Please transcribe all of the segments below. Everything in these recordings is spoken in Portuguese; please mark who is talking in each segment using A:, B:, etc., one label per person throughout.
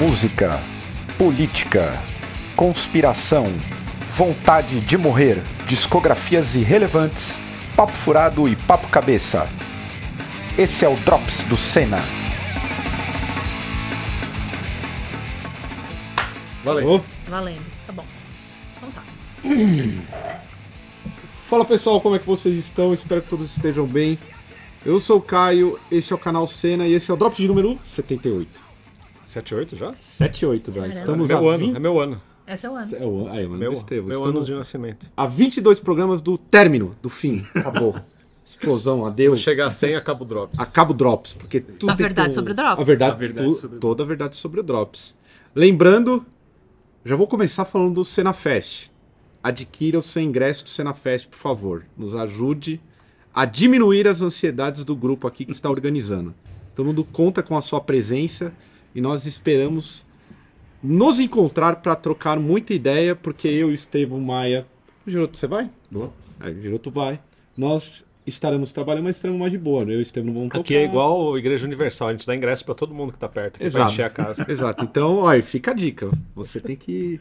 A: música, política, conspiração, vontade de morrer, discografias irrelevantes, papo furado e papo cabeça. Esse é o Drops do Senna.
B: Valeu.
C: Valendo. Tá bom. Então tá.
B: Fala pessoal, como é que vocês estão? Espero que todos estejam bem. Eu sou o Caio, esse é o canal Cena e esse é o Drops de número 78.
D: 78 já?
B: 78, velho.
C: Caramba.
B: Estamos
D: meu
B: a
D: ano,
B: 20...
D: é meu ano.
C: Essa é o ano.
B: É o ano. Aí, mano,
D: Meu,
B: Estevão,
D: meu
B: estamos
D: ano de nascimento.
B: a 22 programas do término, do fim. Acabou. Explosão, adeus.
D: Chegar a 100 acaba o Drops.
B: Acaba o Drops, porque tudo
C: A
B: tem
C: verdade
B: que ter
C: sobre o Drops.
B: A verdade,
D: A verdade
B: tu-
D: sobre o
B: toda a verdade sobre o Drops. Lembrando, já vou começar falando do Senafest. Adquira o seu ingresso do Senafest, por favor. Nos ajude a diminuir as ansiedades do grupo aqui que está organizando. Todo mundo conta com a sua presença e nós esperamos nos encontrar para trocar muita ideia, porque eu e o Estevão Maia. Giroto, você vai? Boa. Aí, Giroto vai. Nós estaremos trabalhando, mas estaremos mais de boa. né? Eu e o Estevão vamos
D: Aqui é igual a Igreja Universal, a gente dá ingresso pra todo mundo que tá perto, que vai
B: Exato.
D: encher a casa.
B: Exato. Então, olha, fica a dica. Você tem que,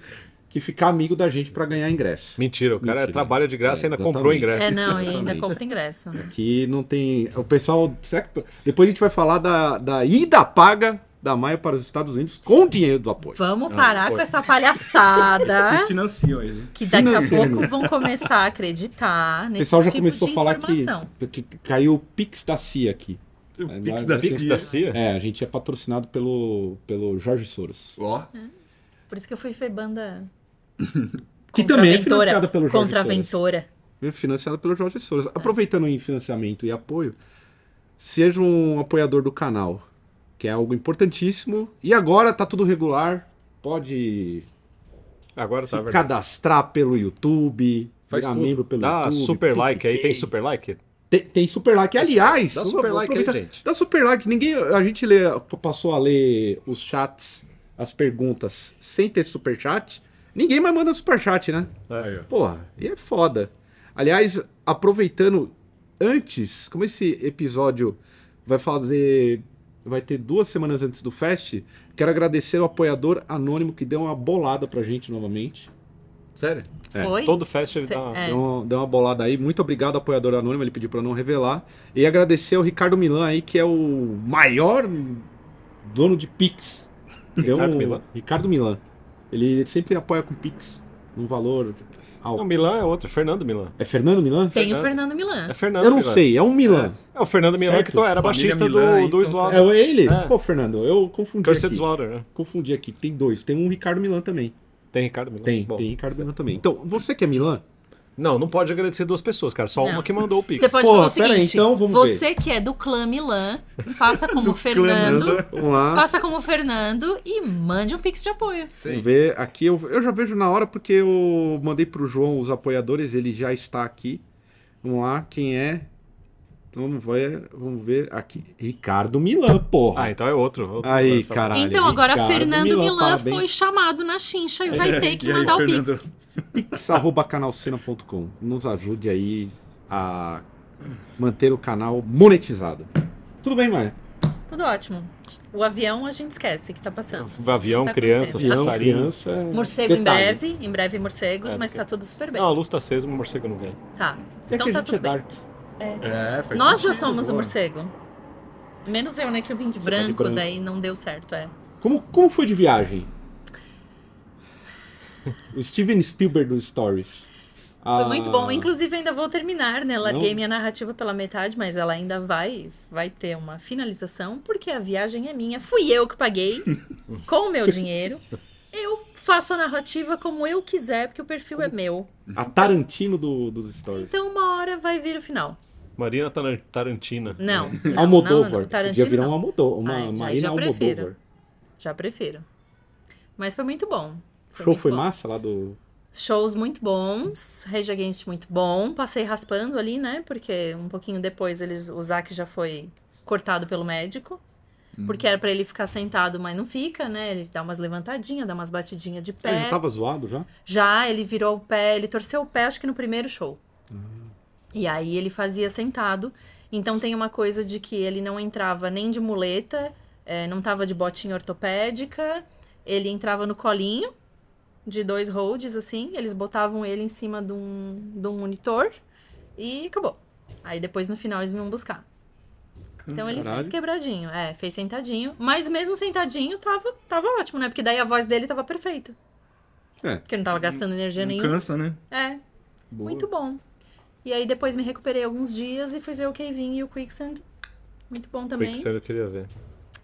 B: que ficar amigo da gente para ganhar ingresso.
D: Mentira, o cara
B: Mentira.
D: trabalha de graça e
B: É,
D: ainda
B: exatamente.
D: comprou o ingresso.
C: É, não, e ainda
B: Exatamente.
C: compra ingresso.
B: Que não tem. O pessoal. será que- Depois a gente vai falar da, da ida paga da Maia para os Estados Unidos com o dinheiro do apoio.
C: Vamos parar
D: foi.
C: com essa palhaçada.
E: é Vocês financiam né? ele.
C: Que daqui a
B: Financeiro.
C: pouco vão começar a acreditar
B: O
C: nesse
B: pessoal já
C: tipo
B: começou
C: de
B: a falar que,
C: informação.
B: que caiu o Pix da CIA aqui.
E: O
B: Pix
E: Pix
B: da
E: da
D: É, Pix da CIA?
B: É, a gente é patrocinado pelo, pelo Jorge Soros.
E: Ó,
C: É. Por isso que eu fui ver banda.
B: Que também é
C: contraventora-
B: financiada pelo Jorge Soros.
C: Contraventora.
B: financiada pelo Jorge Soros.
C: É.
B: Aproveitando em financiamento e apoio, seja um apoiador do canal, que é algo importantíssimo. E agora tá tudo regular, pode
D: Agora
B: se
D: tá, verdade.
B: cadastrar pelo YouTube,
D: Faz
B: virar
D: tudo.
B: membro pelo
D: Dá
B: YouTube.
D: super like aí, tem
B: PicPay.
D: super like?
B: Tem, tem super like, aliás.
D: Dá
B: eu
D: super
B: vou
D: like aí,
B: aproveitar-
D: gente.
B: Dá super like, ninguém, a gente lê, passou a ler os chats, as perguntas sem ter super chat. Ninguém mais manda super chat, né?
E: aí, ó.
B: Porra, e é foda. Aliás, aproveitando antes, como esse episódio vai fazer. Vai ter duas semanas antes do Fest, quero agradecer ao apoiador anônimo que deu uma bolada pra gente novamente.
D: Sério?
B: É,
C: Foi?
D: Todo fest ele
C: Cê-
D: dá uma...
C: é.
B: Deu, uma, deu uma bolada aí. Muito obrigado, ao apoiador anônimo, ele pediu pra não revelar. E agradecer ao Ricardo Milan aí, que é o maior dono de Pix. Deu
D: Ricardo
B: um-
D: Milan?
B: Ricardo Milan. Ele sempre apoia com Pix, num valor alto.
D: Não, Milan é outro, Fernando Milan.
B: É Fernando Milan?
C: Tem o
D: Fernando-
C: Fernando Milan.
D: É Fernando
B: Eu não
D: Milan.
B: sei, é um Milan.
D: É o Fernando Milan
B: Certo.
D: que tu era
E: Família
D: baixista
E: Milan aí,
D: do, do
E: então tá.
B: É,
D: Slaughter.
B: ele?
D: É.
B: Pô, Fernando, eu confundi
D: Cursed
B: aqui.
D: Slaughter, né?
B: Confundi aqui, tem dois. Tem um Ricardo Milan também.
D: Tem Ricardo Milan.
B: Tem,
D: Bom.
B: tem Ricardo Milan também. Então, você que é Milan,
D: Não, não pode agradecer duas pessoas, cara. Só
C: Não.
D: uma que mandou o Pix.
C: Você pode
B: Porra,
C: falar o
B: pera aí,
C: seguinte:
B: então, vamos
C: você que é do clã Milan, faça como o Fernando.
B: vamos lá.
C: Faça como o Fernando e mande um pix de apoio.
B: Vamos
E: Sei.
B: ver, aqui eu, eu já vejo na hora porque eu mandei pro João os apoiadores, ele já está aqui. Vamos lá, quem é? Então, vamos ver, vamos ver aqui. Ricardo Milan,
D: Ah,
B: porra.
D: então é outro. outro
B: Aí,
D: Tá bom.
B: caralho.
C: então agora
B: Ricardo
C: Fernando Milan,
B: parabéns.
C: foi chamado na chincha e vai ter que
E: E aí,
C: mandar o
E: Fernando?
C: pix.
B: Pix, arroba canalcena.com. Nos ajude aí a manter o canal monetizado. Tudo bem, Maia?
C: Tudo ótimo. O avião a gente esquece que tá passando.
D: O avião,
C: Tá
D: crianças, É,
C: acontecendo. Tá
D: passarinho.
B: criança. é
C: Morcego
B: Detalhe.
C: em breve, em breve morcegos, mas tá tudo super bem.
D: Não, a luz tá acesa, mas o morcego não vem.
C: Tá.
B: É
C: Então
B: que
C: tá
B: a gente é
C: tudo bem.
B: dark.
E: É, faz
C: Nós já
E: sentido,
C: somos o
E: boa.
C: morcego. Menos eu, né? Que eu vim de
B: Você tá de
C: branco,
B: branco.
C: daí não deu certo, é.
B: Como, como foi de viagem? O Steven Spielberg dos Stories. Ah,
C: Foi muito bom. Inclusive, ainda vou terminar, né? Larguei minha narrativa pela metade, mas ela ainda vai, vai ter uma finalização, porque a viagem é minha. Fui eu que paguei com o meu dinheiro. Eu faço a narrativa como eu quiser, porque o perfil é meu.
B: A Tarantino do- dos Stories.
C: Então, uma hora vai vir o final.
D: Marina Tar- Tarantina.
C: Não. não, não,
B: É um Almodóvar.
C: não.
B: Podia
C: Tarantino,
B: virar
C: não.
B: uma, Almodó- uma
C: Ah, já-
B: Marina
C: já prefiro.
B: Almodóvar.
C: Já prefiro. Mas foi muito bom.
B: O show
C: muito
B: foi
C: bom.
B: massa lá do...
C: Shows muito bons, Rage Against muito bom. Passei raspando ali, né? Porque um pouquinho depois eles, o Zac já foi cortado pelo médico. Porque era pra ele ficar sentado, mas não fica, né? Ele dá umas levantadinhas, dá umas batidinhas de
B: Ele
C: pé.
B: já tava zoado já?
C: Já, ele virou o pé, ele torceu o pé, acho que no primeiro show. E aí ele fazia sentado. Então tem uma coisa é, de que ele não entrava nem de muleta, eh, não tava de botinha ortopédica, Ele entrava no colinho de dois holds, assim, eles botavam ele em cima de um, de um monitor e acabou. Aí depois no final eles me iam buscar. Então ele fez
B: Caralho.
C: quebradinho, é, fez sentadinho. Mas mesmo sentadinho tava, tava ótimo, né? Porque daí a voz dele tava perfeita.
B: É. um
C: Porque não tava gastando energia
E: Não
C: nenhuma.
E: cansa, né?
C: É,
B: Boa.
C: muito bom. E aí depois me recuperei alguns dias e fui ver o Kevin e o Quicksand. Muito bom também.
D: Quicksand eu queria ver.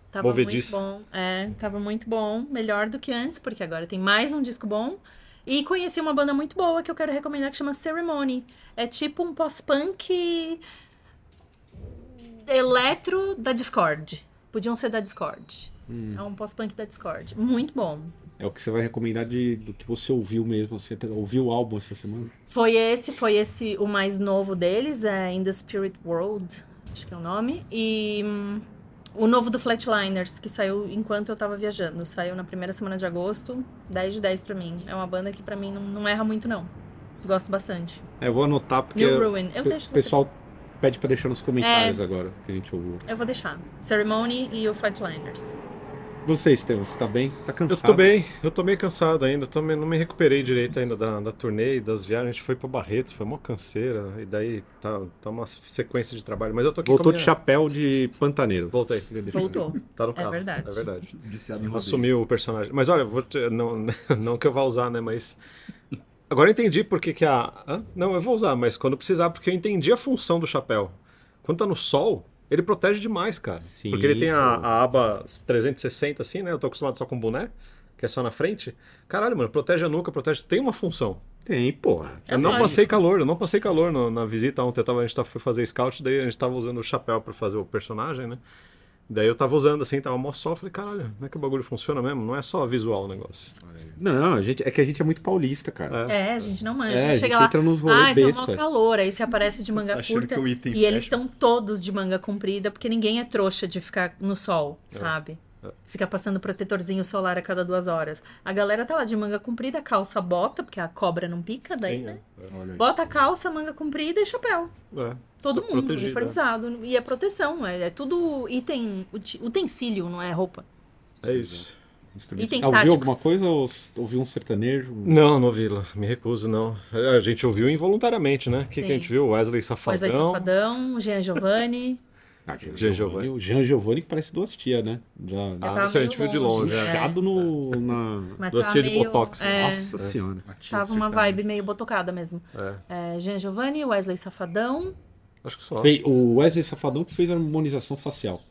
C: Tava muito
D: Movediço.
C: bom. É, tava muito bom. Melhor do que antes, porque agora tem mais um disco bom. E conheci uma banda muito boa que eu quero recomendar que chama Ceremony. É tipo um pós-punk eletro da Discord. Podiam ser da Discord. É um pós-punk da Discord. Muito bom.
B: É o que você vai recomendar de, do que você ouviu mesmo. Você te- ouviu o álbum essa semana?
C: Foi esse, foi esse o mais novo deles, é In the Spirit World, acho que é o nome. E hum, o novo do Flatliners, que saiu enquanto eu tava viajando. Saiu na primeira semana de agosto, 10 de 10 pra mim. É uma banda que pra mim não, não erra muito, não. Gosto bastante.
B: É, eu vou anotar porque
C: New
B: eu-
C: Ruin, eu
B: pe-
C: deixo. É.
B: o pessoal pede pra deixar nos comentários agora que a gente ouviu.
C: Eu vou deixar. Ceremony e o Flatliners.
B: Você, Estevam, você tá bem? Tá
D: Eu
B: cansado?
D: tô bem, eu tô meio cansado ainda, tô me- não me recuperei direito ainda da, da turnê e das viagens. A gente foi pra Barretos, foi uma canseira, e daí tá, tá uma sequência de trabalho. Mas eu tô aqui
B: Voltou
D: com a
B: de
D: minha-
B: chapéu de pantaneiro.
D: Voltei.
C: Voltou.
D: Tá no
C: É
D: carro.
C: verdade.
D: É verdade.
E: Viciado em rodeio.
D: Assumiu o personagem. Mas olha, vou te- não, não que eu vá usar, né? Mas. Agora eu entendi por que, que a. Hã? Não, eu vou usar, mas quando precisar, porque eu entendi a função do chapéu. Quando tá no sol, ele protege demais, cara.
B: Sim,
D: porque ele tem a,
B: pô.
D: a aba 360, assim, né? Eu tô acostumado só com boné, que é só na frente. Caralho, mano, protege a nuca, protege. Tem uma função.
B: Tem, porra.
C: É
D: eu não
C: lógico.
D: passei calor, eu não passei calor no- na visita ontem. Eu tava, a gente tava, foi fazer scout, daí a gente tava usando o chapéu pra fazer o personagem, né? Daí eu tava usando assim, tava mó sol, falei, caralho, como é que o bagulho funciona mesmo? Não é só visual o negócio.
B: Não, a gente, é que a gente é muito paulista, cara.
C: É, a gente não manja.
B: É, a gente
C: chega lá.
B: entra nos rolês
C: Ai, tá
B: besta.
C: mó calor. Aí você aparece de manga
E: Achando
C: curta.
E: que o item
C: E eles
E: fecha.
C: estão todos de manga comprida, porque ninguém é trouxa de ficar no sol,
E: É.
C: sabe? Ficar passando protetorzinho solar a cada duas horas. A galera tá lá de manga comprida, calça bota, porque a cobra não pica daí, né?
E: Olha aí.
C: Bota a calça, manga comprida e chapéu.
D: É.
C: Todo
D: Tá
C: mundo
D: protegido,
C: uniformizado. E é proteção, é, é tudo item, uti- utensílio, não é roupa.
D: É isso.
E: Instrumento
C: Item
B: Ah, ouviu
C: táticos.
B: alguma coisa ou s- ouviu um sertanejo?
D: Não, não vi, Lô. me recuso, não. A gente ouviu involuntariamente, né? O que, que
C: Sim.
D: a gente viu? Wesley Safadão.
C: Wesley Safadão, Jean Giovanni.
B: Ah, Jean
D: Jean
B: Giovanni. O Jean Giovanni que parece duas tias, né? Já
D: Ah,
C: Eu
D: não sei, a
C: tava tá meio
D: gente viu de longe, é.
B: inchado no, na...
C: Mas
D: Duas
C: tava
D: tias de
C: meio-
D: botox, né?
C: é,
B: Nossa senhora.
E: ativo,
C: Tava uma
E: sertanejo.
C: vibe meio botocada mesmo.
D: É,
C: É, Jean Giovanni, Wesley Safadão.
D: acho que só.
B: Fei- O Wesley Safadão que fez a harmonização facial.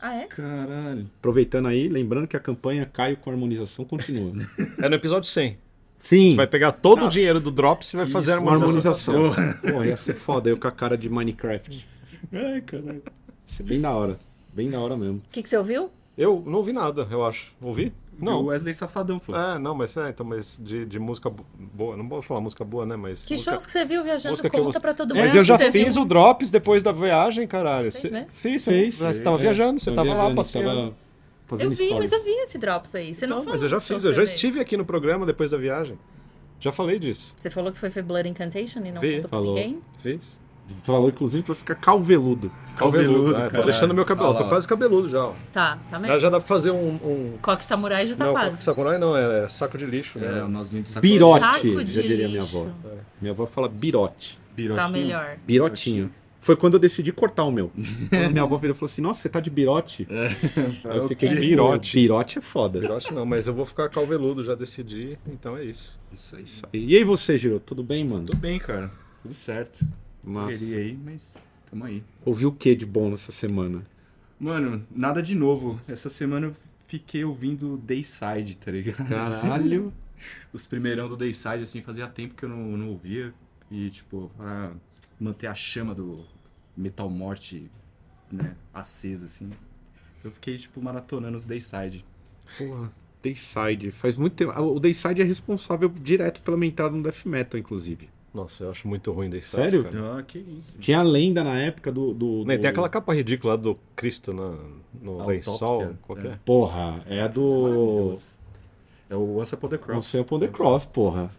C: Ah, é?
E: Caralho.
B: Aproveitando aí, lembrando que a campanha Caio com harmonização continua. né?
D: É no episódio 100.
B: Sim.
D: Vai pegar todo o dinheiro do Drops e vai fazer a
B: Uma harmonização.
D: harmonização.
B: Pô, ia ser foda eu com a cara de Minecraft.
E: Ai, caralho.
B: Isso é bem da hora. Bem da hora mesmo.
C: O que, que você ouviu?
D: Eu não ouvi nada, eu acho. Ouvi? Não.
E: Não. O Wesley Safadão, pô.
D: É, não, mas é, então, mas de, de música bo- boa. Não vou falar música boa, né? Mas.
C: Que
D: música...
C: shows que você viu viajando?
D: música que eu
C: Conta
D: gosto.
C: pra todo mundo.
D: Mas eu já
C: que você
D: fiz
C: viu.
D: o Drops depois da viagem, caralho.
C: Fez
D: Cê-
C: né? mesmo?
D: Fiz,
B: Fez.
D: você você tava viajando, você tava lá passeando.
B: É. Tava fazendo
C: Eu vi,
B: stories.
C: mas eu vi esse Drops aí. Você não,
D: Não,
C: falou
D: Então, mas eu já
C: dos shows
D: fiz, eu
C: que
D: já
C: você veio.
D: estive aqui no programa depois da viagem. Já falei disso.
C: Você falou que foi ver Blood Incantation e não
D: Vi,
C: contou pra
B: falou.
C: ninguém?
D: Fiz.
B: Falou, inclusive, pra ficar calveludo.
E: Calveludo,
D: né? Tô
E: cara.
D: deixando meu cabelo,
E: Olha
D: ó, tô
E: lá.
D: quase cabeludo já. ó.
C: Tá, tá
D: Já,
C: mesmo.
D: já dá pra fazer um. um...
C: Coque Samurai já tá
D: não,
C: quase.
D: samurai não, é saco de lixo,
E: É, o
D: né?
E: nozinho de sacola.
B: Birote,
C: Saco de
B: já diria minha
C: lixo.
B: avó. Minha avó fala birote.
E: Birotinho.
C: Tá melhor.
B: Birotinho. Foi quando eu decidi cortar o meu. Quando minha avó virou e falou assim: Nossa, você tá de birote? Aí eu fiquei
D: quê?
B: birote. Birote é foda.
D: Birote não, mas eu vou ficar calveludo, já decidi, então é isso.
E: Isso aí.
B: E aí, você, Giro? Tudo bem, mano?
E: Tudo bem, cara. Tudo certo.
B: Massa.
E: Correria aí, mas tamo aí.
B: Ouviu o que de bom nessa semana?
E: Mano, nada de novo. Essa semana eu fiquei ouvindo Dayside, tá ligado?
B: Caralho.
E: Os primeirão do Dayside, assim, fazia tempo que eu não, não ouvia. E, tipo, pra manter a chama do Metal Morte, né, acesa, assim. Eu fiquei, tipo, maratonando os Dayside.
B: Porra, Dayside. Faz muito tempo. O Dayside é responsável direto pela mentada no Death Metal, inclusive.
D: Nossa, eu acho muito ruim desse.
B: Sério?
D: Cara.
E: Ah, que isso.
B: Tinha a lenda na época do. do,
D: Né,
B: do-
D: tem aquela capa ridícula lá do Cristo na, no
E: Autópsia,
D: lençol,
E: né?
D: qualquer.
B: Porra, Ah, é a do.
E: É o Once Upon the Cross.
B: Você é o The Cross, porra.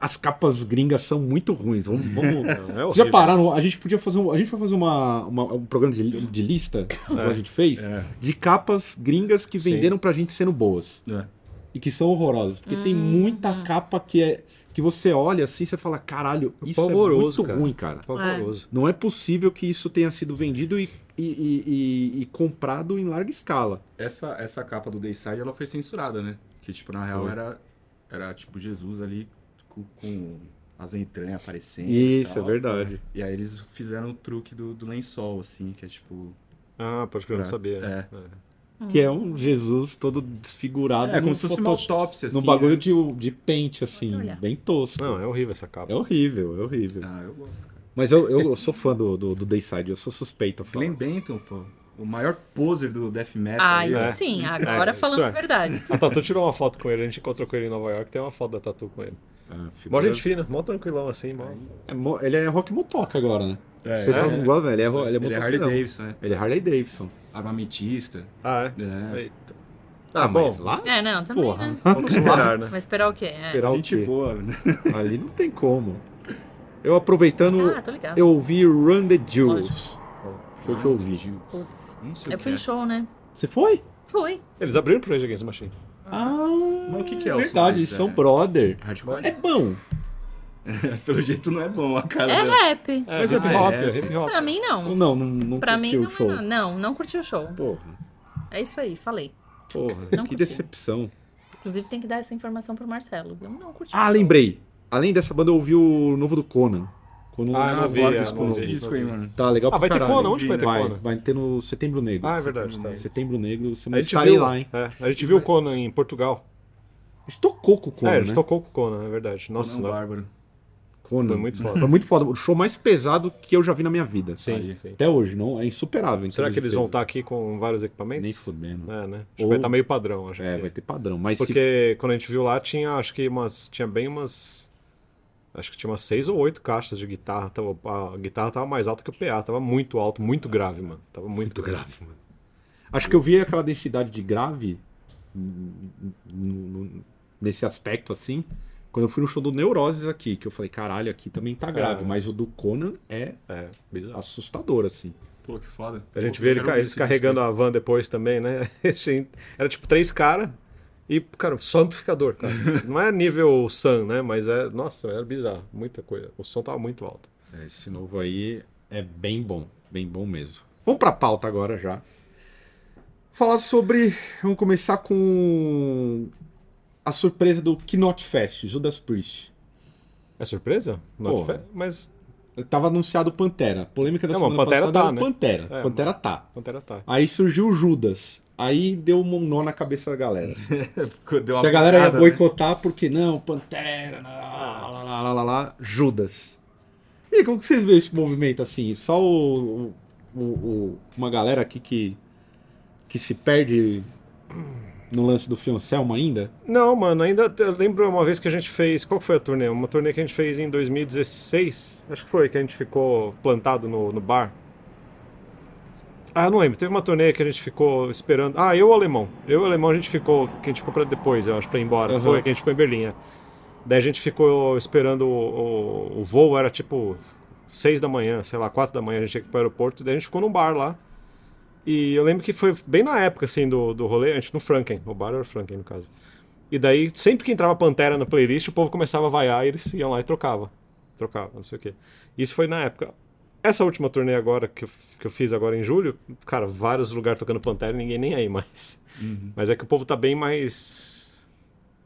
B: As capas gringas são muito ruins. Vamos. vamos...
D: Não, é
B: Vocês
D: horrível.
B: já pararam? A gente podia fazer um. A gente foi fazer uma, uma- um programa de, de lista, como a gente fez,
E: É.
B: de capas gringas que
D: Sim.
B: venderam pra gente sendo boas.
E: É.
B: e que são horrorosas. Porque tem muita capa que é que você olha assim e você fala, caralho, isso
D: Pavoroso,
B: é muito
D: cara.
B: ruim, cara.
D: Pavoroso.
B: Não é possível que isso tenha sido vendido e, e- e- e- e comprado em larga escala.
E: Essa, essa capa do Dayside, ela foi censurada, né? Que, tipo, na real
B: Foi.
E: era, era, tipo, Jesus ali com, com as entranhas aparecendo. e
B: Isso, é
E: tal.
B: verdade.
E: E aí eles fizeram o truque do, do lençol, assim, que é tipo.
D: Ah, pode que eu não
E: É.
D: sabia. né?
B: Que é um Jesus todo desfigurado.
E: É, como
B: num
E: se fosse uma
B: foto-
E: autópsia, assim.
B: num bagulho
E: né?
B: de, de pente, assim,
C: Olha.
B: bem tosco.
D: Não, é horrível essa capa.
B: É horrível, é horrível.
E: Ah, eu gosto, cara.
B: Mas eu, eu, eu sou fã do, do, do Dayside, eu sou suspeito. a falar.
E: Glenn Benton, pô. O maior poser do Death Metal. né?
C: Ai,
D: É.
C: sim, agora
D: É,
C: falamos
D: isso é.
C: verdades.
D: A Tatu tirou uma foto com ele, a gente encontrou com ele em Nova York, tem uma foto da Tatu com ele.
B: Ah,
D: Mó
B: figura-
D: gente fina, mó tranquilão assim, mó.
B: É mo- ele é rock motoca agora, né?
E: É,
B: Se Vocês
D: é.
B: não gostam, ele é, ro- ele é
E: Ele é
B: motoqueirão.
E: Harley Davidson, né?
B: Ele é Harley Davidson.
E: Armamentista.
D: Ah, é?
E: É.
D: Eita. Ah, bom,
B: mas lá?
C: É, não, também,
B: Porra,
C: né?
D: vamos esperar, né?
C: Vai esperar o quê? É.
B: esperar tá o
E: Gente
B: quê?
E: boa. né?
B: Ali não tem como. Eu aproveitando,
C: Ah, tô ligado.
B: eu ouvi Run the Jewels. Foi o que eu ouvi.
C: Putz.
E: Não sei
C: Eu
E: o que
C: fui
E: é.
C: em show, né?
B: Você foi?
C: Fui.
D: Eles abriram pro Rage Against the Machine.
B: Ah,
E: o que que é o som
B: verdade, eles
E: deles,
B: são
E: é?
B: brother.
E: Hardcore?
B: É bom,
E: Pelo jeito não é bom a cara
C: É
E: dela.
C: rap.
D: É,
B: Mas
D: mas
B: é
D: é
B: hip
D: hip
E: hop,
D: hop,
E: é
D: é hip hop.
C: Pra mim,
B: ou
C: não.
B: não? Não, não
C: Tá. Pra mim,
B: curtiu
C: não
B: o show.
C: é nada. Não, não curti o show.
B: Porra,
C: É isso aí, falei.
B: porra,
C: Não
B: que
C: curtiu.
B: decepção.
C: Inclusive, tem que dar essa informação pro Marcelo. Eu não curti.
B: Ah, lembrei. Além dessa banda, eu ouvi o novo do Conan. Conan
D: Ah, eu não
B: lançou
D: vi,
B: agora
D: é,
B: disco
D: não
B: novo.
E: Esse
D: vi.
E: disco aí, mano.
B: Tá legal
D: Ah, vai
B: pra
D: ter
B: caralho.
D: Conan? Onde vai ter
B: vai,
D: Conan?
B: vai ter no Setembro Negro.
D: Ah, é verdade, tá.
B: Setembro Negro, você
D: A gente
B: estarei
D: viu
B: lá, hein?
D: é, a gente viu o Conan em Portugal.
B: Estou coco com
D: é, a
B: Conan,
D: gente
B: né? um
D: tocou com o Conan, é verdade. Nossa,
E: Nossa,
D: não.
E: Bárbaro.
B: Conan.
D: Foi muito foda.
B: Foi muito foda. O show mais pesado que eu já vi na minha vida.
D: Sim,
E: Aí.
D: sim.
B: Até hoje, não? É insuperável. em
D: Será
B: termos
D: que
B: de
D: eles vão
B: peso.
D: estar aqui com vários equipamentos?
B: Nem fudendo.
D: É, né? Acho que
B: Ou-
D: vai estar meio padrão, acho
B: É,
D: que.
B: vai ter padrão. Mas se-
D: Porque quando a gente viu lá, tinha acho que umas. Tinha bem umas. Acho que tinha umas seis ou oito caixas de guitarra. Tava, a guitarra tava mais alta que o PA, tava muito alto, muito grave, mano. Tava muito, grave, mano.
B: Acho que eu vi aquela densidade de grave hum, no- no- nesse aspecto, assim, quando eu fui no show do Neuroses aqui, que eu falei, caralho, aqui também tá grave.
D: É.
B: Mas o do Conan é
D: É, bizarro.
B: assustador, assim.
E: Pô, que foda.
D: A gente
E: Pô,
D: vê
E: eu
D: ele,
E: quero
D: ca-
E: ouvir
D: eles
E: esse
D: carregando a van depois também, né? Assim, Era tipo três caras e, cara, só amplificador, cara. Não é nível Sun, né? Mas é. Nossa, era bizarro. Muita coisa. O som tava muito alto.
B: É, Esse novo aí é bem bom, bem bom mesmo. Vamos pra pauta agora já. Falar sobre. Vamos começar com a surpresa do Knot Fest, Judas Priest.
D: É surpresa? Não
B: Porra.
D: Mas.
B: Tava anunciado Pantera. Polêmica da
D: É, mas
B: semana
D: Pantera
B: passada
D: tá,
B: era
D: né?
B: Pantera.
D: É,
B: Pantera tá.
D: Pantera tá.
B: Aí surgiu o Judas. Aí deu um nó na cabeça da galera.
E: disco. Deu uma
B: Que a galera ia
E: pancada,
B: boicotar porque não, Pantera, lá, lá, lá, lá, lá, lá, Judas. E aí, como que vocês veem esse movimento assim? Só o, o- o- uma galera aqui que, que se perde no lance do Fioncelma ainda?
D: Não, mano, ainda te- eu lembro uma vez que a gente fez. Qual que foi a turnê? Uma turnê que a gente fez em 2016. Acho que foi, que a gente ficou plantado no, no bar. Ah, não lembro. Teve uma turnê que a gente ficou esperando. Ah, eu e o alemão. Eu e o alemão a gente ficou. Que a gente ficou pra depois, eu acho, pra ir embora.
B: Aham.
D: Foi que a gente ficou em Berlim. é. Daí a gente ficou esperando o, o- o voo, era tipo 6 da manhã, sei lá, 4 da manhã, a gente ia pro aeroporto. Daí a gente ficou num bar lá. E eu lembro que foi bem na época, assim, do, do rolê, antes no Franken. O bar era o Franken, no caso. E daí, sempre que entrava Pantera na playlist, o povo começava a vaiar e eles iam lá e trocava. Trocava, não sei o quê. Isso foi na época. Essa última turnê agora, que eu, f- que eu fiz agora em julho, cara, vários lugares tocando Pantera e ninguém nem aí mais.
E: né?
D: Mas é que o povo tá bem mais...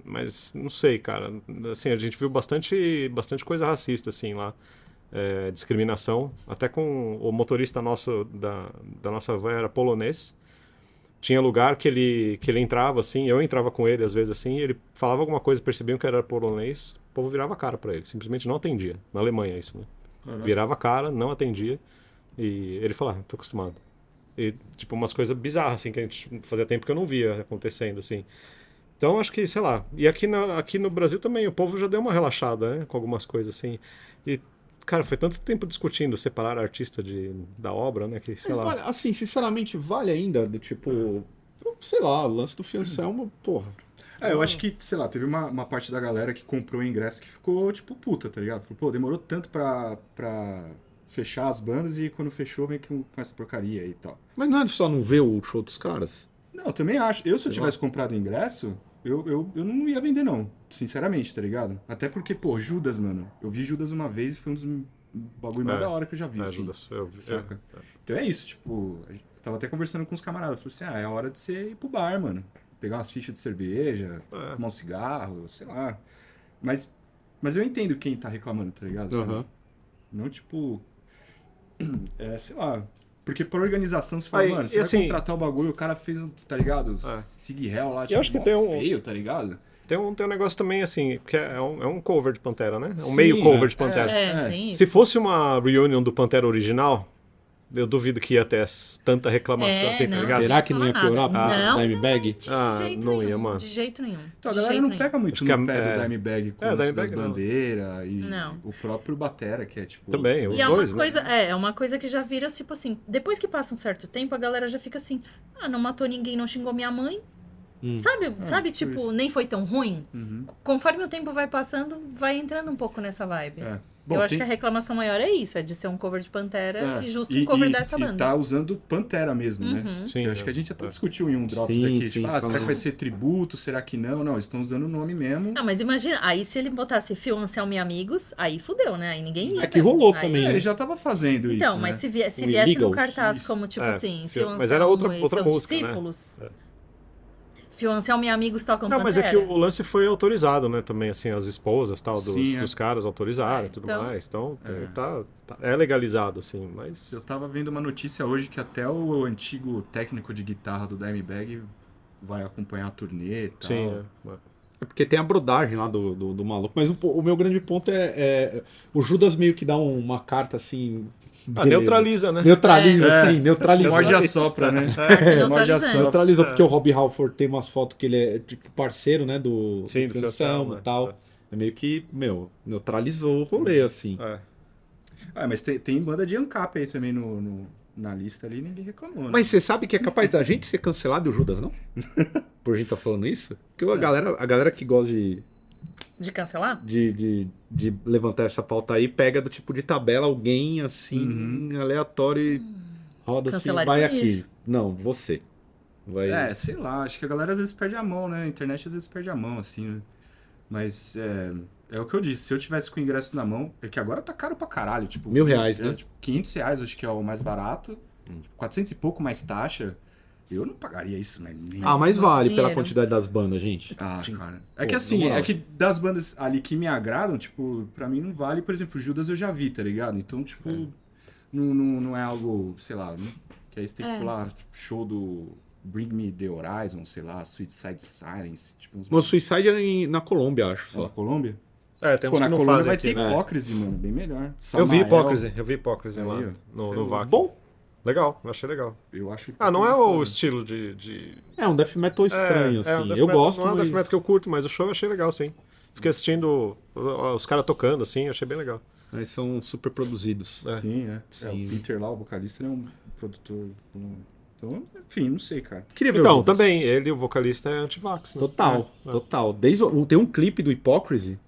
D: Mas, não sei, cara. Assim, a gente viu bastante, bastante coisa racista, assim, lá. É, discriminação. Até com o motorista nosso, da, da nossa van, era polonês tinha lugar que ele, que ele entrava, assim, eu entrava com ele às vezes, assim, e ele falava alguma coisa, percebiam que era polonês, o povo virava a cara pra ele, simplesmente não atendia. Na Alemanha, isso, né?
E: Caraca.
D: Virava a cara, não atendia, e ele falava, ah, tô acostumado. E, tipo, umas coisas bizarras, assim, que a gente fazia tempo que eu não via acontecendo, assim. Então, acho que, sei lá. E aqui, na, aqui no Brasil também, o povo já deu uma relaxada, né? Com algumas coisas, assim. E, cara, foi tanto tempo discutindo separar artista de, da obra, né? Que, sei
B: Mas
D: lá.
B: vale- assim, sinceramente, vale ainda do tipo. Sei lá, o lance do Fioncelma, porra.
E: É, eu acho que, sei lá, teve uma, uma parte da galera que comprou o ingresso que ficou, tipo, puta, tá ligado? Falou, pô, demorou tanto pra, pra fechar as bandas e quando fechou vem com, com essa porcaria aí e tal.
B: Mas não é só não ver o show dos caras?
E: Não, eu também acho. Eu, se
B: Sei
E: eu tivesse comprado o ingresso, Eu, eu, eu não ia vender, não. Sinceramente, tá ligado? Até porque, pô, Judas, mano. Eu vi Judas uma vez e foi um dos bagulho mais
D: É,
E: da hora que eu já vi,
D: É,
E: assim.
D: Judas, eu vi.
E: Saca.
D: É, é.
E: Então é isso, tipo, a gente- eu tava até conversando com os camaradas. Eu falei assim, ah, é hora de você ir pro bar, mano. Pegar umas fichas de cerveja,
D: É.
E: fumar um cigarro, sei lá. Mas, mas eu entendo quem tá reclamando, tá ligado? Não, tipo. É, sei lá. Porque por organização você fala,
D: Aí,
E: mano,
D: e
E: você
D: assim- É.
E: vai contratar o bagulho, o cara fez um, tá ligado? Sig Hell lá, tipo,
D: acho que
E: mó
D: tem um-
E: feio, tá ligado?
D: Tem, um, tem um negócio também, assim, que é um, é um cover de Pantera, né? É um
E: Sim,
D: meio cover de
E: é.
D: Pantera.
C: É,
E: É.
C: tem isso.
D: Se fosse uma reunion do Pantera original, eu duvido que ia ter s- tanta reclamação
C: É,
D: assim, tá
C: não.
D: ligado?
B: Será que não ia
C: Fala nada.
B: piorar pro
C: Não,
B: Dimebag?
C: De
D: Ah,
C: jeito
D: não
C: nenhum,
D: ia, mano.
C: De jeito nenhum.
E: Então a
C: de
E: galera
C: jeito
E: não pega muito
D: Acho que
E: no
D: a-
E: pé
D: é.
E: do Dimebag com
D: É,
E: o lance das
D: Dimebag não.
E: bandeiras e
C: Não.
E: o próprio Batera, que é tipo.
D: Também, os
C: E é uma,
D: dois, né?
C: coisa, é, é uma coisa que já vira, tipo assim, depois que passa um certo tempo, a galera já fica assim, ah, não matou ninguém, não xingou minha mãe.
B: Hum.
C: Sabe, sabe
E: tipo
C: tipo,
E: isso.
C: nem foi tão ruim?
E: Uhum.
C: Conforme o tempo vai passando, vai entrando um pouco nessa vibe.
E: É.
C: Eu
E: Bom,
C: acho
E: tem-
C: que a reclamação maior é isso, é de ser um cover de Pantera
E: É,
C: e justo um cover dessa
E: e
C: banda.
E: tá usando Pantera mesmo, né?
C: Uhum.
D: Sim,
E: Eu acho
D: é.
E: que a gente até
D: É.
E: discutiu em um Drops
B: Sim,
E: aqui.
B: sim,
E: tipo, ah, será
B: falando.
E: que vai ser tributo? Será que não? Não, eles estão usando o nome mesmo.
C: Ah, mas imagina, aí se ele botasse Phil Anselmo e Amigos, aí fudeu, né? Aí ninguém ia.
B: É que
C: né?
B: rolou
C: Aí-
B: também,
E: É,
B: né?
E: ele já tava fazendo isso.
C: Então, mas
E: né?
C: se, vie, se
B: O
C: viesse no
B: Illegals,
C: cartaz
E: isso.
C: como, tipo
D: É,
C: assim,
D: Phil-
C: Phil
D: mas era outra-
C: Anselmo e
D: outra
C: seus
D: música, né?
C: um discípulos. Phil Anselmo e Amigos tocam
D: Não,
C: Pantera.
D: mas é que o o lance foi autorizado, né? Também, assim, as esposas tal, dos,
E: Sim, é.
D: dos caras autorizaram e
C: É,
D: tudo
C: então-
D: mais. Então, tem-
E: É.
D: Tá, tá- é legalizado, assim, mas.
E: Eu tava vendo uma notícia hoje que até o antigo técnico de guitarra do Dimebag vai acompanhar a turnê e tal.
D: Sim, é. é.
B: É porque tem a brodagem lá do, do, do maluco. Mas o, po- o meu grande ponto é, é- O Judas meio que dá um- uma carta assim.
D: Ah,
B: beleza.
D: neutraliza, né?
B: Neutraliza,
E: É.
B: sim, neutraliza.
E: Morde a sopra, né?
C: É,
E: Morde a
C: neutralizando.
E: sopra.
B: Neutraliza, porque o Rob Halford tem umas fotos que ele é tipo parceiro, né? Do,
D: Sim, do
B: Frank
D: Franção,
B: Anselmo
D: né?
B: e tal. É meio que, meu, neutralizou o rolê, assim.
D: É.
E: Ah, mas tem, tem banda de ANCAP aí também no, no- na lista ali, ninguém reclamou. né?
B: Mas você sabe que é capaz da gente ser cancelado e o Judas não? Por a gente tá falando isso? Porque a galera, a galera que gosta de,
C: De cancelar?
B: de, de, de levantar essa pauta aí pega do tipo de tabela alguém assim,
D: Uhum.
B: aleatório e roda assim,
C: Cancelaria.
B: vai aqui. Não, você. Vai.
E: É, sei lá, acho que a galera às vezes perde a mão, né? A internet às vezes perde a mão, assim, né? Mas é, é o que eu disse, se eu tivesse com o ingresso na mão, é que agora tá caro pra caralho, tipo...
B: Mil reais,
E: é,
B: né? Hum.
E: tipo, 500 reais acho que é o mais barato, 400 e pouco mais taxa, eu não pagaria isso, né? Nem-
B: Ah, mas vale
C: Dinheiro.
B: pela quantidade das bandas, gente.
E: Ah, cara. É
B: Pô,
E: que
B: na
E: assim,
B: moral.
E: é que das bandas ali que me agradam, tipo, pra mim não vale, por exemplo, Judas eu já vi, tá ligado? Então, tipo,
D: É.
E: não, não, não é algo, sei lá, não- que aí você tem que
C: É.
E: pular tipo, show do Bring Me The Horizon, sei lá, Suicide Silence, tipo, uns
B: Meu Suicide é em- na Colômbia, acho
E: na
B: só.
E: Colômbia.
D: É, tem uns
E: Pô, na
D: que não
E: Colômbia
D: fazem
E: vai
D: aqui,
E: ter
D: né?
E: hipócrise, mano, bem melhor.
D: Eu vi
E: Samael,
D: Hipócrise, eu vi Hipócrise
E: Aí,
D: lá
E: ó.
D: no,
E: Foi
D: no vácuo.
B: Bom.
D: Legal, eu achei legal.
E: Eu acho que um
D: Ah, não é
E: foda.
D: o estilo de. de-
B: É um death metal estranho,
D: é, é um
B: assim.
D: death
B: eu
D: metal-
B: gosto,
D: Não é um
B: mas...
D: death metal que eu curto, mas o show eu achei legal, sim. Fiquei assistindo ó, ó, os caras tocando, assim, achei bem legal.
B: mas são super produzidos.
D: É.
E: Sim, é. É,
B: Sim.
E: o Peter lá, o vocalista, ele é um produtor. um- Então, enfim, não sei, cara.
B: Queria ver o
D: Então,
B: Judas.
D: também, ele, o vocalista, é antivax, né?
B: Total,
D: É, é.
B: total. Desde o- tem um clipe do Hypocrisy.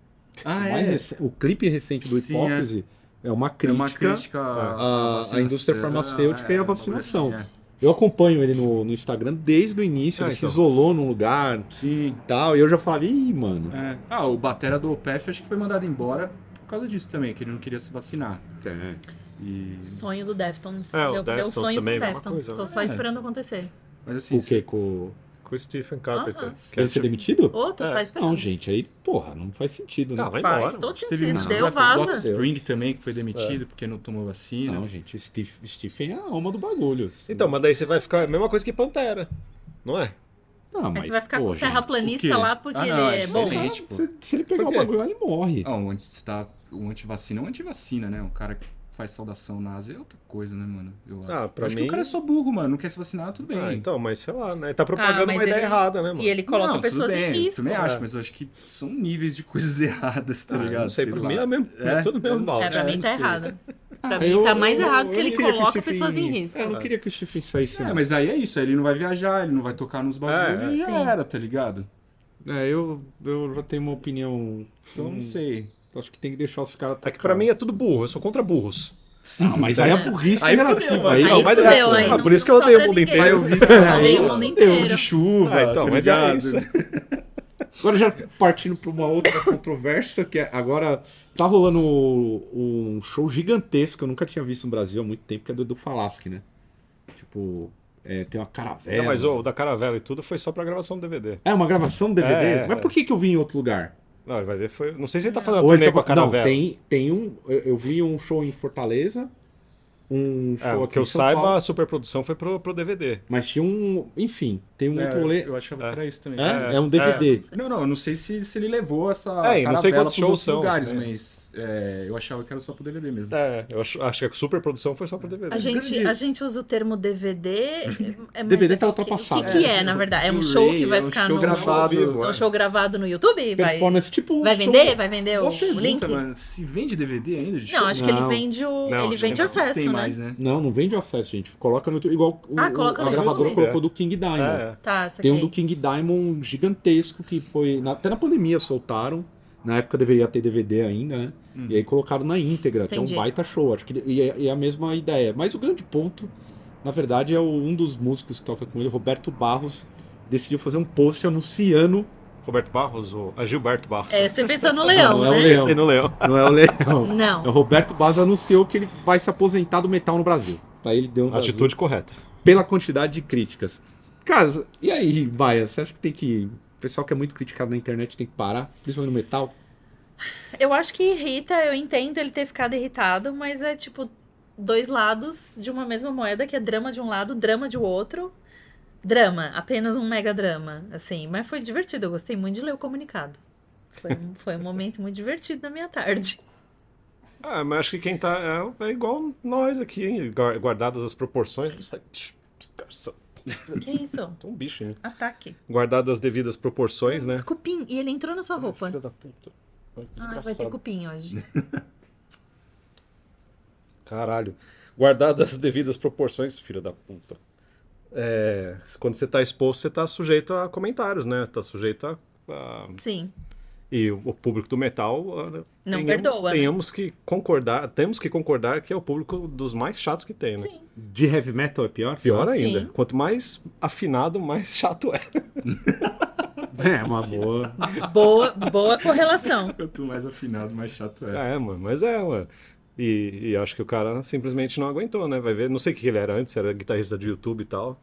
E: Ah,
B: o mais
D: é.
B: rec- O clipe recente do
E: Sim,
B: Hypocrisy é. uma
E: É
B: crítica.
E: uma crítica
B: à
E: vacina-
B: indústria farmacêutica e à
E: uma
B: vacinação.
E: coisa assim,
B: Eu acompanho ele no, no Instagram desde o início.
D: Ah,
B: ele
D: então.
B: se isolou num lugar
E: é. Sim.
B: e tal. E eu já falava, ih, mano.
E: é. Ah, o batera do OPEF acho que foi mandado embora por causa disso também, que ele não queria se vacinar.
B: É.
E: E...
C: Sonho do Deftones.
D: É, o
C: deu, deu
D: Deftones
C: sonho
D: também,
C: pro
D: mesma
C: Deftones.
D: coisa,
C: Tô
D: né?
C: só
E: É.
C: esperando acontecer.
E: Mas assim,
B: O quê? Com...
D: Com o Stephen Carpenter. que
C: Aham.
D: é
B: Quer ser
D: tipo-
B: demitido?
C: Ô, tô
D: É.
C: só esperando.
B: Não, gente, aí, porra, não faz sentido, né?
D: Ah, vai embora.
C: Faz todo
E: você teve
C: sentido.
E: um
C: Deu
E: cara do Hot
C: vaza.
E: Spring também, que foi demitido porque não tomou vacina.
B: É. Não, gente, o Steve- Stephen é a alma do bagulho. assim.
D: né? Então, mas daí você vai ficar a mesma coisa que Pantera, não é?
B: Ah,
C: Aí você vai ficar
B: pô,
C: com o
B: gente,
E: o quê?
C: terraplanista lá porque
E: Ah,
C: ele
E: não, é
C: é bom.
E: diferente.
B: cara, se, se ele pegar
D: Por
B: o
D: quê?
B: bagulho lá, ele morre.
E: Ah, um, anti, você tá, um antivacina é um antivacina, né? Um cara que faz saudação nazi é outra coisa, né, mano? Eu acho.
D: Ah, pra
E: Eu acho
D: mim-
E: que o cara é só burro, mano. Não quer se vacinar, tudo bem.
D: Ah, então, mas sei lá, né? Tá propagando
C: Ah, mas
D: uma ideia
C: ele-
D: errada, né, mano?
C: E ele coloca
E: não,
C: pessoas
E: tudo bem,
C: em risco.
E: Eu também acho,
D: É.
E: mas eu acho que são níveis de coisas erradas, tá
D: Ah,
E: ligado?
D: Não sei,
E: Sei
D: pra
E: lá.
D: mim é, mesmo, é
E: É?
D: tudo mesmo mal.
C: É, pra
E: É,
C: mim
E: não
C: tá
E: sei.
C: errado. Pra
B: Ah,
C: mim
B: eu-
C: tá mais
B: eu-
C: errado
B: eu
C: que ele
B: não queria
C: coloca
B: Stephen-
C: pessoas em risco.
B: É, Eu não queria que o Stephen saísse.
E: É,
B: não.
E: mas aí é isso, aí ele não vai viajar, ele não vai tocar nos bagulhos
D: né? É, é,
E: e já
C: sim.
E: era, tá ligado?
B: É, eu, eu já tenho uma opinião.
E: Então
D: Hum.
E: não sei.
B: Acho que tem que deixar os caras
D: É que pra mim é tudo burro, eu sou contra burros.
E: Sim,
B: Mas aí a burrice
D: Aí
B: é relativa.
D: fudeu,
B: aí,
D: aí
B: não, mas é-
C: fudeu, aí
D: Ah,
C: não-
D: por isso que É, eu
C: não
D: odeio o
C: sobra
D: mundo
C: ninguém.
D: inteiro.
E: Aí eu vi isso
C: Odeio o mundo
E: Tempo
C: inteiro.
E: de chuva,
D: Ah, então,
E: tá
D: mas é
E: ligado?
D: isso.
B: Agora já partindo para uma outra controvérsia, que é- agora tá rolando um um show gigantesco, eu nunca tinha visto no Brasil há muito tempo, que é do Edu Falaschi, né? Tipo, é, tem uma caravela.
D: Não, mas ô, o da caravela e tudo foi só pra gravação do DVD.
B: É uma gravação do DVD?
D: É, é,
B: mas
D: é.
B: por que, que eu vim em outro lugar?
D: Não, ele vai ver, foi. Não sei se ele tá fazendo a
B: Ou ele
D: turnê
B: tá-
D: com a caravela.
B: Não, tem, tem um. Eu, eu vi um show em Fortaleza, um
D: É,
B: show
D: o
B: aqui
D: que eu
B: em São
D: saiba,
B: Paulo,
D: a superprodução foi pro, pro DVD.
B: mas tinha um. Enfim, tem um
D: É,
B: outro rolê.
E: eu achava que era isso também.
B: É, é um DVD.
E: Não, não, eu não sei se, se ele levou essa
D: É, e não sei
E: caravela
D: quantos
E: pros
D: shows
E: outros
D: são,
E: lugares,
D: né?
E: mas é, eu achava que era só pro DVD mesmo.
D: É, eu acho, acho que a superprodução foi só pro DVD.
C: A gente,
E: Grande-
C: a gente usa o termo DVD. é, mas
B: DVD tá
C: o que-
B: ultrapassado.
C: O que, que é, na verdade? É um show que vai
E: É um
C: ficar
E: show
C: no.
E: gravado.
D: vivo,
C: É um
D: é.
C: show gravado no YouTube? Vai,
B: Performance tipo. um
C: vai
B: show-
C: vender? Vai vender o,
E: Boa pergunta,
C: o link?
E: mano. Se vende DVD ainda, gente?
C: Não, acho que ele
B: Não.
C: vende o.
D: Não,
C: ele
D: acho que
C: vende
D: não.
C: acesso,
E: tem
C: né?
E: mais, né?
B: Não, não vende o acesso, gente. Coloca no YouTube. Igual o,
C: Ah,
B: o-
C: coloca
B: a
C: no
B: gravadora
C: YouTube.
B: colocou do King Diamond.
D: É,
C: Tá, saquei.
B: Tem um do King Diamond gigantesco que foi. na- até na pandemia soltaram. Na época deveria ter DVD ainda, né?
D: Uhum.
B: E aí colocaram na íntegra, que
C: Entendi.
B: é um baita show. Acho que ele- e, é, e é a mesma ideia. Mas o grande ponto, na verdade, é o- um dos músicos que toca com ele, Roberto Barros, decidiu fazer um post anunciando.
D: Roberto Barros, ou a Gilberto Barros.
C: É, você pensou no leão,
B: Não, é o
C: né?
B: leão.
D: Esse aí não leu.
B: Não é o Leão.
C: Não.
B: O Roberto Barros anunciou que ele vai se aposentar do metal no Brasil. Aí ele deu um vazio
D: Atitude correta.
B: pela quantidade de críticas. Cara, e aí, Baia, você acha que tem que. O pessoal que é muito criticado na internet tem que parar, principalmente no metal?
C: Eu acho que irrita, eu entendo ele ter ficado irritado, mas é tipo dois lados de uma mesma moeda, que é drama de um lado, drama de outro. Drama, apenas um mega drama, assim. Mas foi divertido, eu gostei muito de ler o comunicado. Foi, um- foi um momento muito divertido na minha tarde.
D: Ah, mas acho que quem tá. É, é igual nós aqui, hein? guar- Guardadas as proporções. não sei-
C: Que isso?
D: Tem um bicho, hein?
C: Ataque.
D: Guardadas as devidas proporções, né?
C: Cupim, e ele entrou na sua roupa.
D: Filha da puta. Ai, que
C: Ah, vai ter
D: desgraçado.
C: cupim hoje.
D: Caralho. Guardadas as devidas proporções, filho da puta. É, quando você tá exposto, você tá sujeito a comentários, né? Tá sujeito a. a-
C: Sim.
D: E o o público do metal. ah,
C: Não
D: tenhamos-
C: perdoa, né?
D: Tenhamos que concordar, temos que concordar que é o público dos mais chatos que tem, né?
C: Sim.
B: De heavy metal é pior?
D: Pior
B: será?
C: Sim.
D: ainda. Quanto mais afinado, mais chato é.
B: É, uma boa.
C: Boa, boa correlação.
E: Quanto mais afinado, mais chato é.
D: É, mano, mas é, mano. E, e acho que o cara simplesmente não aguentou, né? Vai ver, não sei o que ele era antes, era guitarrista de YouTube e tal.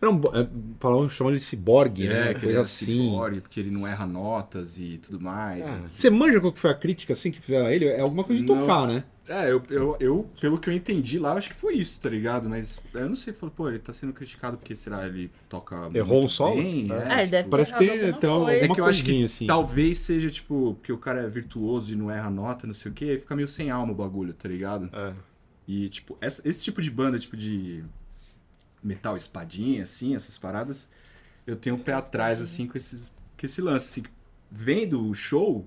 B: Era um, bo- é, falavam, chamavam de ciborgue, né?
E: É, que ele
B: Coisa
E: é
B: assim.
E: ciborgue, porque ele não erra notas e tudo mais.
B: Você manja qual que foi a crítica assim que fizeram a ele? É alguma coisa de
E: Não.
B: tocar, né?
E: É, eu, eu, eu, pelo que eu entendi lá, eu acho que foi isso, tá ligado? Mas eu não sei, falou, pô, ele tá sendo criticado porque será ele toca.
D: Errou
E: muito
D: um solo?
E: Bem,
C: Ah, ele
E: é,
C: deve ter
B: Parece que tem,
C: errado
B: tem
C: alguma coisa.
B: alguma
E: É que eu acho que
B: coisinha, assim.
E: Talvez seja, tipo, porque o cara é virtuoso e não erra nota, não sei o quê, aí fica meio sem alma o bagulho, tá ligado?
D: É.
E: E, tipo, essa- esse tipo de banda, tipo, de metal espadinha, assim, essas paradas, eu tenho um pé atrás, assim, com, esses, com esse lance, assim, que vendo o show,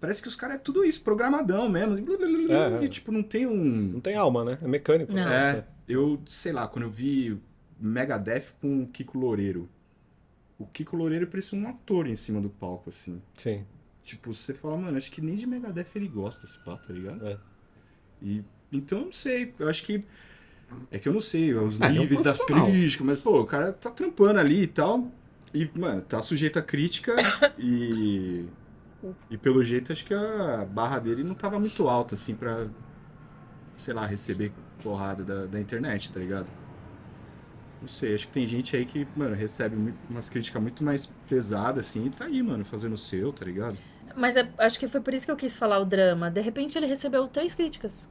E: parece que os caras é tudo isso, programadão mesmo, e, blá, blá, blá, blá,
D: É, é.
E: e, tipo, não tem um...
D: Não tem alma, né? É mecânico.
C: Não.
D: né?
E: É, eu, sei lá, quando eu vi Megadeth com o Kiko Loureiro, o Kiko Loureiro parecia um ator em cima do palco, assim.
D: Sim.
E: Tipo, você fala, mano, acho que nem de Megadeth ele gosta esse pá, tá ligado?
D: É.
E: E, então, eu não sei, eu acho que. É que eu não sei os
B: Ah, ele é um
E: níveis das
B: profissional.
E: críticas, mas, pô, o cara tá trampando ali e tal. E, mano, tá sujeito a crítica e. E pelo jeito, acho que a barra dele não tava muito alta, assim, pra. Sei lá, receber porrada da, da internet, tá ligado? Não sei, acho que tem gente aí que, mano, recebe mu- umas críticas muito mais pesadas, assim, e tá aí, mano, fazendo o seu, tá ligado?
C: Mas é- acho que foi por isso que eu quis falar o drama. De repente ele recebeu três críticas.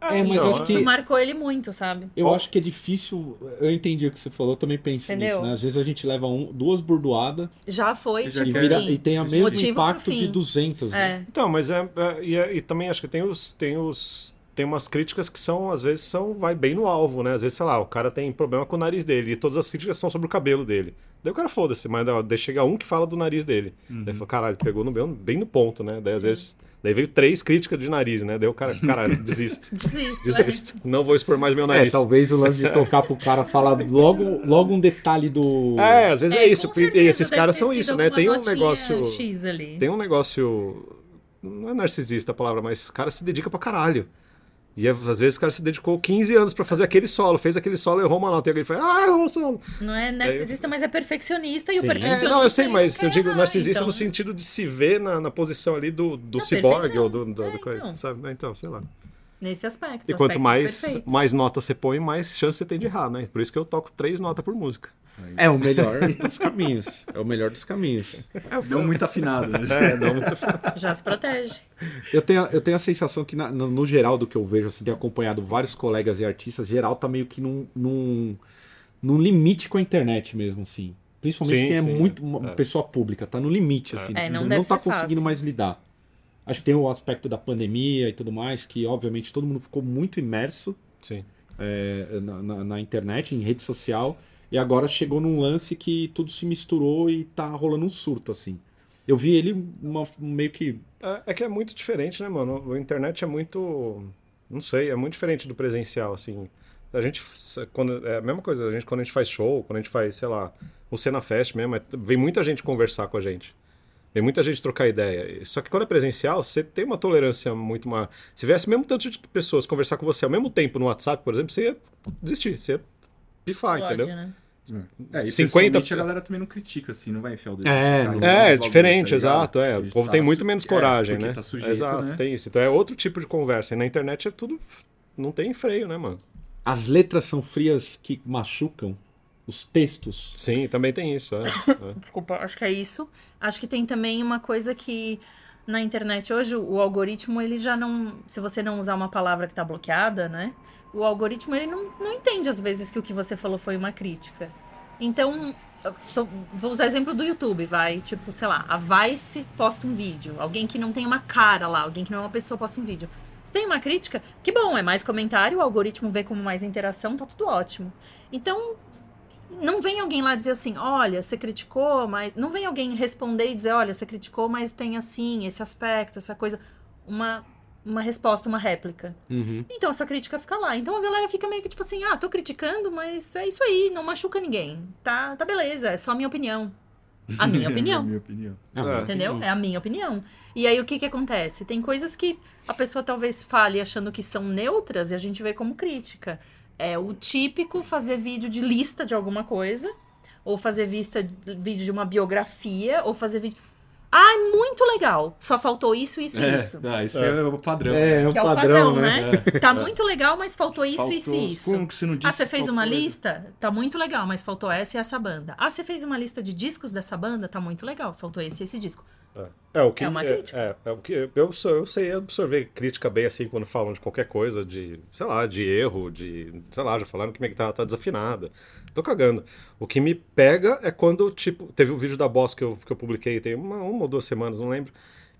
B: É, mas eu
C: e
D: então,
B: acho
C: isso
B: que.
C: marcou ele muito, sabe?
B: Eu acho que é difícil. Eu entendi o que você falou, eu também pensei nisso,
C: Entendeu?
B: né? Às vezes a gente leva um, duas burdoadas
C: Já foi,
E: Eu já
B: e,
C: tipo
E: quero-
B: vira-
C: assim.
B: e tem o
E: Motivo
B: mesmo
C: pro
B: impacto
C: fim.
B: de 200, né?
C: É,
D: Então, mas é, é- e, é- e também acho que tem os tem os tem umas críticas que são às vezes são vai bem no alvo, né? Às vezes, sei lá, o cara tem problema com o nariz dele e todas as críticas são sobre o cabelo dele. Daí o cara foda-se, mas ó, daí chega um que fala do nariz dele. Daí
B: Uhum.
D: fala, caralho, pegou no bem, bem no ponto, né? Daí às vezes, daí veio três críticas de nariz, né? Daí o cara, caralho, desisto.
C: desisto. né?
D: desisto. Não vou expor mais meu
B: É,
D: nariz.
B: talvez o lance de tocar pro cara falar logo, logo um detalhe do.
D: É, às vezes é,
C: É,
D: isso.
C: com
D: E
C: certeza
D: esses
C: deve
D: caras
C: ter
D: são
C: sido
D: isso, né?
C: alguma
D: Tem um
C: notinha
D: negócio.
C: X ali.
D: Tem um negócio. Não é narcisista a palavra, mas o cara se dedica pra caralho. E às vezes o cara se dedicou 15 anos pra fazer aquele solo, fez aquele solo, errou uma nota, e alguém foi, ah, errou o solo.
C: Não é narcisista, mas é perfeccionista. E o
D: Sim.
C: perfeccionista.
D: Não, eu sei,
C: ele
D: mas
C: quer
D: eu digo
C: errar,
D: narcisista
C: então.
D: no sentido de se ver na, na posição ali do, do
C: Na
D: ciborgue
C: perfeição.
D: ou do, do,
C: É,
D: do coisa,
C: então.
D: sabe? É, Então, sei lá.
C: Nesse aspecto.
D: E
C: no
D: quanto
C: aspecto é
D: mais,
C: perfeito.
D: mais nota você põe, mais chance você tem de errar, né? Por isso que eu toco três notas por música.
B: É o melhor dos caminhos. É o melhor dos caminhos.
E: Não muito afinado, né?
D: É, não muito
C: Já se protege.
B: Eu tenho, eu tenho a sensação que, na- no, no geral, do que eu vejo, assim, tenho acompanhado vários colegas e artistas, geral tá meio que num, num, num limite com a internet mesmo, assim. Principalmente
D: Sim,
B: quem é
D: sim,
B: muito uma pessoa pública, tá no limite, assim.
C: É,
B: tipo,
C: não
B: não,
C: deve
B: tá
C: ser
B: conseguindo
C: fácil.
B: mais lidar. Acho que tem o aspecto da pandemia e tudo mais, que obviamente todo mundo ficou muito imerso
D: Sim.
B: é, na, na- na internet, em rede social, e agora chegou num lance que tudo se misturou e tá rolando um surto, assim. Eu vi ele uma- meio que.
D: É, é que é muito diferente, né, mano? A internet é muito. Não sei, é muito diferente do presencial, assim. A gente. f- Quando, é a mesma coisa, a gente, quando a gente faz show, quando a gente faz, sei lá, o Cena Fest mesmo, é- vem muita gente conversar com a gente. Vem muita gente trocar ideia. E- Só que quando é presencial, você tem uma tolerância muito maior. Se viesse mesmo tanto de pessoas conversar com você ao mesmo tempo no WhatsApp, por exemplo, você ia desistir, você ia pifar,
C: Explode,
D: Ah, entendeu?
C: né?
E: É, e
D: 50
E: pessoalmente a galera também não critica, assim, não vai enfiar o dedo.
B: É,
E: no
B: não- É,
E: cu, nos
D: É, é
E: bagulho,
D: diferente,
E: tá ligado?
D: exato. É. O
E: Porque
D: povo
E: tá
D: tem muito
E: su-
D: menos
E: é,
D: coragem,
E: porque
D: né?
E: tá sujeito,
D: exato,
E: né?
D: tem isso. Então é outro tipo de conversa. E na internet é tudo. Não tem freio, né, mano?
B: As letras são frias que machucam os textos.
D: Sim, também tem isso. É.
C: Desculpa, acho que é isso. Acho que tem também uma coisa que na internet hoje o o algoritmo ele já não, se você não usar uma palavra que tá bloqueada, né? O algoritmo ele não, não entende às vezes que o que você falou foi uma crítica. Então, eu tô- vou usar exemplo do YouTube, vai, tipo, sei lá, a Vice posta um vídeo, alguém que não tem uma cara lá, alguém que não é uma pessoa posta um vídeo. Se tem uma crítica, que bom, é mais comentário, o algoritmo vê como mais interação, tá tudo ótimo. Então, não vem alguém lá dizer assim, olha, você criticou, mas. Não vem alguém responder e dizer, olha, você criticou, mas tem assim, esse aspecto, essa coisa. Uma, uma resposta, uma réplica.
D: Uhum.
C: Então a sua crítica fica lá. Então a galera fica meio que tipo assim, ah, tô criticando, mas é isso aí, não machuca ninguém. Tá, tá beleza, é só a minha opinião. É A minha opinião.
E: É, minha opinião.
B: Ah, mas-
C: Entendeu? É a minha opinião. E aí o que que acontece? Tem coisas que a pessoa talvez fale achando que são neutras e a gente vê como crítica. É o típico fazer vídeo de lista de alguma coisa, ou fazer vista, vídeo de uma biografia, ou fazer vídeo. Ah, é muito legal. Só faltou isso, isso e
E: É,
C: isso.
E: ah, esse é. o padrão.
B: É, é um
C: Que é o
B: padrão,
C: um padrão,
B: né?
C: né? Tá muito legal, mas faltou isso, isso
E: Faltou-
C: e isso.
E: Como que você não disse
C: Ah, você fez
E: tal
C: uma
E: coisa?
C: lista? Tá muito legal, mas faltou essa e essa banda. Ah, você fez uma lista de discos dessa banda? Tá muito legal, faltou esse e esse disco.
D: É, o que,
C: É uma crítica.
D: É, é o que eu, sou- eu sei absorver crítica bem assim quando falam de qualquer coisa, de, sei lá, de erro, de, sei lá, já falaram que minha guitarra tá desafinada. Tô cagando. O que me pega é quando, tipo, teve um vídeo da Boss que eu, que eu publiquei tem uma, uma ou duas semanas, não lembro.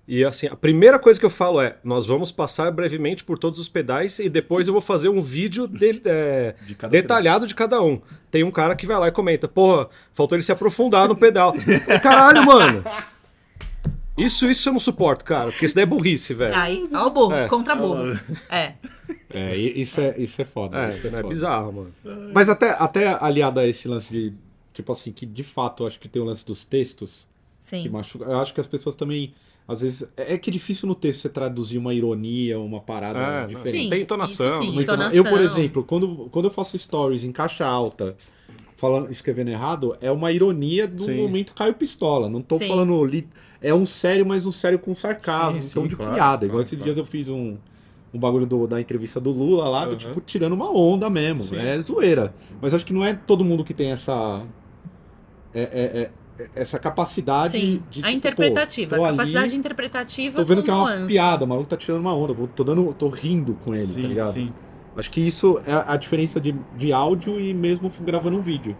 D: E assim, a primeira coisa que eu falo é: nós vamos passar brevemente por todos os pedais e depois eu vou fazer um vídeo dele. é,
E: De cada
D: detalhado de cada um. Tem um cara que vai lá e comenta, porra, faltou ele se aprofundar no pedal. Caralho, mano! Isso, isso eu não suporto, cara, porque isso daí é burrice, velho.
C: Aí, ó, burros,
D: É.
C: Ah, contra burros. É.
B: É, e- isso é, isso é foda.
D: É,
B: isso é
D: é
B: foda.
D: bizarro, mano.
B: Mas até, até aliado a esse lance de. Tipo assim, que de fato eu acho que tem o lance dos textos. que
C: Sim.
B: machuca. Eu acho que as pessoas também, às vezes, é é que é difícil no texto você traduzir uma ironia, uma parada
D: É,
B: diferente.
C: Sim,
D: Tem entonação,
C: isso sim,
B: Muito na-
C: entonação.
B: Eu, por exemplo, quando, quando eu faço stories em caixa alta, falando, escrevendo errado, é uma ironia do
D: Sim.
B: momento Caio Pistola. Não tô
C: Sim.
B: falando. li- É um sério, mas um sério com sarcasmo,
E: Sim,
B: um tom
E: sim,
B: de
E: claro,
B: piada. Igual
E: claro,
B: esses
E: claro.
B: dias eu fiz um, um bagulho do- da entrevista do Lula lá, do
E: Aham.
B: tipo, tirando uma onda mesmo.
E: Sim.
B: É zoeira. Mas acho que não é todo mundo que tem essa. é- é- é- é- essa capacidade
C: Sim.
B: de.
C: a
B: tipo,
C: interpretativa,
B: pô, tô
C: a
B: ali,
C: capacidade interpretativa
B: Tô vendo
C: com
B: que é uma
C: nuance.
B: piada, o maluco tá tirando uma onda, vou- tô, dando, tô rindo com ele, tá
E: Sim,
B: ligado?
E: sim.
B: Acho que isso é a diferença de, de áudio e mesmo gravando um vídeo.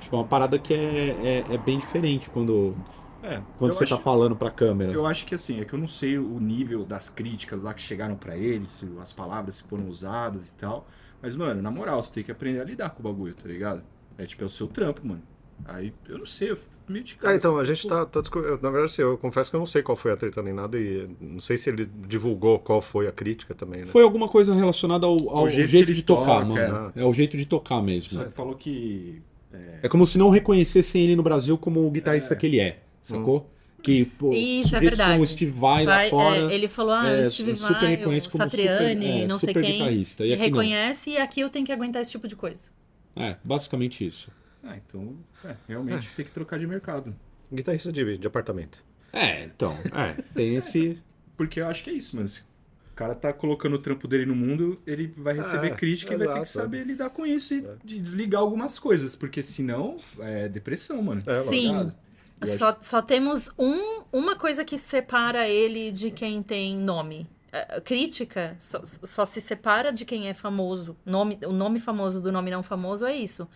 B: Tipo, é uma parada que é, é, é bem diferente quando,
E: É,
B: quando
E: eu
B: você
E: acho-
B: tá falando pra câmera.
E: Eu acho que assim, é que eu não sei o nível das críticas lá que chegaram pra ele, se as palavras se foram usadas e tal. Mas, mano, na moral, você tem que aprender a lidar com o bagulho, tá ligado? É tipo, é o seu trampo, mano. Aí, eu não sei, eu fico meio de cara.
D: Ah, então, a
E: assim,
D: gente
E: pô,
D: tá, tá discu- eu, Na verdade, assim, eu confesso que eu não sei qual foi a treta nem nada e não sei se ele divulgou qual foi a crítica também, né?
B: Foi alguma coisa relacionada ao, ao
E: Ao
B: jeito,
E: jeito que ele
B: de tocar,
E: toca,
B: mano. É o jeito de tocar mesmo.
E: assim. Você falou que É.
B: É como se não reconhecessem ele no Brasil como o guitarrista que ele é, sacou?
E: Hum.
B: Que, pô,
C: Isso, é
B: sujeitos
C: verdade.
B: como o Steve Vai, lá
C: Vai,
B: fora.
C: é, ele falou, ah,
B: é,
C: o Steve
B: super
C: Vai,
B: reconhece
C: o
B: como
C: Satriani,
B: super, é,
C: não sei
B: super
C: quem,
B: guitarrista. E
C: e
B: aqui não.
C: reconhece e aqui eu tenho que aguentar esse tipo de coisa.
B: É, basicamente isso.
E: Ah, então, é, realmente tem que trocar de mercado.
D: Guitarrista de, de apartamento.
B: É, então, é, tem esse.
E: Porque eu acho que é isso, mano. Se o cara tá colocando o trampo dele no mundo, ele vai receber
D: É,
E: crítica e vai ter
D: exato, É.
E: que saber lidar com isso e de- desligar algumas coisas, porque senão é depressão, mano.
D: É, lógico.
C: Sim.
E: ligado? Eu acho-
C: Só, só temos um, uma coisa que separa ele de quem tem nome. Eh, Crítica só, só se separa de quem é famoso. Nome, o nome famoso do nome não famoso é isso.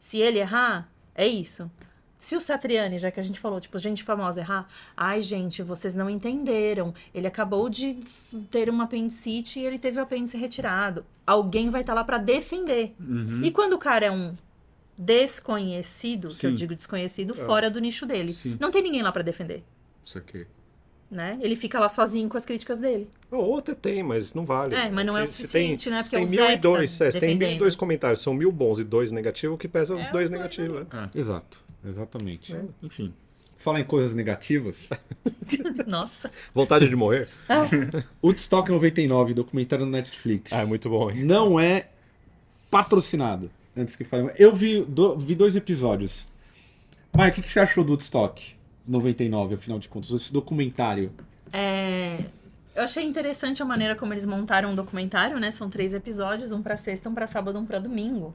C: Se ele errar, é isso. Se o Satriani, já que a gente falou, tipo, gente famosa errar, ai gente, vocês não entenderam. Ele acabou de f- ter um apendicite e ele teve o apêndice retirado. Alguém vai estar lá pra defender.
E: Uhum.
C: E quando o cara é um desconhecido, que eu
E: Sim. É.
C: digo desconhecido, fora do nicho dele,
E: Sim.
C: não tem ninguém lá pra defender,
E: Isso aqui.
C: né? Ele fica lá sozinho com as críticas dele.
D: Ou ou até tem, mas não vale.
C: É, mas não é o
D: Porque se
C: suficiente, né?
D: se
C: Porque é o
D: tem mil e
C: Zé que
D: dois,
C: tá
D: é, se tem mil e
C: defendendo.
D: dois comentários, são mil bons e dois negativos, o que pesa os dois
C: É, os dois
D: negativos. né?
B: Exato,
E: É.
B: exatamente.
E: Enfim.
B: Falar em coisas negativas.
C: Nossa.
D: Vontade de morrer?
B: Woodstock 99, documentário no Netflix.
D: Ah, é muito bom, hein?
B: Não é patrocinado. Antes que falem. Eu vi, do- vi dois episódios. Maia, o que, que você achou do Woodstock 99, afinal de contas? Esse documentário.
C: É, Eu achei interessante a maneira como eles montaram o documentário, né? São três episódios, um pra sexta, um pra sábado, um pra domingo.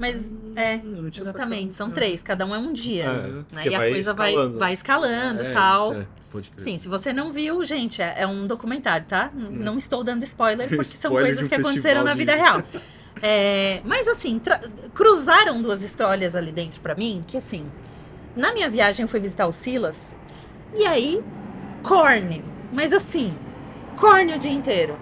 C: Mas, é,
E: Hum, não tinha
C: exatamente,
E: sacado.
C: são três, cada um é um dia.
D: É,
C: né?
D: porque
C: E a
D: vai
C: coisa vai
D: escalando.
C: vai escalando
E: É,
C: tal.
E: isso é, pode crer.
C: Sim, se você não viu, gente, é, é um documentário, tá? N- Não estou dando spoiler, porque são
E: É. Spoiler
C: coisas
E: de um
C: que aconteceram
E: festival
C: na
E: de-
C: vida real. É, mas assim, tra- cruzaram duas histórias ali dentro pra mim, que assim, na minha viagem eu fui visitar o Silas, e aí, corne. Mas assim, corne o dia inteiro.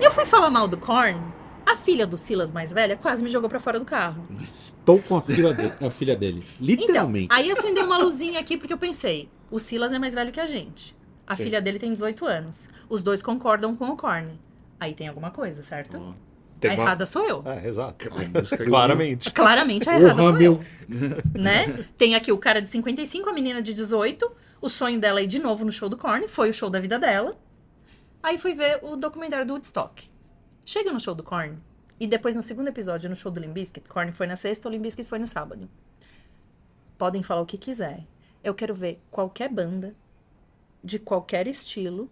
C: Eu fui falar mal do corne, a filha do Silas mais velha quase me jogou pra fora do carro.
B: Estou com a filha, de- a filha dele.
C: Então,
B: Literalmente.
C: Aí acendeu uma luzinha aqui porque eu pensei: o Silas é mais velho que a gente. A
B: Sim.
C: filha dele tem 18 anos. Os dois concordam com o Corne. Aí tem alguma coisa, certo?
E: Ó,
D: Tem
C: a
D: uma-
C: errada sou eu.
D: Ah, exato.
E: a música-
D: Claramente.
C: Claramente a
B: O
C: errada sou
B: Ramil.
C: eu. Né? Tem aqui o cara de 55, a menina de 18. O sonho dela é ir de novo no show do Corne. Foi o show da vida dela. Aí fui ver o documentário do Woodstock. Chega no show do Korn. E depois, no segundo episódio, no show do Limbiskit, Korn foi na sexta, o Limbiskit foi no sábado. Podem falar o que quiser. Eu quero ver qualquer banda, de qualquer estilo,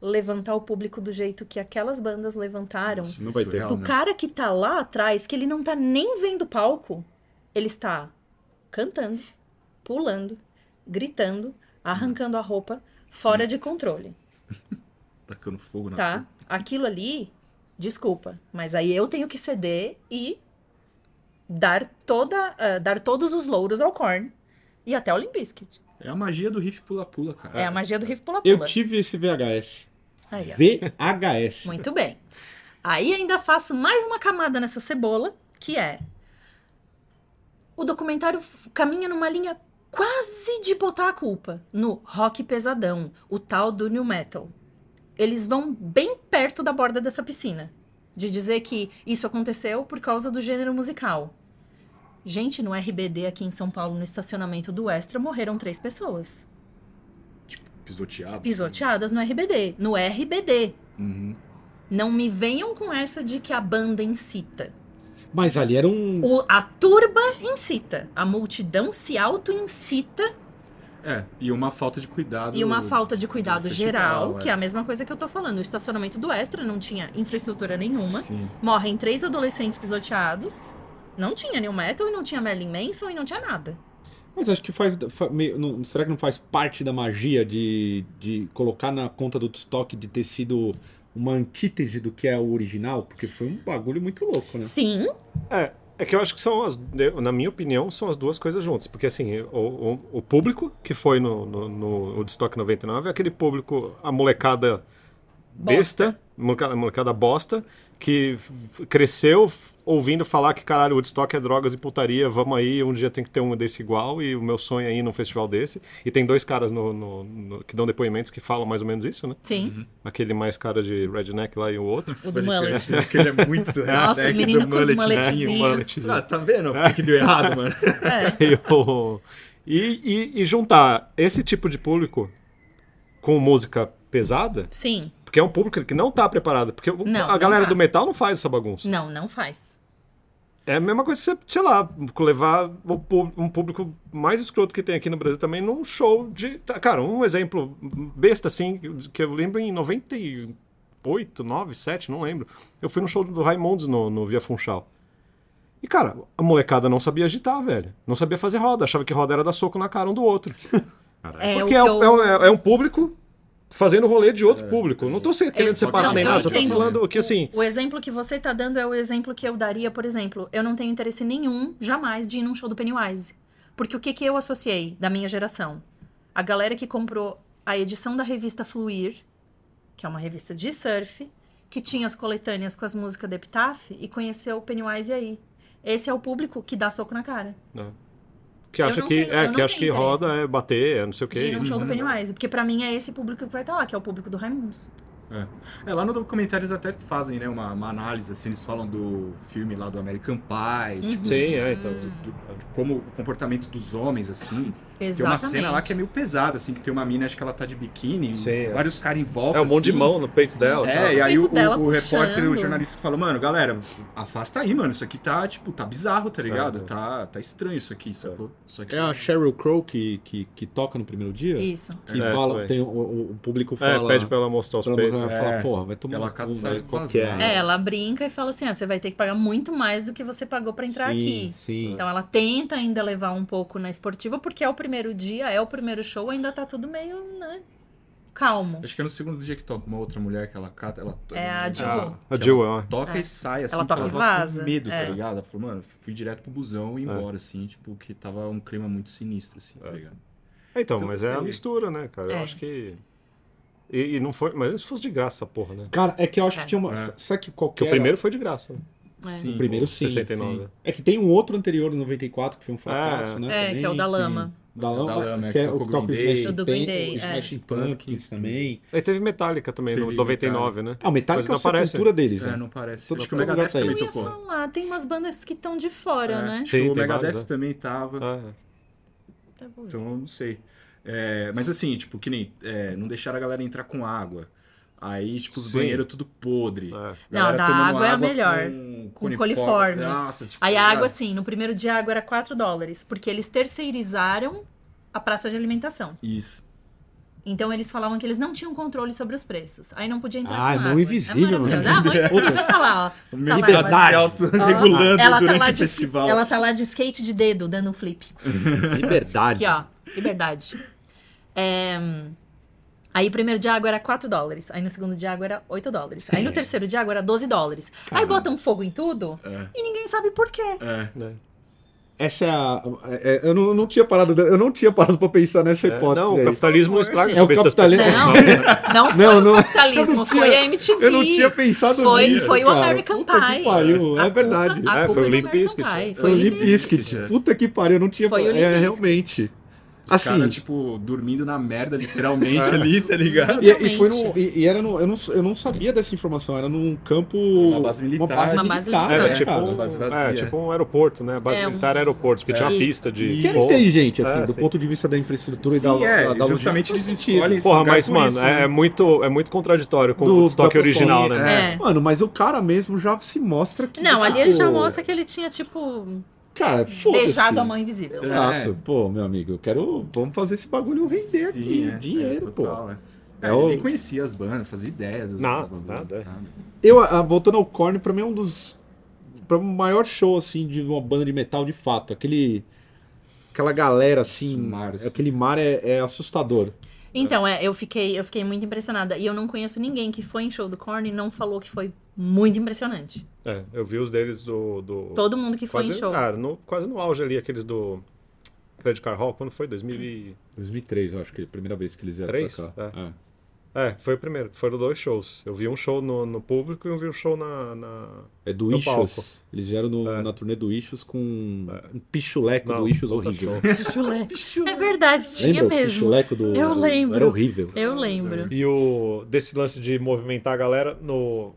C: levantar o público do jeito que aquelas bandas levantaram.
E: Nossa,
B: Não vai ter.
E: surreal,
C: do
E: né?
C: cara que tá lá atrás, que ele não tá nem vendo o palco, ele está cantando, pulando, gritando, arrancando a roupa, fora de controle
E: Tacando fogo na
C: tá? Aquilo ali, desculpa, mas aí eu tenho que ceder e dar toda, ah, dar todos os louros ao Korn e até ao Limp Bizkit.
E: É a magia do riff pula-pula, cara.
C: É a magia do riff
B: Eu
C: pula-pula.
B: tive esse VHS.
C: Aí, ó.
B: VHS.
C: Muito bem. Aí ainda faço mais uma camada nessa cebola, que é o documentário f- caminha numa linha quase de botar a culpa no rock pesadão, o tal do new metal. Eles vão bem perto da borda dessa piscina, de dizer que isso aconteceu por causa do gênero musical. Gente, no RBD aqui em São Paulo, no estacionamento do Extra, morreram três pessoas
E: Pisoteado.
C: pisoteadas no RBD, no RBD,
E: Uhum.
C: não me venham com essa de que a banda incita.
B: Mas ali era um.
C: O- a turba incita. A multidão se auto-incita
E: É, e uma falta de cuidado.
C: e uma falta de cuidado
E: do
C: geral,
E: festival,
C: que é a mesma coisa que eu tô falando. O estacionamento do Extra não tinha infraestrutura nenhuma.
E: Sim.
C: Morrem três adolescentes pisoteados. Não tinha New Metal e não tinha Merlin Manson e não tinha nada.
B: Mas acho que faz. fa- meio- não- será que não faz parte da magia de, de colocar na conta do estoque de ter sido uma antítese do que é o original? Porque foi um bagulho muito louco, né?
C: Sim,
D: É, é que eu acho que são as, eu- na minha opinião, são as duas coisas juntas. Porque assim, o, o, o público que foi no, no, no Woodstock 99 é aquele público, a molecada besta, molecada, molecada bosta, que f- cresceu f- ouvindo falar que caralho, Woodstock é drogas e putaria, vamos aí, um dia tem que ter um desse igual, e o meu sonho é ir num festival desse. E tem dois caras no- no- no, que dão depoimentos que falam mais ou menos isso, né?
C: sim.
D: Aquele mais cara de redneck lá e o outro.
C: O do mullet.
E: Porque ele é muito
C: Nossa,
E: redneck
C: o menino
E: do
C: com os
E: mulletzinho.
C: mulletzinhos.
D: mulletzinho.
E: Ah, tá vendo? Por que que deu errado, mano?
C: É.
D: E o, E, e- e juntar esse tipo de público com música pesada,
C: Sim.
D: porque é um público que não tá preparado. Porque o-
C: Não,
D: a
C: não
D: galera
C: tá.
D: do metal não faz essa bagunça.
C: Não, não faz.
D: É a mesma coisa que você, sei lá, levar o pú- um público mais escroto que tem aqui no Brasil também num show de. tá, Cara, um exemplo besta, assim, que eu lembro em 98, 9, 7, não lembro. Eu fui no show do Raimundos no, no Via Funchal. E, cara, a molecada não sabia agitar, velho. Não sabia fazer roda. Achava que roda era dar soco na cara um do outro.
C: É
D: Porque
C: o
D: é,
C: que
D: um-
C: eu-
D: é um- é um público fazendo rolê de outro público. Não tô se- querendo
C: Esse-
D: separar
C: É. não,
D: nem
C: eu
D: nada. Só tô
C: entendo.
D: falando que, assim,
C: O exemplo que você tá dando é o exemplo que eu daria, por exemplo. Eu não tenho interesse nenhum, jamais, de ir num show do Pennywise. Porque o que, que eu associei da minha geração? A galera que comprou a edição da revista Fluir, que é uma revista de surf, que tinha as coletâneas com as músicas da Epitaph e conheceu o Pennywise aí. Esse é o público que dá soco na cara.
D: que
C: Eu
D: acha
C: não
D: que,
C: tenho-
D: é,
C: eu não
D: que, acha que
C: tenho um
D: roda é bater, é não sei o
C: Que
D: quê.
C: ir num show do
E: Uhum.
C: Pennywise. Porque pra mim é esse público que vai estar lá, que é o público do Raimundos.
E: É, lá no documentário eles até fazem, né, uma, uma análise, assim, eles falam do filme lá do American Pie,
C: Uhum.
E: tipo,
D: Sim, é, então.
E: do- do- de como o comportamento dos homens, assim.
C: Exatamente.
E: Tem uma cena lá que é meio pesada, assim, que tem uma mina, acho que ela tá de biquíni,
D: Sim, é.
E: vários caras em volta,
D: É um monte de
E: assim.
D: mão no peito dela.
E: É, e
D: tá?
E: aí o,
C: peito dela
E: o repórter, o
C: puxando.
E: jornalista fala, mano, galera, afasta aí, mano, isso aqui tá, tipo, tá bizarro, tá ligado? Tá, tá estranho isso aqui, sacou? Isso aqui...
B: É a Sheryl Crow que, que, que toca no primeiro dia?
C: Isso.
B: Que
D: É,
B: fala,
D: também.
B: tem, o, o- o público
D: É,
B: fala.
D: pede pra ela mostrar os
B: pra né?
D: peitos.
B: mostrar,
E: É.
B: fala, porra, vai tomar
E: Ela
B: no cu, né?
E: sai
B: velho, qual que
E: vazada.
C: É, ela brinca e fala assim: ah, você vai ter que pagar muito mais do que você pagou pra entrar
B: sim,
C: aqui.
B: Sim.
C: Então ela tenta ainda levar um pouco na esportiva, porque é o primeiro dia, é o primeiro show, ainda tá tudo meio, né? Calmo.
E: Acho que é no segundo dia que toca uma outra mulher que ela cata, ela...
C: É a Jill.
E: ela
D: Ah, a Jill, ó.
E: Toca
C: É.
E: e sai, assim,
C: Ela toca
E: porque
C: e
E: tava
C: vaza,
E: com medo,
C: é.
E: tá ligado? Ela falou, mano, fui direto pro busão e embora, assim, tipo, que tava um clima muito sinistro, assim, tá ligado?
D: Então,
E: Então,
D: mas é a
E: assim,
D: mistura, né, cara? Eu
C: é.
D: acho que. E, e não foi. Mas se fosse de graça, porra, né?
B: Cara, é que eu acho
C: É.
B: que tinha uma.
E: É.
B: Sabe que
D: Porque
B: qualquer.
D: o primeiro foi de graça. né?
C: É.
E: Sim.
B: O primeiro sim,
D: 69.
B: sim. É que tem um outro anterior, em 94, que foi um fracasso,
D: É.
B: né?
C: É,
B: também,
C: que é o da
B: sim.
C: lama.
B: Da Lama,
E: Da Lama,
B: que,
E: que
B: é
E: tocou
B: o
E: o
B: Top
E: Green Day.
C: O do
B: Smash, Pen-
C: Green Day,
B: o
C: é.
B: Smashing Pumpkins
E: Pumpkins
B: também.
D: Aí teve Metallica também, no
E: Teve
D: 99, né?
B: Ah, o Metallica é
D: Mas não
B: a
D: aparece,
B: cultura deles,
E: É,
B: né?
E: não parece.
B: Todo-
E: Acho que o
B: todo
E: Megadeth
B: lugar tá aí.
E: também
C: Eu ia
E: tocou.
C: falar, tem umas bandas que estão de fora,
E: É,
C: né?
E: acho que
D: Sim,
E: o
D: tem
E: Megadeth
D: vários, é.
E: também tava.
D: Ah,
C: Tá bom.
E: Então eu não sei. É, mas assim, tipo, que nem. é, não deixaram a galera entrar com água. Aí, tipo, os
D: Sim.
E: banheiros tudo podre.
D: é.
C: Não,
E: Galera
C: da
E: tomando
C: água é a
E: água
C: melhor.
E: Com,
C: Com
E: coliforme.
C: coliformes.
E: Nossa, tipo,
C: Aí a
E: cara,
C: água, assim, no primeiro dia a água era 4 dólares, porque eles terceirizaram a praça de alimentação.
E: Isso.
C: Então eles falavam que eles não tinham controle sobre os preços. Aí não podia entrar
B: Ah,
C: com
B: mão
C: água.
B: invisível, né?
C: é
B: mano.
C: maravilhoso. Ah, mão invisível tá lá, ó. Tá lá,
B: Liberdade.
C: ela-
E: auto-regulando
C: ela tá
E: durante
C: lá
E: o
C: de-
E: festival.
C: Ela tá lá de skate de dedo, dando um flip.
B: Liberdade.
C: Aqui, ó. Liberdade. É, Aí o primeiro de água era 4 dólares. Aí no segundo de água era 8 dólares. Aí
D: É.
C: no terceiro de água era 12 dólares. Aí botam fogo em tudo e ninguém sabe por quê.
E: É.
D: né?
B: Essa é a. é- é- eu, não, eu não tinha parado, eu não tinha parado pra pensar nessa
D: É,
B: hipótese.
D: Não, o
B: aí.
D: capitalismo estraga a
B: gente. É o
D: cabeça das
B: capitalismo.
D: pessoas.
C: um Não, não foi
B: Não,
C: o
B: não, eu
C: capitalismo,
B: não tinha-
C: foi a MTV.
B: Eu não tinha é pensado
C: Foi-
B: nisso.
C: foi o
B: cara.
C: American
B: Puta
C: Pie.
B: Que pariu.
C: A
B: É
C: culpa-
B: verdade.
C: a
D: É,
C: culpa
D: foi o
C: do
D: Limp
C: American
D: Bizkit,
C: Pie,
D: é.
B: Foi o Limp Bizkit.
E: Bizkit.
B: Puta que pariu, eu não tinha.
C: Foi o Limp
B: é,
C: Bizkit.
B: realmente.
E: Os
B: Assim.
E: caras, tipo, dormindo na merda, literalmente, ali, tá ligado?
B: E, e foi no,
C: Totalmente.
B: e, e era no, eu, não, eu não sabia dessa informação, era num campo.
E: Uma base militar.
B: Uma base
C: Uma base
B: militar,
C: militar.
B: né,
D: Era
E: É,
D: tipo,
B: cara?
E: uma base
D: um,
E: vazia.
D: é, tipo um aeroporto, né? A base
C: É, um-
D: militar era aeroporto, que tinha uma
C: Isso.
D: pista de.
B: Que era
D: pouso.
B: inteligente, assim,
D: É,
B: do
D: sim.
B: ponto de vista da infraestrutura e da,
E: Sim, é,
B: da, da logística.
E: justamente eles
B: Faz sentido.
E: escolhem esse
D: Porra,
E: lugar
D: mas,
E: por
D: mano,
E: isso,
D: é,
E: né?
D: é muito, é muito contraditório com
B: Do-
D: o estoque
B: da-
D: original,
B: Sim,
D: né?
C: É.
B: Mano, mas o cara mesmo já se mostra que.
C: Não, ali ele
B: tipo,
C: já mostra que ele tinha, tipo,
B: Cara, foda-se.
C: beijado a mão invisível.
B: Exato.
E: É.
B: Pô, meu amigo, eu quero. Vamos fazer esse bagulho render
E: Sim,
B: aqui.
E: é,
B: dinheiro,
E: é,
B: pô.
E: total, é.
B: É
E: É, ele
B: o-
E: nem conhecia as bandas, fazia ideia dos
D: Nada,
E: dos bagulho,
D: nada.
E: tá?
B: Eu, ah, voltando ao Korn, pra mim é um dos. Pra mim, o maior show, assim, de uma banda de metal de fato. Aquele. Aquela galera, assim.
E: Esse mar, assim.
B: Aquele mar é, é assustador.
C: Então, é, eu fiquei, eu fiquei muito impressionada. E eu não conheço ninguém que foi em show do Korn e não falou que foi muito impressionante.
D: É, eu vi os deles do. do
C: Todo mundo que foi
D: quase,
C: em show.
D: Cara, no, quase no auge ali, aqueles do. Credit Card Hall, quando foi? 2000 e...
B: 2003, eu acho que é a primeira vez que eles vieram
D: Três?
B: pra cá. É.
D: É, foi o primeiro. Foram dois shows. Eu vi um show no, no público e eu vi um show na. na...
B: É do
D: No
B: Ixos.
D: palco.
B: Eles vieram no- na turnê do Ixos com um pichuleco
D: Não,
B: do Ixos
D: puta
B: horrível.
D: show.
C: Pichulé. É verdade, tinha
B: Lembra o
C: mesmo.
B: pichuleco do.
C: Eu
B: do-
C: lembro.
B: Era horrível.
C: Eu lembro.
D: E o. Desse lance de movimentar a galera no.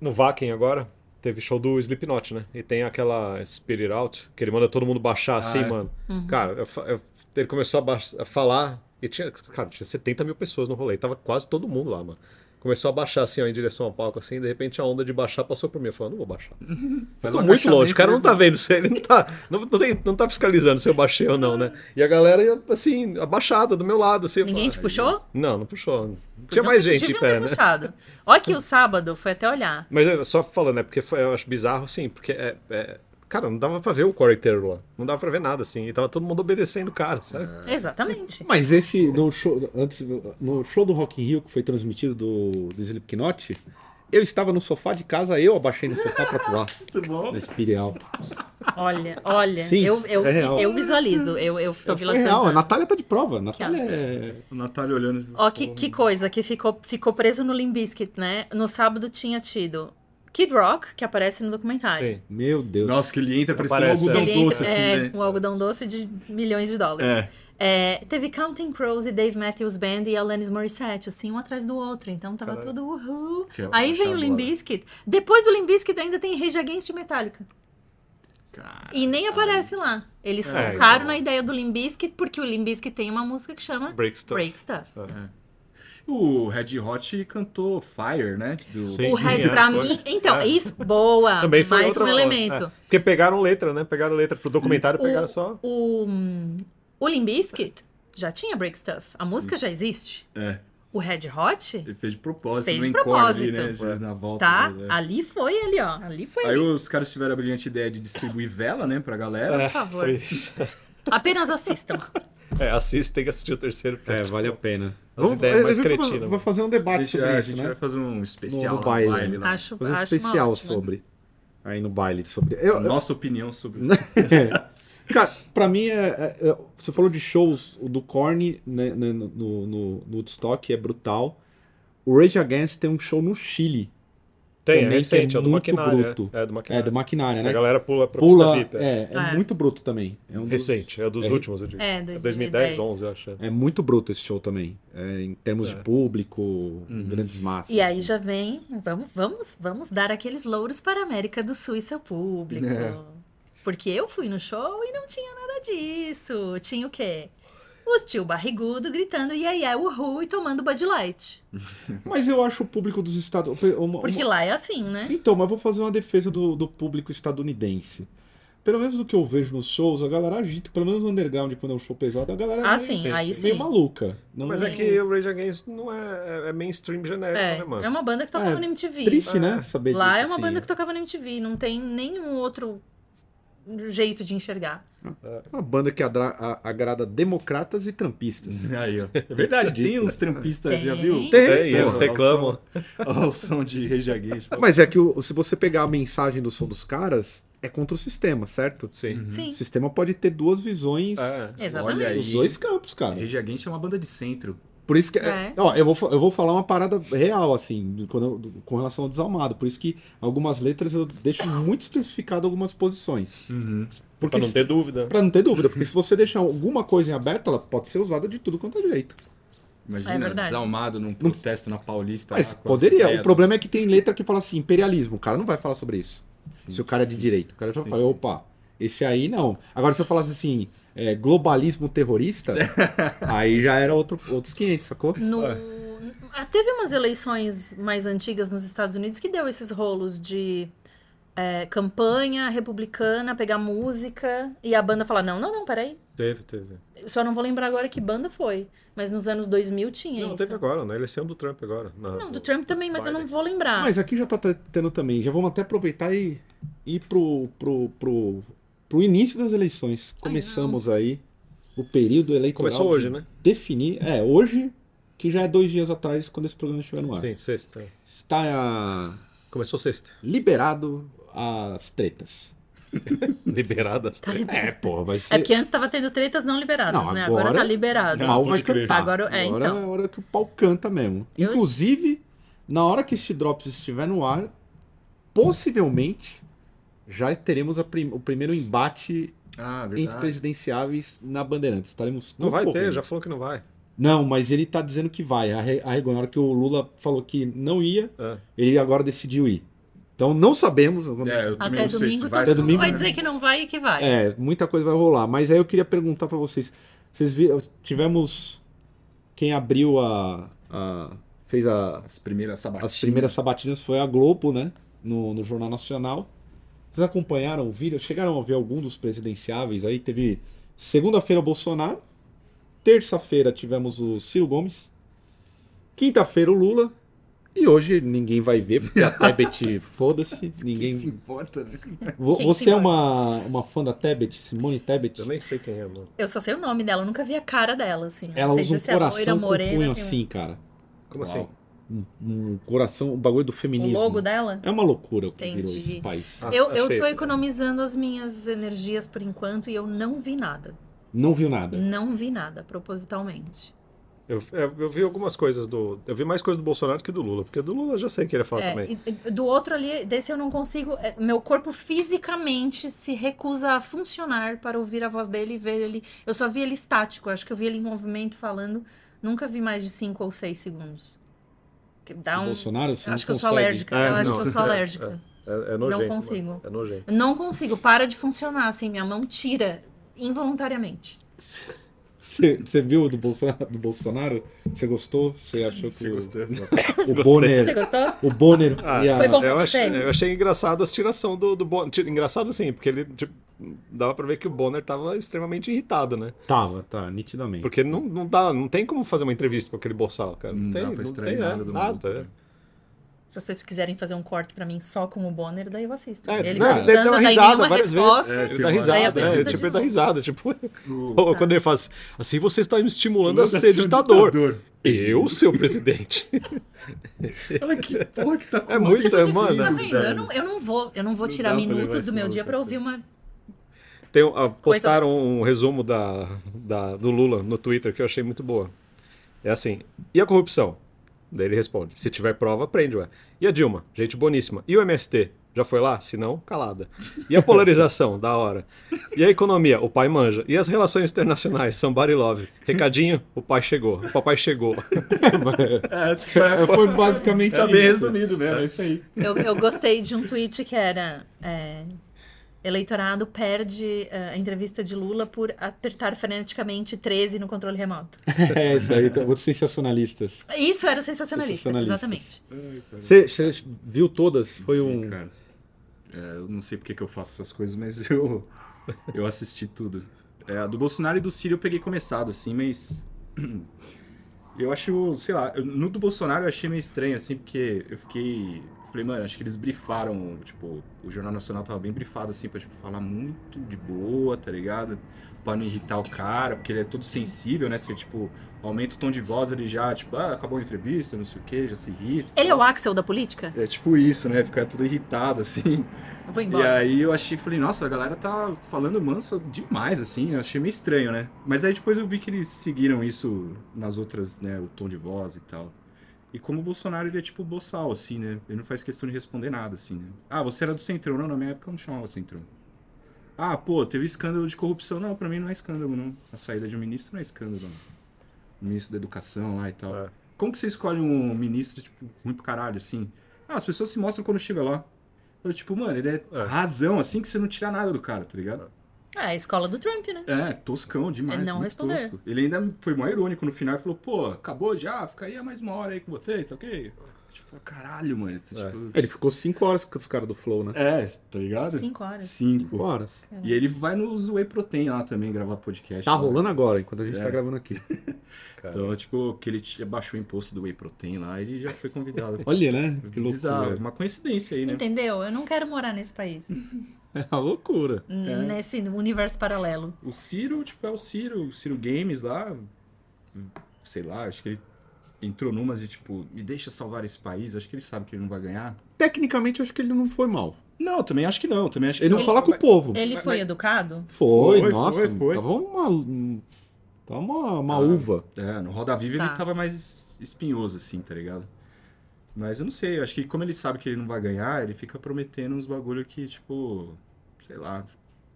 D: No Vakin agora. teve show do Slipknot, né? E tem aquela Spirit Out, que ele manda todo mundo baixar assim,
E: é.
D: mano.
C: Uhum.
D: Cara, eu fa- eu- ele começou a, baix- a falar. E tinha, cara, tinha 70 mil pessoas no rolê. e Tava quase todo mundo lá, mano. Começou a baixar assim, ó, em direção ao palco, assim, e de repente a onda de baixar passou por mim. Eu falei, não vou baixar.
E: Foi
D: Eu tô
E: um
D: muito longe, o cara não tá
E: agachamento,
D: vendo se ele não tá, não, não, tem- não tá fiscalizando se eu baixei ou não, né? E a galera, assim, abaixada do meu lado, assim. eu
C: Ninguém te
D: falei,
C: puxou?
D: "Ah, Não, não puxou. Tinha
C: Podiam-
D: mais gente em
C: deviam
D: pé,
C: ter um
D: né?
C: puxado. Olha que o sábado, foi até olhar.
D: Mas é, só falando, é porque foi, eu acho bizarro, assim, porque é, é- Cara, não dava pra ver o core inteiro lá. Não dava pra ver nada, assim. E tava todo mundo obedecendo o cara, sabe?
C: Exatamente.
B: Mas esse, no show, antes, no show do Rock in Rio, que foi transmitido do, do Slipknot, eu estava no sofá de casa, eu abaixei no sofá pra pular
E: Muito bom.
B: no Spirit Out.
C: Olha, olha.
B: Sim,
C: eu, eu,
B: é real.
C: eu visualizo. Eu, eu tô
B: Foi real, a
C: visualizando.
B: Natália tá de prova. A Natália é...
E: O Natália olhando.
C: Ó, que, que coisa, que ficou, ficou preso no Limbiskit, né? No sábado tinha tido Kid Rock, que aparece no documentário.
D: Sim.
B: Meu Deus.
E: Nossa, que ele entra parecendo um
D: Aparece,
E: algodão
C: Ele
E: doce,
C: entra-
E: assim,
C: é,
E: né?
C: Um algodão doce de milhões de dólares.
E: É.
C: É, teve Counting Crows e Dave Matthews Band e Alanis Morissette, assim, um atrás do outro. Então tava
D: Caralho.
C: tudo uhul.
E: Que é
C: Aí vem o
E: chabola.
C: Limbiskit. Depois do Limbiskit ainda tem Rage Against e Metallica. E nem aparece lá. Eles
D: É,
C: focaram
D: então.
C: na ideia do Limbiskit, porque o Limbiskit tem uma música que chama
D: Break stuff.
C: Break Stuff.
E: O Red Hot cantou Fire, né? Do...
D: Sim.
C: O Red, pra
D: foi.
C: mim. Então,
D: É.
C: isso, boa.
D: Também foi
C: mais
D: outra-
C: um elemento.
D: é, porque pegaram letra, né? Pegaram letra pro documentário,
C: O-
D: pegaram só.
C: O, hum, o Limbiskit já tinha Break Stuff. A música já existe.
E: É.
C: O Red Hot,
E: Ele fez de propósito,
C: Fez
E: no
C: de
E: encorde ali, né?
C: propósito.
E: Às vezes Na volta.
C: tá?
E: né? É.
C: Ali foi ali, ó. Ali foi
E: Aí
C: ali.
E: os caras tiveram a brilhante ideia de distribuir vela, né, pra galera.
D: É,
C: favor.
D: foi isso.
C: Apenas assistam.
D: É, assiste, tem que assistir o terceiro. porque
B: É, vale a pena. é,
D: As
E: é
D: ideias
B: a
D: mais
B: gente vai
D: cretinas,
B: fazer-
D: mano.
B: Vai fazer um debate
E: Deixa- é,
B: sobre
E: a
B: isso,
E: gente
B: né?
E: vai fazer um especial
B: No-
E: no,
B: no baile,
E: baile lá.
C: acho
B: Fazer um
C: acho uma
B: especial
C: ótima.
B: sobre. Aí no baile sobre. Eu, eu-
E: Nossa opinião sobre
B: Cara, pra mim, é, é- é- você falou de shows o do Korn né, né, no, no, no- no Woodstock, é brutal. O Rage Against tem um show no Chile,
D: Tem, é
B: Também que é
D: recente, é, do
B: muito
D: maquinário.
B: bruto.
D: É, é do
B: é,
D: maquinário.
B: da maquinária,
D: A
B: né?
D: galera pula pra pista
B: Pula,
D: VIP. é.
B: é, é
C: Ah.
B: muito bruto também. É um dos-
D: Recente, é dos
B: É.
D: últimos, eu digo.
C: É,
D: 2010,
C: 2010.
D: 11, eu acho.
B: É muito bruto esse show também, é, em termos de público,
D: Uhum.
B: grandes massas. assim,
C: E aí já vem, vamos, vamos, vamos dar aqueles louros para a América do Sul e seu público.
B: É.
C: Porque eu fui no show e não tinha nada disso. Tinha o quê? Os tio barrigudo gritando iê, iê, uhul e tomando Bud Light.
B: né? Mas eu acho o público dos Estados... uma- uma-
C: Porque lá é assim, né?
B: Então, mas vou fazer uma defesa do, do público estadunidense. Pelo menos do que eu vejo nos shows, a galera agita, pelo menos no underground, quando é um show pesado, a galera
C: Ah,
B: é meio,
C: sim,
D: sim,
C: aí
B: meio
C: sim.
B: maluca. Não
D: Mas é que o Rage Against não é, é- é mainstream genérico,
C: É,
D: né, mano?
C: é uma banda que tocava
B: É,
C: no MTV.
B: triste, né? Saber
C: Lá
B: disso,
C: é uma
B: assim.
C: banda que tocava no MTV, não tem nenhum outro jeito de enxergar.
B: Uma banda que adra- a- agrada democratas e trampistas.
E: Aí, ó. É verdade, tem uns trampistas, já
C: Tem.
E: viu?
C: Tem,
D: eles
E: Testando
D: reclamam.
E: Ao som, ao som de rejaguejo.
B: Mas é que o- se você pegar a mensagem do som dos caras, é contra o sistema, certo?
D: Sim.
C: Sim,
B: O sistema pode ter duas visões
D: É.
C: exatamente.
E: Olha aí.
B: dos dois campos, cara.
E: Rejaguejo é uma banda de centro.
B: Por isso que.
C: É.
B: Ó, eu vou, fa- eu vou falar uma parada real, assim, do- quando eu- do- com relação ao desalmado. Por isso que algumas letras eu deixo muito especificado algumas posições. Porque
D: Pra não
B: se-
D: ter dúvida.
B: pra não ter dúvida, porque se você deixar alguma coisa em aberto, ela pode ser usada de tudo quanto é jeito.
C: É
E: Imagina,
C: verdade.
E: desalmado num protesto na Paulista.
B: Mas
E: lá, tá com as
B: poderia.
E: ideias
B: O problema é que tem letra que fala assim, imperialismo. O cara não vai falar sobre isso.
E: do- Sim.
B: Se o cara é de direito. O cara já
E: Sim,
B: fala,
E: sim.
B: opa, esse aí não. Agora, se eu falasse assim, é, globalismo terrorista, aí já era outro, outros 500, sacou?
C: No- Ah, Teve umas eleições mais antigas nos Estados Unidos que deu esses rolos de é, campanha republicana, pegar música e a banda falar: não, não, não, peraí.
D: Teve, teve.
C: Eu Só não vou lembrar agora que banda foi, mas nos anos 2000 tinha
D: Não,
C: isso.
D: teve agora, na eleição do Trump agora. Na,
C: Não, do Trump também, mas eu não vou lembrar.
B: Mas aqui já tá te- tendo também. Já vamos até aproveitar e ir pro, pro, pro, pro início das eleições. Começamos aí o período eleitoral.
D: Começou
B: de
D: hoje, né?
B: Definir. É, hoje, que já é dois dias atrás, quando esse programa estiver no ar.
D: Sim, sexta.
B: Está ah,
D: Começou sexta.
B: liberado as tretas.
D: Liberada as
C: Tá
D: três.
C: liberado.
B: porra, vai ser.
C: É porque antes tava tendo tretas não liberadas,
B: Não,
C: né?
B: agora-
C: Agora, tá liberado.
B: o pau vai
E: pode crer.
B: cantar.
C: Agora- é, então.
B: a hora que o pau canta mesmo.
C: Eu-
B: Inclusive, na hora que este Drops estiver no ar, possivelmente já teremos a prim- o primeiro embate
E: Ah,
B: entre
E: verdade.
B: presidenciáveis na Bandeirantes. Estaremos
D: Não vai ter,
B: concorrendo.
D: já falou que não vai.
B: Não, mas ele tá dizendo que vai. Arre- Arregou. Na hora que o Lula falou que não ia,
D: É.
B: ele agora decidiu ir. Então não sabemos.
E: É, eu também
C: Até
E: não sei
C: domingo,
E: se
C: todo
E: vai.
B: Até
C: mundo
B: domingo,
C: vai
B: né?
C: dizer que não vai e que vai.
B: É, muita coisa vai rolar. Mas aí eu queria perguntar pra vocês. Vocês viram. Tivemos. Quem abriu a. a- fez a,
E: As primeiras sabatinas.
B: as primeiras sabatinas foi a Globo, né? No, no Jornal Nacional. Vocês acompanharam o vídeo? Chegaram a ver algum dos presidenciáveis aí? Teve segunda-feira o Bolsonaro. Terça-feira tivemos o Ciro Gomes. Quinta-feira o Lula. E hoje ninguém vai ver, porque a Tebet, foda-se.
E: Quem se
B: Ninguém.
E: importa, né?
B: Vo-
C: Quem se
B: Você é uma, uma fã da Tebet, Simone Tebet?
D: Eu nem sei quem é, mano.
C: Eu só sei o nome dela, eu nunca vi a cara dela, assim. Não
B: Ela
C: sei
B: usa um
C: se é loira,
B: coração com
C: morena,
B: um punho
C: tem um-
B: assim, cara.
D: Como
E: Uau.
D: assim?
B: Um, um coração, um bagulho do
C: O
B: feminismo.
C: logo dela?
B: É uma loucura o que virou
C: Entendi.
B: esse país.
D: Ah,
C: eu, eu
D: achei.
C: tô economizando as minhas energias por enquanto e eu não vi nada.
B: Não viu nada.
C: Não vi nada, propositalmente.
D: Eu, É, eu- eu vi algumas coisas do. Eu vi mais coisas do Bolsonaro que do Lula, porque do Lula eu já sei que ele fala
C: É,
D: também.
C: e- e do outro ali, desse eu não consigo. é, Meu corpo fisicamente se recusa a funcionar para ouvir a voz dele e ver ele. Eu só vi ele estático, acho que eu vi ele em movimento falando. Nunca vi mais de 5 ou 6 segundos. Que Dá
B: O
C: um.
B: Bolsonaro, você não
C: Acho que eu sou
B: consegue.
C: alérgica.
D: É,
C: eu acho
D: não,
C: que eu sou
D: é,
C: alérgica.
D: É, é nojento. mano.
C: consigo.
D: É nojento.
C: Eu Não consigo, para de funcionar, assim, minha mão tira involuntariamente.
B: Você, você viu do Bolsonaro, do Bolsonaro? Você gostou? Você achou que
E: Você
B: o,
E: gostou?
B: o
D: Gostei. Ah,
C: Você
B: Bonner,
C: gostou?
B: o Bonner e a-
C: Foi É bom pra
D: eu,
C: você?
D: achei, eu achei engraçado a tiração do, do Bonner. Ti- Engraçado assim, porque ele tipo, dava pra ver que o Bonner tava extremamente irritado, né?
B: Tava, tá, nitidamente.
D: Porque não, não dá, não tem como fazer uma entrevista com aquele boçal, cara. Não,
E: Não
D: tem,
E: dá pra
D: não
E: extrair
D: tem
E: nada do maluco,
D: nada. É.
E: né?
C: Se vocês quiserem fazer um corte pra mim só com o Bonner, daí eu assisto.
D: É, né,
C: ele
B: vai
D: ele dá
C: perguntando,
D: uma
C: daí
D: risada
C: nenhuma
D: várias
C: resposta.
D: vezes.
E: É,
D: ele
E: tem
D: dá
E: uma-
C: Aí a
D: risada, é,
C: pergunta
D: tipo,
C: de
D: ele dá
C: novo.
D: risada, tipo,
E: O- é
D: ou quando ele faz assim, você está me estimulando a ser ditador. Eu, seu presidente.
E: Olha que porra que tá com
D: É muito,
E: acontecendo,
D: é, mano.
C: Tá vendo? Eu
E: velho.
C: não, eu não vou, eu não vou
E: Não
C: tirar
E: dá pra levar
C: minutos
E: esse
C: do meu
E: maluco
C: dia pra
E: a
C: ouvir
E: sério.
C: uma.
D: Tem, um- ah, postaram um resumo da, da- do Lula no Twitter que eu achei muito boa. É assim, e a corrupção? Daí ele responde, se tiver prova, prende, ué. E a Dilma? Gente boníssima. E o MST? Já foi lá? Se não, calada. E a polarização? da hora. E a economia? O pai manja. E as relações internacionais? Somebody love. Recadinho? O pai chegou. O papai chegou.
E: É, foi-
B: Foi
D: É
B: basicamente
E: tá bem
B: isso.
E: resumido mesmo, é isso aí.
C: Eu, eu gostei de um tweet que era. é, Eleitorado perde eh, a entrevista de Lula por apertar freneticamente 13 no controle remoto.
B: É, isso aí, tá, outros sensacionalistas.
C: Isso era o sensacionalista,
B: Sensacionalistas.
C: exatamente.
B: Você, você viu todas? Foi um.
E: Cara, é, eu não sei porque que eu faço essas coisas, mas eu, eu assisti tudo. É, a do Bolsonaro e do Ciro eu peguei começado, assim, mas. Eu acho, sei lá, eu- no do Bolsonaro eu achei meio estranho, assim, porque eu fiquei. Falei, mano, acho que eles brifaram, tipo, o Jornal Nacional tava bem brifado, assim, pra tipo, falar muito de boa, tá ligado? Pra não irritar o cara, porque ele é todo sensível, né? Você, tipo, aumenta o tom de voz, ele já, tipo, ah, acabou a entrevista, não sei o quê, já se irrita.
C: Ele é o Axel da política?
E: É tipo isso, né? Ficar tudo irritado, assim.
C: Eu vou
E: E
C: embora.
E: aí eu achei, falei, nossa, a galera tá falando manso demais, assim, eu achei meio estranho, né? Mas aí depois eu vi que eles seguiram isso nas outras, né, o tom de voz e tal. E como o Bolsonaro, ele é tipo boçal, assim, né? Ele não faz questão de responder nada, assim, né? Ah, você era do Centrão? Não, na minha época eu não chamava Centrão. Ah, pô, teve escândalo de corrupção? Não, pra mim não é escândalo, não. A saída de um ministro não é escândalo, não. O ministro da educação lá e tal.
D: É.
E: Como que você escolhe um ministro, tipo, ruim pro caralho, assim? Ah, as pessoas se mostram quando chega lá. Eu, tipo, mano, ele é,
D: É.
E: razão, assim que você não tira nada do cara, tá ligado?
C: Ah, a escola do Trump, né?
E: É, toscão demais,
C: É não
E: muito
C: responder.
E: tosco. Ele ainda foi mó irônico no final e falou, pô, acabou já, ficaria mais uma hora aí com você, tá ok? Tipo, falei, caralho, mano. tá,
D: É.
E: Tipo,
B: Ele ficou cinco horas com os caras do Flow, né?
E: é, tá ligado?
C: Cinco horas.
E: Cinco.
B: Cinco horas.
E: E ele vai no Whey Protein lá também gravar podcast.
B: Tá
E: né?
B: rolando agora, enquanto a gente
E: É.
B: tá gravando aqui.
E: Então, tipo, que ele t- baixou o imposto do Whey Protein lá, ele já foi convidado.
B: Olha, né? Que
E: Bizarro,
B: loucura.
E: uma coincidência aí, né?
C: Entendeu? Eu não quero morar nesse país.
B: É uma loucura.
C: n- Nesse universo paralelo.
E: O Ciro, tipo, é o Ciro, o Ciro Games lá. Sei lá, acho que ele entrou numas de tipo, me deixa salvar esse país, acho que ele sabe que ele não vai ganhar.
B: Tecnicamente, eu acho que ele não foi mal.
E: Não, eu também acho que não, eu também acho que
B: Ele não fala com o povo.
C: Ele
E: Mas-
C: foi É.
E: mas-
C: educado?
B: Foi,
E: Foi,
B: nossa,
E: foi, foi.
B: tava uma, tava uma, uma uva.
E: É, no Roda Viva
C: Tá.
E: ele tava mais espinhoso, assim, tá ligado? Mas eu não sei, eu acho que como ele sabe que ele não vai ganhar, ele fica prometendo uns bagulho que, tipo, sei lá.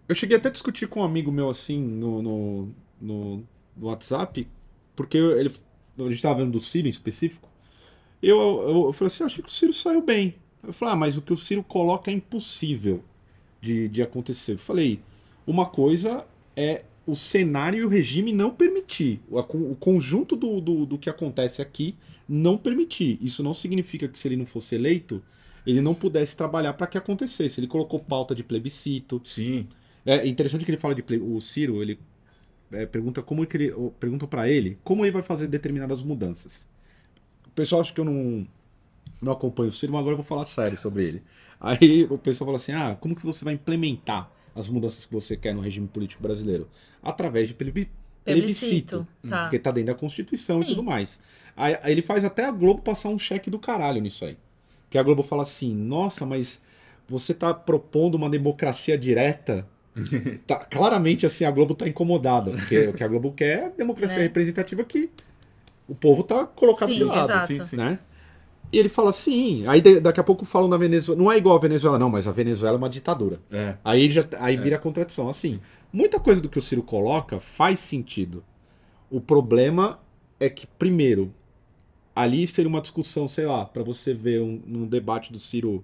B: Eu cheguei até a discutir com um amigo meu assim no, no, no, no WhatsApp, porque "Ah, ele, a gente tava vendo do Ciro em específico. Eu, eu, eu falei assim, eu achei que o Ciro saiu bem. Eu falei, ah, mas o que o Ciro coloca é impossível de, de acontecer. Eu falei, uma coisa é o cenário e o regime não permitir, o, acon- o conjunto do, do, do que acontece aqui não permitir. Isso não significa que se ele não fosse eleito, ele não pudesse trabalhar para que acontecesse. Ele colocou pauta de plebiscito,
E: Sim.
B: é interessante que ele fala de ple- o Ciro, ele é, pergunta como que ele o- perguntam para ele como ele vai fazer determinadas mudanças. O pessoal acha que eu não não acompanho o Ciro, mas agora eu vou falar sério sobre ele. Aí o pessoal fala assim: "Ah, como que você vai implementar as mudanças que você quer no regime político brasileiro?" Através é de plebi- plebiscito.
C: Plebiscito. Tá.
B: Porque tá dentro da Constituição e
C: Sim.
B: tudo mais. Aí, aí ele faz até a Globo passar um cheque do caralho nisso aí. Que a Globo fala assim: nossa, mas você tá propondo uma democracia direta. Tá- claramente, assim, a Globo tá incomodada. Porque o que a Globo quer é a democracia
C: Né?
B: representativa que o povo tá colocado
C: Sim,
B: de lado,
C: exato.
E: Sim, sim.
B: né? E ele fala assim, aí da- daqui a pouco falam da Venezuela. Não é igual a Venezuela, não, mas a Venezuela é uma ditadura.
E: É.
B: Aí, ele já, tá, aí vira contradição. Assim, muita coisa do que o Ciro coloca faz sentido. O problema é que, primeiro, ali seria uma discussão, sei lá, pra você ver um, um debate do Ciro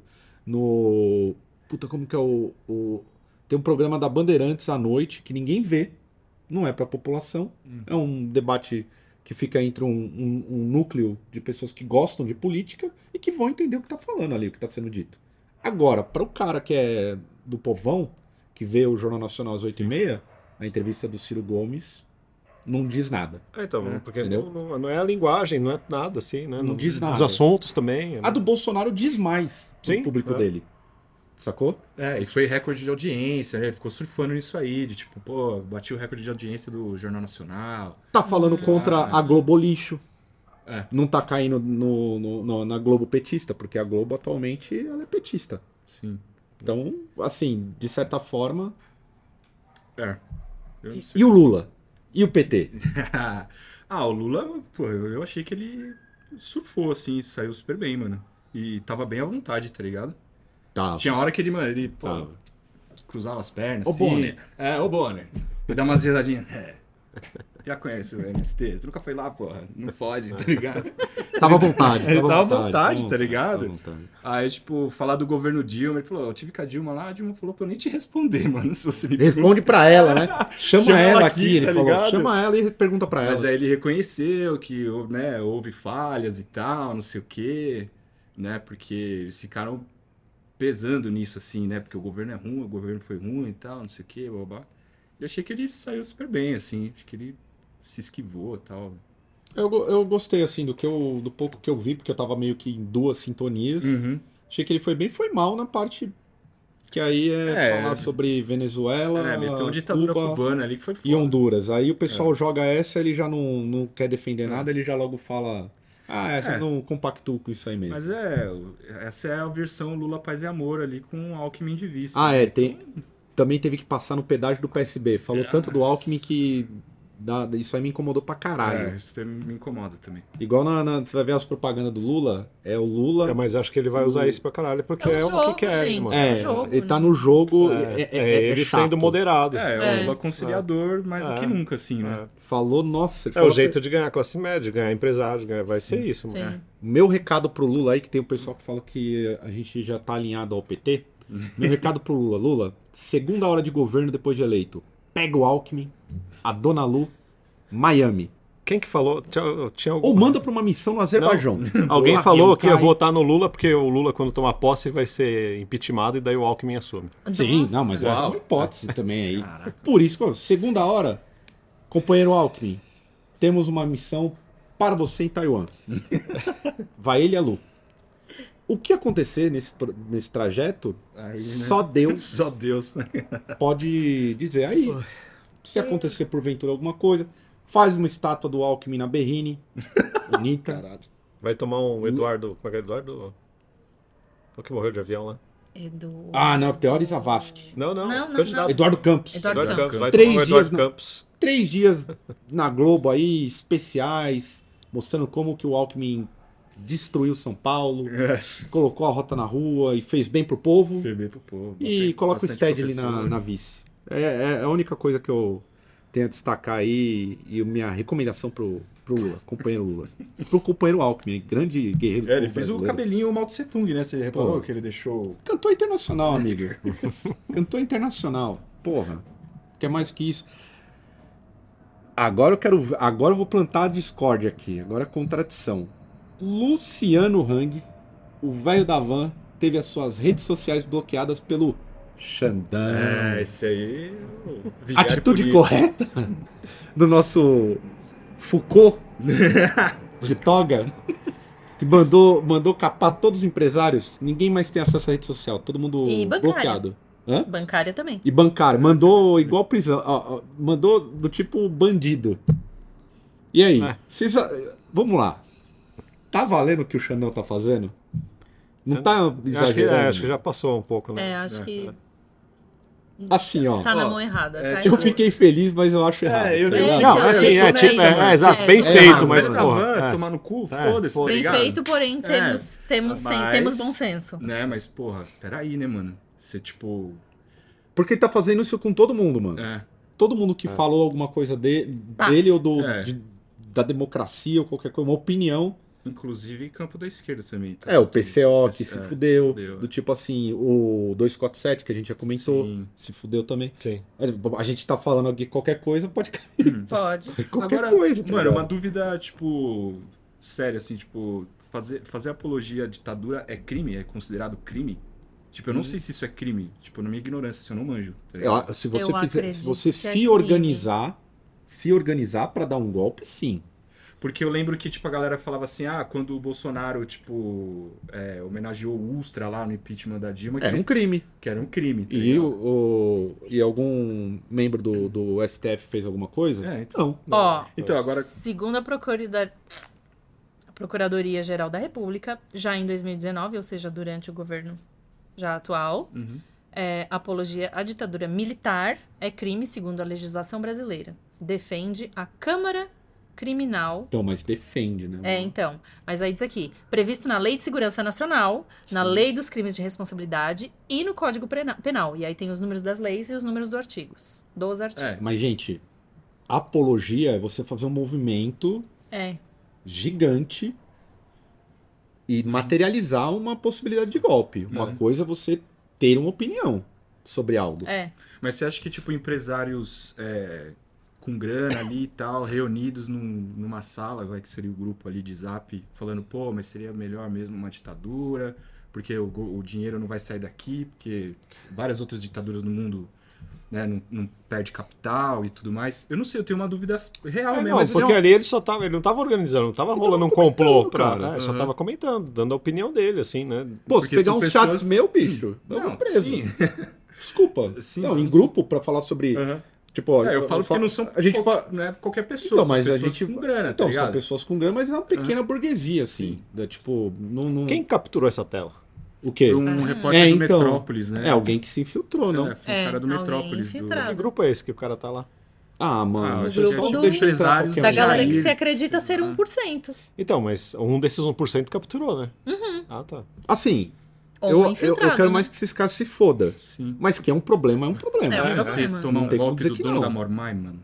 B: no. Puta, como que é o, o- Tem um programa da Bandeirantes à noite que ninguém vê, não é pra população.
E: Hum.
B: É um debate que fica entre um, um- um núcleo de pessoas que gostam de política e que vão entender o que tá falando ali, o que tá sendo dito. Agora, para o cara que é do povão, que vê o Jornal Nacional às 8h30, a entrevista do Ciro Gomes não diz nada.
D: Ah, então,
B: É,
D: porque
B: entendeu?
D: não, não- não é a linguagem, não é nada assim, né?
B: Não diz nada.
D: Os assuntos também. né?
B: A do Bolsonaro diz mais pro
D: Sim,
B: público
D: é.
B: dele. Sacou?
E: É, e foi recorde de audiência, né? Ele ficou surfando nisso aí, de tipo, pô, bati o recorde de audiência do Jornal Nacional.
B: Tá falando contra a Globo lixo.
E: É.
B: Não tá caindo no- no- no- na Globo petista, porque a Globo atualmente ela é petista.
E: Sim.
B: Então, assim, de certa forma.
E: É. Eu não sei.
B: E o Lula? E o PT?
E: ah, o Lula, pô, eu eu achei que ele surfou, assim, saiu super bem, mano. E tava bem à vontade, tá ligado?
B: Tá.
E: Tinha hora que ele, mano, ele, pô,
B: Tava.
E: cruzava as pernas,
B: Ô,
E: assim.
B: Bonner.
E: É, ô Bonner. E dá umas risadinhas. É. Já conhece o MST, tu nunca foi lá, porra. Não fode, tá ligado?
B: Tava à vontade.
E: Ele
B: à
E: tava à vontade, tá
B: tava à
E: ligado?
B: vontade.
E: Aí, tipo, falar do governo Dilma, ele falou, eu tive com a Dilma lá, a Dilma falou pra eu nem te responder, mano, se você me
B: Responde pra ela, né? Chama,
E: Chama
B: ela
E: ela
B: aqui,
E: aqui,
B: ele
E: tá
B: falou.
E: ligado?
B: Chama ela e pergunta pra ela.
E: Mas é. aí ele reconheceu que né, houve falhas e tal, não sei o quê, né? Porque eles ficaram pesando nisso, assim, né? Porque o governo é ruim, o governo foi ruim e tal, não sei o quê, blá, blá. blá. E eu achei que ele saiu super bem, assim. Acho que ele se esquivou e tal.
B: Eu, go- eu gostei, assim, do que eu, do pouco que eu vi, porque eu tava meio que em duas sintonias.
E: Uhum.
B: Achei que ele foi bem, foi mal na parte que aí é,
E: É.
B: falar sobre Venezuela,
E: É, meteu uma ditadura
B: Cuba
E: cubana ali que foi foda. É.
B: e Honduras. Aí o pessoal joga essa, ele já não, não quer defender nada, ele já logo fala, ah, eu
E: É.
B: não compactuo com isso aí mesmo.
E: Mas é, essa é a versão Lula Paz e Amor ali com Alckmin de vice. né, então,
B: Ah, é, tem, também teve que passar no pedágio do PSB.
E: É.
B: Falou tanto do Alckmin que dá- isso aí me incomodou pra caralho.
E: É, isso me incomoda também.
B: Igual na, na- você vai ver as propagandas do Lula, é o Lula.
D: É, mas acho que ele vai usar isso pra caralho, porque
C: É um
D: é, o
C: jogo,
D: que quer,
C: gente.
D: mano.
B: Hum. É,
C: jogo,
B: ele
C: né?
B: tá no jogo.
D: É,
B: É, é,
D: é
B: é, é
D: ele
B: chato.
D: sendo moderado. É,
E: É, é o
C: É.
E: Lula conciliador mais do
D: É.
E: que nunca, assim, né?
B: Falou, nossa. ele
D: o
B: falou,
D: jeito de ganhar classe média, de ganhar empresário, de ganhar- vai ser isso, mano.
C: Sim.
E: é.
B: Meu recado pro Lula aí, que tem o pessoal que fala que a gente já tá alinhado ao PT.
D: Uhum.
B: Meu recado pro Lula. Lula, segunda hora de governo depois de eleito. Pega o Alckmin, a Dona Lu, Miami.
D: Quem que falou? Tinha, tinha algum-
B: Ou manda pra uma missão no Azerbaijão. um
D: Alguém
B: O avião
D: falou que ia
B: cai.
D: votar no Lula, porque o Lula, quando tomar posse, vai ser impeachmentado e daí o Alckmin assume.
B: Sim,
C: Nossa.
B: não, mas essa é
E: Uau.
B: uma hipótese também
D: Ah,
B: aí.
E: Caraca.
B: Por isso, que, ó, segunda hora, companheiro Alckmin, temos uma missão para você em Taiwan. Vai ele e a Lu. O que acontecer nesse, pro- nesse trajeto,
E: Aí, né?
B: só Deus
E: Só Deus, né?
B: pode dizer. Aí, se acontecer porventura alguma coisa, faz uma estátua do Alckmin na Berrine, bonita.
E: Caralho.
D: Vai tomar um Eduardo. Como é que é Eduardo? O que morreu de avião lá?
C: Edu.
B: Ah, não, Teori Zavascki.
D: Não, não.
C: Não, não,
D: candidato.
B: Eduardo Campos.
C: Eduardo
D: Eduardo Campos.
C: Campos.
D: Vai
B: Três
D: tomar um
B: dias
D: Eduardo
B: na-
D: Campos.
B: três dias na Globo aí, especiais, mostrando como que o Alckmin destruiu São Paulo,
E: É.
B: colocou a rota na rua e fez bem pro povo.
E: Ferver pro povo.
B: E
E: Tem
B: coloca o
E: bastante
B: Stead ali na,
E: professor. né?
B: na vice. É, é a única coisa que eu tenho a destacar aí e minha recomendação pro, pro pro Lula, companheiro Lula. E pro companheiro Alckmin, grande guerreiro do
E: É, ele
B: povo
E: fez o
B: brasileiro.
E: cabelinho Mao Tse Tung, né? Você reparou
B: Pô.
E: que ele deixou.
B: Cantor internacional, amigo. Cantor internacional. Porra. Quer mais que isso? Agora eu quero. ver- Agora eu vou plantar a discórdia aqui. Agora é contradição. Luciano Hang, o velho da van, teve as suas redes sociais bloqueadas pelo Xandão.
D: É, esse aí. é o vigário
B: Atitude
D: político.
B: correta do nosso Foucault de toga, que mandou, mandou capar todos os empresários. Ninguém mais tem acesso à rede social, todo mundo
C: E bancária.
B: bloqueado. Hã?
C: Bancária também.
B: E bancário. Mandou igual prisão. ó, ó, mandou do tipo bandido. E aí?
D: É.
B: Vocês, ah, vamos lá. Tá valendo o que o Xandão tá fazendo? Não tá
D: Eu Acho que, é,
B: exagerando?
D: acho que já passou um pouco, né?
C: É, acho que
B: Assim, ó.
C: tá na
E: Ó,
C: mão errada.
E: é,
C: tá
B: Eu
C: errado.
B: fiquei feliz, mas eu acho errado.
E: eu-
B: tá
E: eu-
B: ligado?
D: É, Não,
C: Então,
D: assim,
C: eu
D: é,
C: também,
D: tipo, é, é, exato,
C: é,
D: bem
C: é,
D: feito,
E: Ah,
D: mas,
E: vai pra van,
D: porra. é.
E: tomar no cu,
D: É,
E: foda-se, tá
D: foda-se.
C: Bem
E: ligado?
C: feito, porém temos,
B: É,
C: temos, sem-
E: Mas-
C: temos bom senso.
E: Né, mas porra, peraí, né, mano? Você tipo.
B: Porque ele tá fazendo isso com todo mundo, mano.
E: É,
B: todo mundo que falou alguma coisa de-
C: Tá.
B: dele ou do,
E: É.
B: de- da democracia ou qualquer coisa, uma opinião.
E: inclusive campo da esquerda também. tá?
B: É, o PCO que
E: É,
B: se fudeu,
E: fudeu,
B: do tipo assim, o 247 que a gente já comentou,
E: Sim.
B: se fudeu também.
D: Sim.
B: A gente tá falando aqui qualquer coisa, pode cair
C: Pode.
B: qualquer
E: Agora,
B: coisa. Tá
E: mano, é
B: ligado?
E: uma dúvida, tipo, séria, assim, tipo, fazer, fazer apologia à ditadura é crime? É considerado crime? Tipo, eu não sei se isso é crime. Tipo, na minha ignorância, assim, eu não manjo. Tá ligado?
B: Hum. Eu- ah, se você
C: Eu
B: fizer, se
C: acredito
B: você
C: que é
B: se
C: crime.
B: organizar, se organizar pra dar um golpe, sim.
E: Porque eu lembro que, tipo, a galera falava assim, ah, quando o Bolsonaro, tipo, é, homenageou o Ustra lá no impeachment da Dilma, que,
B: Era um crime.
E: que era um crime. tá
B: E,
E: ligado?
B: o, o- e algum membro do, do STF fez alguma coisa?
E: É, então.
B: Não.
C: Ó,
E: Então, agora.
C: segundo a Procurida- a Procuradoria Geral da República, já em 2019, ou seja, durante o governo já atual,
E: Uhum.
C: é, apologia à ditadura militar é crime segundo a legislação brasileira. Defende a Câmara Criminal
B: Então, mas defende, né?
E: Uhum.
C: É, então. Mas aí diz aqui: previsto na Lei de Segurança Nacional, na
B: Sim.
C: Lei dos Crimes de Responsabilidade e no Código Prena- Penal. E aí tem os números das leis e os números dos artigos. Dos artigos.
E: É,
B: Mas, gente, apologia é você fazer um movimento
C: É.
B: gigante e materializar uma possibilidade de golpe. Uma
E: Uhum.
B: coisa é você ter uma opinião sobre algo.
C: é.
E: Mas você acha que, tipo, empresários é, com grana ali e tal, reunidos num- numa sala, vai que seria o grupo ali de zap, falando, pô, mas seria melhor mesmo uma ditadura, porque o, go- o dinheiro não vai sair daqui, porque várias outras ditaduras no mundo né, não, não perde capital e tudo mais. Eu não sei, eu tenho uma dúvida real
B: Ah,
D: É,
E: mesmo.
D: não,
E: mas
D: porque
E: é um- Então
D: ali ele só tava, ele não tava organizando, não tava rolando um
B: comentando,
D: complô pra.
B: cara.
D: né, Só
E: Uhum.
D: tava comentando, dando a opinião dele, assim, né?
B: Pô, se
E: Porque
B: pegar
E: são
B: uns
E: pessoas- Hum.
B: chatos meu, bicho, eu
E: Não,
B: vou preso.
E: sim.
B: Desculpa.
E: Sim,
B: não,
E: sim,
B: em
E: sim.
B: grupo pra falar sobre.
E: Aham.
B: Tipo, olha.
E: É, eu falo porque não são
B: A gente
E: qual-
B: fala.
E: não é qualquer pessoa,
B: Então, mas a
E: são pessoas
B: gente-
E: com grana,
B: Então,
E: tá ligado?
B: são pessoas com grana, mas é uma pequena burguesia, assim. Da, tipo, não. não-
D: Quem capturou essa tela?
B: O quê?
E: Foi um repórter
B: É,
E: do
B: então.
E: Metrópolis, né?
B: É alguém que se infiltrou, não.
E: É, foi um
C: É,
E: cara do
C: alguém
E: Metrópolis. Do...
C: infiltrado.
D: Que grupo é esse que o cara tá lá?
B: Ah, mano.
E: Ah,
C: acho que
B: só
C: é tipo
B: deixa entrar
E: empresários
B: qualquer
C: Da
B: um.
C: galera que
E: Jair.
C: se acredita ser
E: Ah.
C: 1%.
D: Então, mas um desses 1% capturou, né? Uhum. Ah, tá.
B: Assim,
C: Ou
B: eu, eu,
C: infiltrado.
B: eu quero
C: né?
B: mais que esses caras se foda.
E: Sim.
B: Mas que é um problema, é um problema.
C: É um
E: Imagina
C: problema.
E: você tomar
B: Não
E: um
B: tem como
E: golpe
B: dizer
E: do
B: que
E: dono
B: não.
E: da Mormai, mano.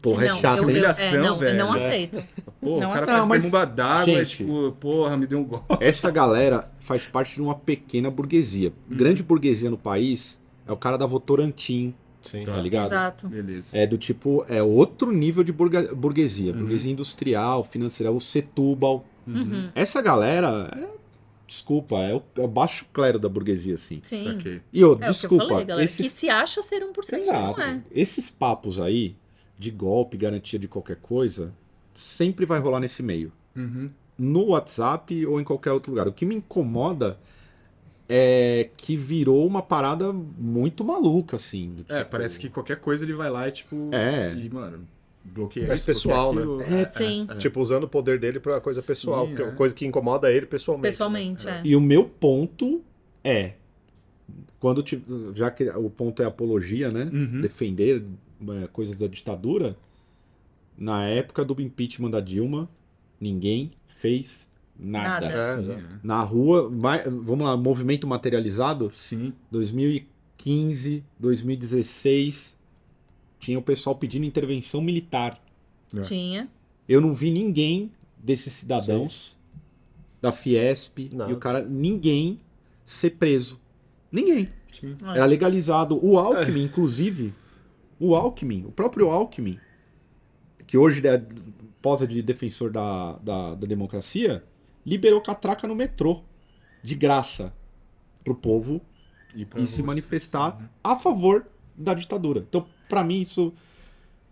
B: Porra, é
C: Não,
B: chato,
C: eu,
B: hein?
C: eu, é,
E: Humilhação,
C: não,
E: velho.
C: não
E: É.
C: aceito.
E: Porra,
C: Não
E: o cara
C: aceito.
E: faz
B: Mas,
E: permuba d'água,
B: gente-
E: tipo, porra, me deu um golpe.
B: Essa galera faz parte de uma pequena burguesia. Grande burguesia no país é o cara da Votorantim,
D: Sim.
E: Tá.
B: tá ligado?
C: Exato.
E: Beleza.
B: É do tipo, é outro nível de burga- burguesia.
E: Uhum.
B: Burguesia industrial, financeira, o Setúbal.
E: Uhum.
C: Uhum.
B: Essa galera, é- desculpa, é o, é o baixo clero da burguesia, assim.
C: Sim.
E: Saquei.
B: E, ô,
C: É o que
B: desculpa,
C: eu falei, galera.
B: esses
C: Que se acha ser 1%,
B: Exato.
C: não é.
B: Esses papos aí de golpe, garantia de qualquer coisa, sempre vai rolar nesse meio.
E: Uhum.
B: No WhatsApp ou em qualquer outro lugar. O que me incomoda é que virou uma parada muito maluca, assim. do
E: É,
B: tipo-
E: parece que qualquer coisa ele vai lá e, tipo...
B: É.
E: E, mano, bloqueia
D: Mais
E: isso,
D: pessoal, né?
E: bloqueia aquilo.
C: É,
E: É,
C: Sim,
D: Tipo, usando o poder dele pra coisa
E: Sim,
D: pessoal, que-
E: é.
D: coisa que incomoda ele pessoalmente. né?
C: pessoalmente, é.
B: E o meu ponto é. Quando ti- já que o ponto é apologia, né?
E: Uhum.
B: defender eh, coisas da ditadura, na época do impeachment da Dilma, ninguém fez nada.
C: Nada.
E: Sim,
D: É,
E: é.
B: Na rua, vai- vamos lá, movimento materializado,
E: Sim.
B: 2015, 2016, tinha o pessoal pedindo intervenção militar.
E: É.
C: Tinha.
B: Eu não vi ninguém desses cidadãos da Fiesp
D: Não.
B: e o cara, ninguém ser preso. Ninguém.
E: Sim.
B: Era legalizado. O Alckmin, inclusive, o Alckmin, o próprio Alckmin, que hoje é posa de defensor da, da, da democracia, liberou catraca no metrô, de graça, pro povo
E: E, pra
B: e se
E: você-
B: manifestar
D: né?
E: Uhum.
B: a favor da ditadura. Então, pra mim, isso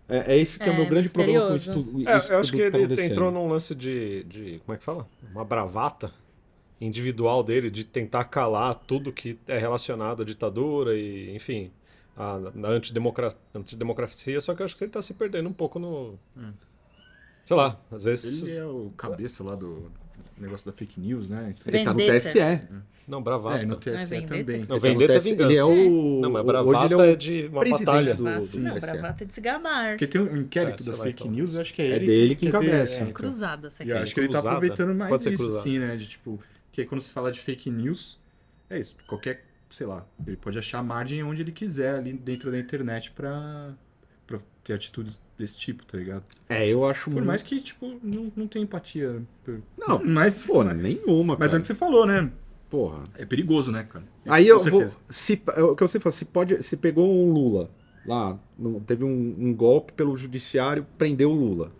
B: é, é esse que é, o meu
C: É,
B: grande problema com isso
C: misterioso.
B: tudo.
D: É,
B: isso
D: eu acho
B: tudo
D: que
B: tá
D: ele
B: acontecendo.
D: entrou num lance de, de. Como é que fala? Uma bravata individual dele de tentar calar tudo que é relacionado à ditadura e, enfim, à, na antidemocra- antidemocracia. Só que eu acho que ele tá se perdendo um pouco no.
E: Hum.
D: Sei lá, às vezes.
E: Ele é o cabeça lá do negócio da fake news, né? Então-
B: Ele tá no
C: Vendetta.
B: TSE.
D: Não, bravata.
E: É, no
D: não,
E: TSE
C: Não é
E: também.
C: vendetta?
E: Não,
B: Ele tá no
D: vendetta é
B: TSE.
D: vingança.
B: Ele é o.
D: mas
B: hoje
D: bravata
B: ele
D: é,
B: é o
D: de uma
B: presidente
D: batalha.
B: do- do
C: Não,
B: TSE.
C: bravata é desgamar.
E: Porque tem um inquérito
B: Ah,
D: É, sei
E: das
D: lá,
E: fake
D: então.
E: news, acho que é
B: É
E: ele.
B: dele que
E: quer ter-
B: encabeça.
E: é, então.
C: Cruzada essa
E: E eu
C: aqui.
E: acho que ele tá
D: Cruzada.
E: aproveitando mais
D: Pode ser
E: isso,
D: cruzada.
E: assim, né? De tipo, que quando se fala de fake news, é isso. Qualquer, sei lá, ele pode achar margem onde ele quiser ali dentro da internet pra, pra ter atitudes desse tipo, tá ligado?
B: É, eu acho
E: Por
B: muito.
E: mais que, tipo, não, não tenha empatia. por-
B: Não, né?
E: mas,
B: pô, nenhuma.
E: mas é
B: cara.
E: o que você falou, né?
B: Porra.
E: É perigoso, né, cara?
B: Aí eu
E: Com
B: vou.
E: certeza.
B: Se, é o que eu sempre falo, se, pode, se pegou um Lula lá, não- teve um, um golpe pelo judiciário, prendeu o Lula,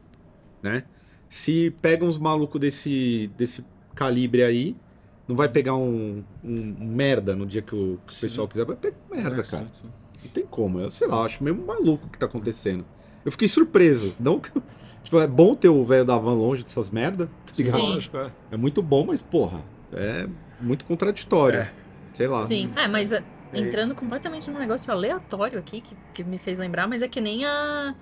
B: né? Se pega uns malucos desse, desse calibre aí, não vai pegar um, um merda no dia que o, que o
E: Sim.
B: pessoal quiser, vai pegar merda,
E: É,
B: cara.
E: sim, sim.
B: Não tem como, eu sei lá, eu acho meio maluco o que tá acontecendo. Eu fiquei surpreso, não que... Tipo, é bom ter o velho da van longe dessas merda, tá ligado?
C: Sim.
D: Lógico, é.
B: É muito bom, mas porra, é muito contraditório.
E: É.
B: Sei lá.
C: Sim. Ah, mas ah, entrando completamente num negócio aleatório aqui, que, que me fez lembrar, mas é que nem a,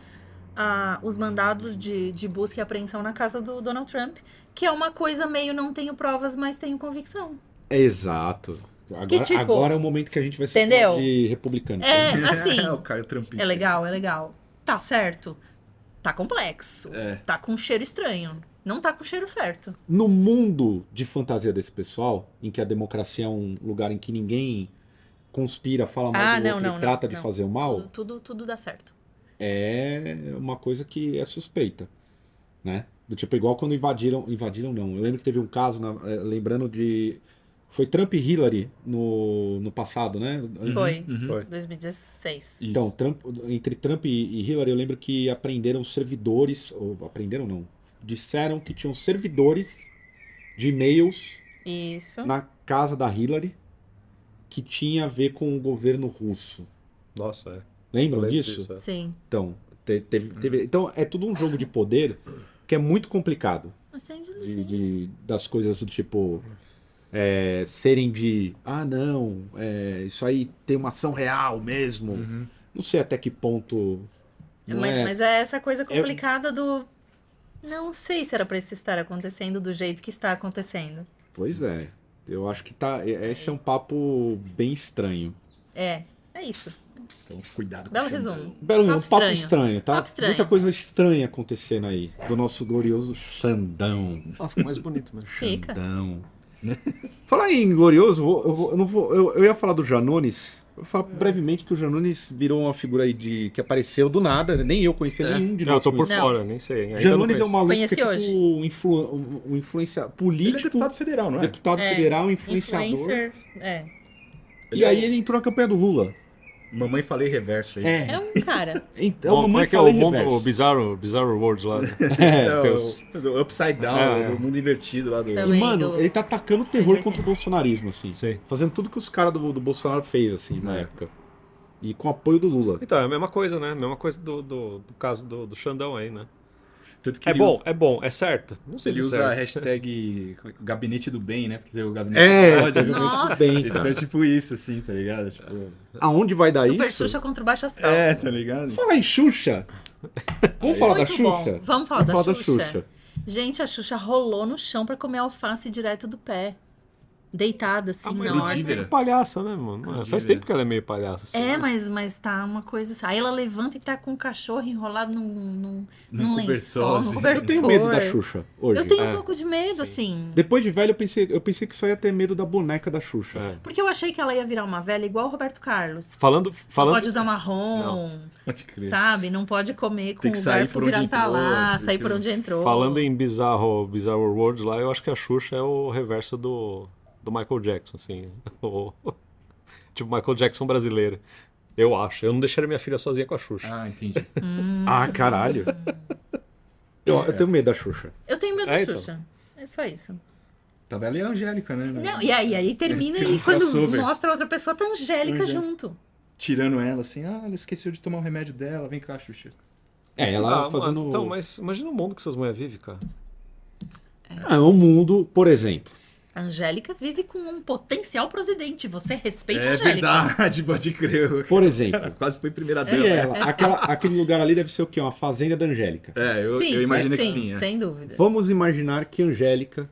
C: a- os mandados de, de busca e apreensão na casa do Donald Trump, que é uma coisa meio não tenho provas, mas tenho convicção.
B: É exato. Agora,
C: tipo-
B: agora é o momento que a gente vai ser
C: Entendeu?
B: chamado de republicano.
C: É, assim,
E: é, o cara trampista.
C: é legal, é legal. Tá certo. Tá complexo.
E: É.
C: Tá com um cheiro estranho. Não tá com cheiro certo.
B: No mundo de fantasia desse pessoal, em que a democracia é um lugar em que ninguém conspira, fala mal
C: Ah,
B: do
C: não,
B: outro e
C: não,
B: trata
C: não,
B: de
C: não.
B: fazer o
C: Tudo,
B: mal,
C: tudo, tudo dá certo.
B: é uma coisa que é suspeita, né? Do tipo, igual quando invadiram... Invadiram, não. Eu lembro que teve um caso, na- eh, lembrando de... Foi Trump e Hillary no, no passado, né?
C: Foi.
E: Uhum.
D: Foi.
C: 2016.
E: Isso.
B: Então, Trump- entre Trump e e Hillary, eu lembro que aprenderam servidores, ou aprenderam não, disseram que tinham servidores de e-mails
C: Isso.
B: na casa da Hillary que tinha a ver com o governo russo.
D: Nossa, é. Eu
B: Lembram
D: lembro
B: disso?
D: disso, é.
C: Sim.
B: Então, te- teve- teve- então, é tudo um jogo de poder que é muito complicado
C: Acende
B: de,
C: a luzinha.
B: de- das coisas do tipo é, serem de ah não, é, isso aí tem uma ação real mesmo.
E: Uhum.
B: Não sei até que ponto. não
C: mas,
B: é-
C: mas é essa coisa complicada do. Não sei se era pra isso estar acontecendo do jeito que está acontecendo.
B: Pois é. Eu acho que tá. e- Esse é um papo bem estranho.
C: É isso.
E: Então, cuidado com
C: Dá um
E: o Xandão.
C: resumo.
B: Belo, um
C: Papo
B: papo
C: estranho.
B: estranho, tá?
C: Papo estranho.
B: Muita coisa estranha acontecendo aí. Do nosso glorioso Xandão.
D: Ah, ficou mais bonito mesmo.
C: Fica.
B: Xandão. Falar em glorioso, eu, vou- eu vou- eu não vou, eu, eu ia falar do Janones. Eu vou falar brevemente que o Janones virou uma figura aí de, que apareceu do nada, né? nem eu conhecia nenhum de
D: Não, eu
B: nós.
D: tô por
C: Não.
D: fora, nem sei. Ainda
B: Janones é
D: não
B: um
D: conheço.
B: maluco
C: Conheci
B: que é
C: hoje.
B: tipo um, influ- um- um influência
E: Ele é
B: político,
E: deputado federal, não é?
B: deputado
C: É,
B: federal, influenciador.
C: Influencer. É.
B: E aí ele entrou na campanha do Lula.
E: Mamãe falei reverso aí.
B: É.
C: É um cara.
B: Então,
D: Bom, como
B: mamãe
D: é que é
B: fala
D: o,
B: em
D: mundo, o
B: reverso.
D: Bizarro, Bizarro World lá? né?
E: É,
D: tem
E: o-
D: os-
E: do Upside Down,
D: É.
E: do mundo invertido lá do.
C: Também. é
B: E, mano,
C: do-
B: ele tá atacando o terror contra o bolsonarismo, assim.
D: Sim.
B: Fazendo tudo que os caras do, do Bolsonaro fez, assim, na
E: É.
B: época. E com apoio do Lula.
D: Então, é a mesma coisa, né? A mesma coisa do, do, do caso do, do Xandão aí, né?
E: Tanto que
D: É
E: ele
D: bom,
E: usa-
D: é bom, é certo. Não sei
E: ele
D: se é
E: usa
D: certo.
E: a hashtag como é que- gabinete do bem, né? Porque tem o gabinete
B: É,
E: do ódio.
C: Nossa.
B: bem.
E: Então é tipo isso, assim, tá ligado? Tipo,
B: Aonde vai dar
C: Super
B: É isso?
C: Xuxa contra o Baixo Astral.
E: é, tá ligado?
B: Falar em Xuxa. Vamos falar da
C: Muito bom.
B: Xuxa?
C: Vamos falar,
B: Vamos
C: da,
B: falar da
C: Xuxa.
B: Xuxa.
C: Gente, a Xuxa rolou no chão pra comer alface direto do pé. deitada assim
D: Ah, mas
C: na
E: eu
C: hora.
E: tive-
D: meio palhaça, né, mano? É, faz
E: Ludivera.
D: tempo que ela é meio palhaça. assim,
C: É,
D: né?
C: mas, mas tá uma coisa assim. Aí ela levanta e tá com o cachorro enrolado num, num, num,
E: Num
C: lençol, num
E: cobertorzinho.
C: cobertor.
B: Eu tenho medo da Xuxa hoje.
C: Eu tenho um
D: É.
C: pouco de medo,
D: Sim.
C: assim.
B: Depois de velho, eu pensei, eu pensei que só ia ter medo da boneca da Xuxa.
D: É.
C: Porque eu achei que ela ia virar uma velha igual o Roberto Carlos.
D: Falando,
C: Não
D: falando.
C: pode usar marrom,
E: Pode crer.
C: sabe? Não pode comer com
E: Tem que
C: o
E: sair
C: garfo
E: por onde
C: virar pra lá,
E: entrou,
C: sair por
E: porque-
C: onde entrou.
D: Falando em Bizarro, Bizarro World lá, eu acho que a Xuxa é o reverso do, do Michael Jackson, assim. O- tipo, Michael Jackson brasileiro. Eu acho. Eu não deixaria minha filha sozinha com a Xuxa.
E: Ah, entendi.
B: Ah, caralho. Eu, eu tenho medo da Xuxa.
C: Eu tenho medo
D: É,
C: da
D: então.
C: Xuxa. É só isso.
E: Tava ela Tá e a Angélica, né?
C: Não, e aí, aí termina
E: Tem um
C: e quando
E: crossover.
C: mostra a outra pessoa, tá Angélica
E: Angélica.
C: junto.
E: Tirando ela assim, ah, ela esqueceu de tomar o remédio dela, vem cá, Xuxa.
B: É, ela
D: Ah,
B: fazendo.
D: mano, Então, mas imagina o mundo que essas mulheres vivem, cara.
B: Ah, é um mundo, por exemplo.
C: A Angélica vive com um potencial presidente. Você respeite a
E: é
C: Angélica.
E: verdade, pode crer.
B: Por exemplo.
E: Quase foi primeira
B: E
E: dela.
B: ela, é. aquela- aquele lugar ali deve ser o quê? Uma fazenda da Angélica.
E: É, eu, eu imaginei que sim. é.
C: sem dúvida.
B: Vamos imaginar que Angélica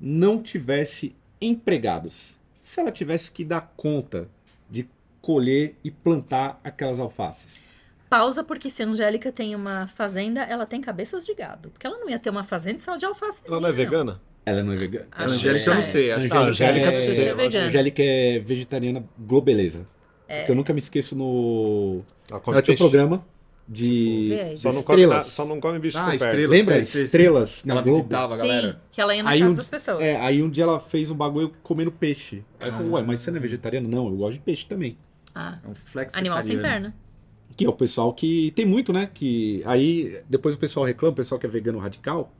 B: não tivesse empregados. Se ela tivesse que dar conta de colher e plantar aquelas alfaces.
C: Pausa, porque se a Angélica tem uma fazenda, ela tem cabeças de gado. Porque ela não ia ter uma fazenda sala de alface.
D: Ela não é vegana?
B: Ela não é vegana.
C: A
E: A Ah, Angélica eu não sei. acho que
D: Ah,
B: Angélica
D: Angélica
B: é-
D: do
C: Angélica é
D: cinema.
C: vegana.
B: Angélica é vegetariana globeleza. Porque eu nunca me esqueço no.
D: Ela come
B: Ela tinha um
D: peixe.
B: programa de
C: Verde.
D: Só não, come,
B: estrelas.
D: na- só não come bicho
E: Ah,
D: com perna.
E: estrela.
B: Lembra?
E: Sei, sei, sei.
B: estrelas na
E: Ela
B: Globo.
E: visitava a
C: Sim,
E: galera.
C: que ela ia na
B: Aí
C: casa
B: um-
C: das pessoas.
B: É, aí um dia ela fez um bagulho comendo peixe. Aí eu falei, ué, mas você não é vegetariano? Não, eu gosto de peixe também.
C: Ah,
E: É um flex
C: animal sem perna.
B: Que é o pessoal que. Tem muito, né? Que. Aí depois o pessoal reclama, o pessoal que é vegano radical,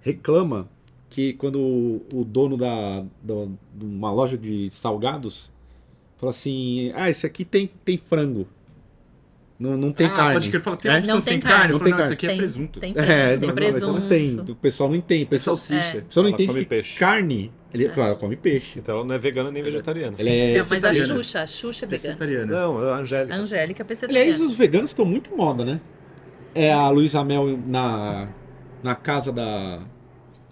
B: reclama que quando o, o dono da, da- de uma loja de salgados fala assim: ah, esse aqui tem, tem frango. Não, não tem
E: ah,
B: carne.
E: pode crer. Fala, tem
B: É?
E: uma
C: Não
E: opção
C: tem
E: sem
C: carne.
E: carne?
B: Não
E: Eu
B: tem
E: falo, não, isso
B: carne.
E: aqui é presunto.
C: Tem, frango,
B: É,
C: tem
B: não, não, isso
C: presunto.
B: não tem. O pessoal não entende. O
E: É
B: pessoal,
E: salsicha.
B: o pessoal não
D: Ela
B: entende
D: come
B: que
D: peixe.
B: carne.
C: É.
B: Ele, Claro, ela come peixe.
D: Então ela não é vegana nem vegetariana.
B: Ele é.
C: Não, mas a
E: Vegetariana.
C: Xuxa, a Xuxa é vegana.
E: Vegetariana.
D: Não, é a
C: A
D: Angélica.
C: Angélica é pescetariana.
B: Aliás, os veganos estão muito em moda, né? É a Luísa Mel na, na casa da.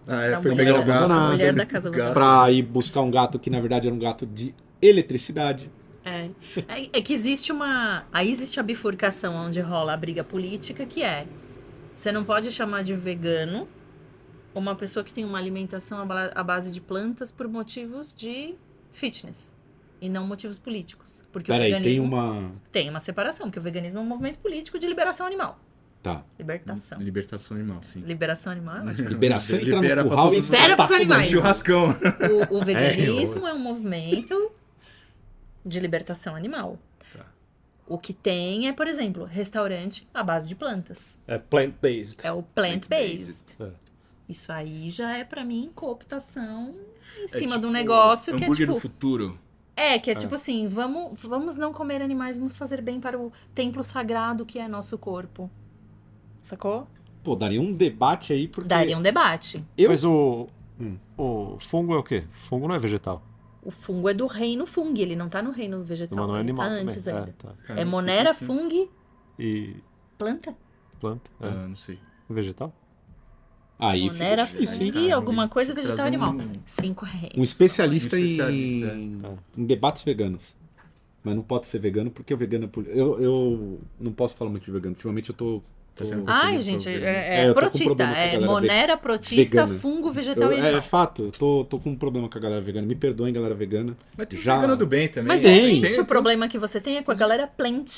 E: Ah, é,
C: Da
E: foi
C: mulher-
E: pegar o gato.
B: da
E: né?
C: mulher da casa
E: Gato.
B: pra ir buscar um gato que na verdade era um gato de eletricidade.
C: É. É- é que existe uma. Aí existe a bifurcação onde rola a briga política, que é. Você não pode chamar de vegano uma pessoa que tem uma alimentação à ba- à base de plantas por motivos de fitness. E não motivos políticos. Porque é o
B: Peraí,
C: veganismo
B: tem uma.
C: tem uma separação, porque o veganismo é um movimento político de liberação animal.
B: Tá.
C: Libertação.
E: Libertação animal,
B: hum.
E: sim.
C: Liberação animal?
B: Liberação
E: Libera
B: entra
E: pra
B: no curral
E: todos os-
C: Libera pros
B: Tá com-
C: animais.
E: Churrascão.
D: É,
C: O, o veganismo é, um movimento de libertação animal.
E: Tá.
C: O que tem é, por exemplo, restaurante à base de plantas.
D: É plant-based.
C: É o plant-based.
D: Plant-based, é.
C: Isso aí já é, pra mim, cooptação
D: É
C: em cima de
E: tipo
C: um negócio que é
E: Hambúrguer do
C: tipo.
E: futuro.
C: É, que é tipo assim: vamos, vamos não comer animais, vamos fazer bem para o templo sagrado que é nosso corpo. Sacou?
B: Pô, daria um debate aí, porque.
C: Daria um debate.
B: Eu-
D: Mas o,
B: Hum.
D: o fungo é o quê? Fungo não é vegetal.
C: O fungo é do reino fungo, ele não tá no reino vegetal.
D: Mas não é
C: ele
D: animal
C: tá
D: também.
C: antes ainda.
D: É, tá.
C: É
E: Cara,
C: monera,
E: assim.
C: fungi,
D: E
C: planta.
D: planta? É.
E: Ah, não sei.
D: Vegetal?
B: Aí
C: Monera,
B: fica difícil, né? hein?
C: fungo. Ih, né? alguma coisa
E: Tem que
C: vegetal
E: trazer
C: animal.
E: um-
C: Cinco reis.
B: Um especialista,
E: Um especialista,
B: em...
D: é.
B: em debates veganos. Mas não pode ser vegano porque o vegano é poli- eu, eu não posso falar muito de vegano. Ultimamente eu tô. tô...
E: Tá sendo
C: Ai,
E: Você
C: gente,
E: não
C: é,
B: É,
C: é
B: eu tô com
C: protista.
B: problema com a
C: É
B: galera
C: monera, protista,
B: vegana.
C: fungo, vegetal
B: Eu,
C: e
B: é
C: animal.
B: fato, eu tô, tô com um problema com a galera vegana. Me perdoem, galera vegana.
E: Mas tem
B: Já-
E: Já... vegano do bem também.
C: Mas,
B: Tem,
C: gente,
E: tem
C: o
E: os-
C: problema que você tem é com a galera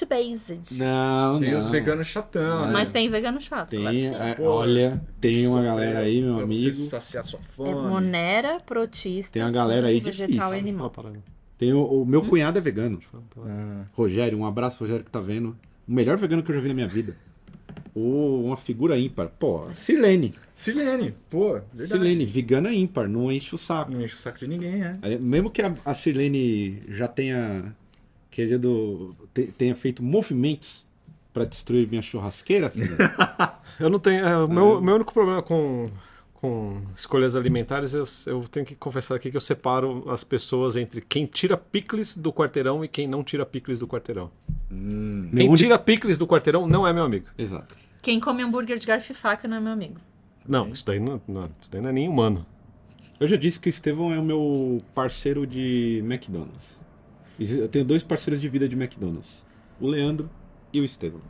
C: plant-based.
B: Não,
E: Tem
B: não.
E: os veganos chatão, né?
C: Mas tem vegano chato. claro que
B: Tem,
C: tem.
B: é,
E: Pô,
B: olha, tem uma
E: Sofrer
B: galera aí, meu
E: pra
B: amigo.
E: Você saciar sua fome.
C: É monera, protista,
B: Tem uma galera aí
C: fungo, vegetal
B: difícil.
C: e
D: Fala,
C: É animal.
D: parada. tá
B: Tem o, o meu cunhado é vegano.
D: Fala, parada.
E: Ah,
B: Rogério, um abraço, Rogério, que tá vendo. O melhor vegano que eu já vi na minha vida. Ou uma figura ímpar. Pô, Silene.
E: Silene, pô, verdade.
B: Silene, vegana ímpar, não enche o saco.
E: Não enche o saco de ninguém, né?
B: Aí, Mesmo que a, a Silene já tenha querido. te- tenha feito movimentos pra destruir minha churrasqueira, filho,
D: Eu não tenho. é, o meu, meu único problema com, com escolhas alimentares, eu, eu tenho que confessar aqui que eu separo as pessoas entre quem tira picles do quarteirão e quem não tira picles do quarteirão.
B: meu
D: quem
B: único-
D: tira picles do quarteirão não é meu amigo.
B: Exato.
C: Quem come hambúrguer de garfo e faca não é meu amigo.
D: Não, isso daí não, não- isso daí não é nem humano.
B: Eu já disse que o Estevão é o meu parceiro de McDonald's. Exi- Eu tenho dois parceiros de vida de McDonald's. O Leandro e o Estevão.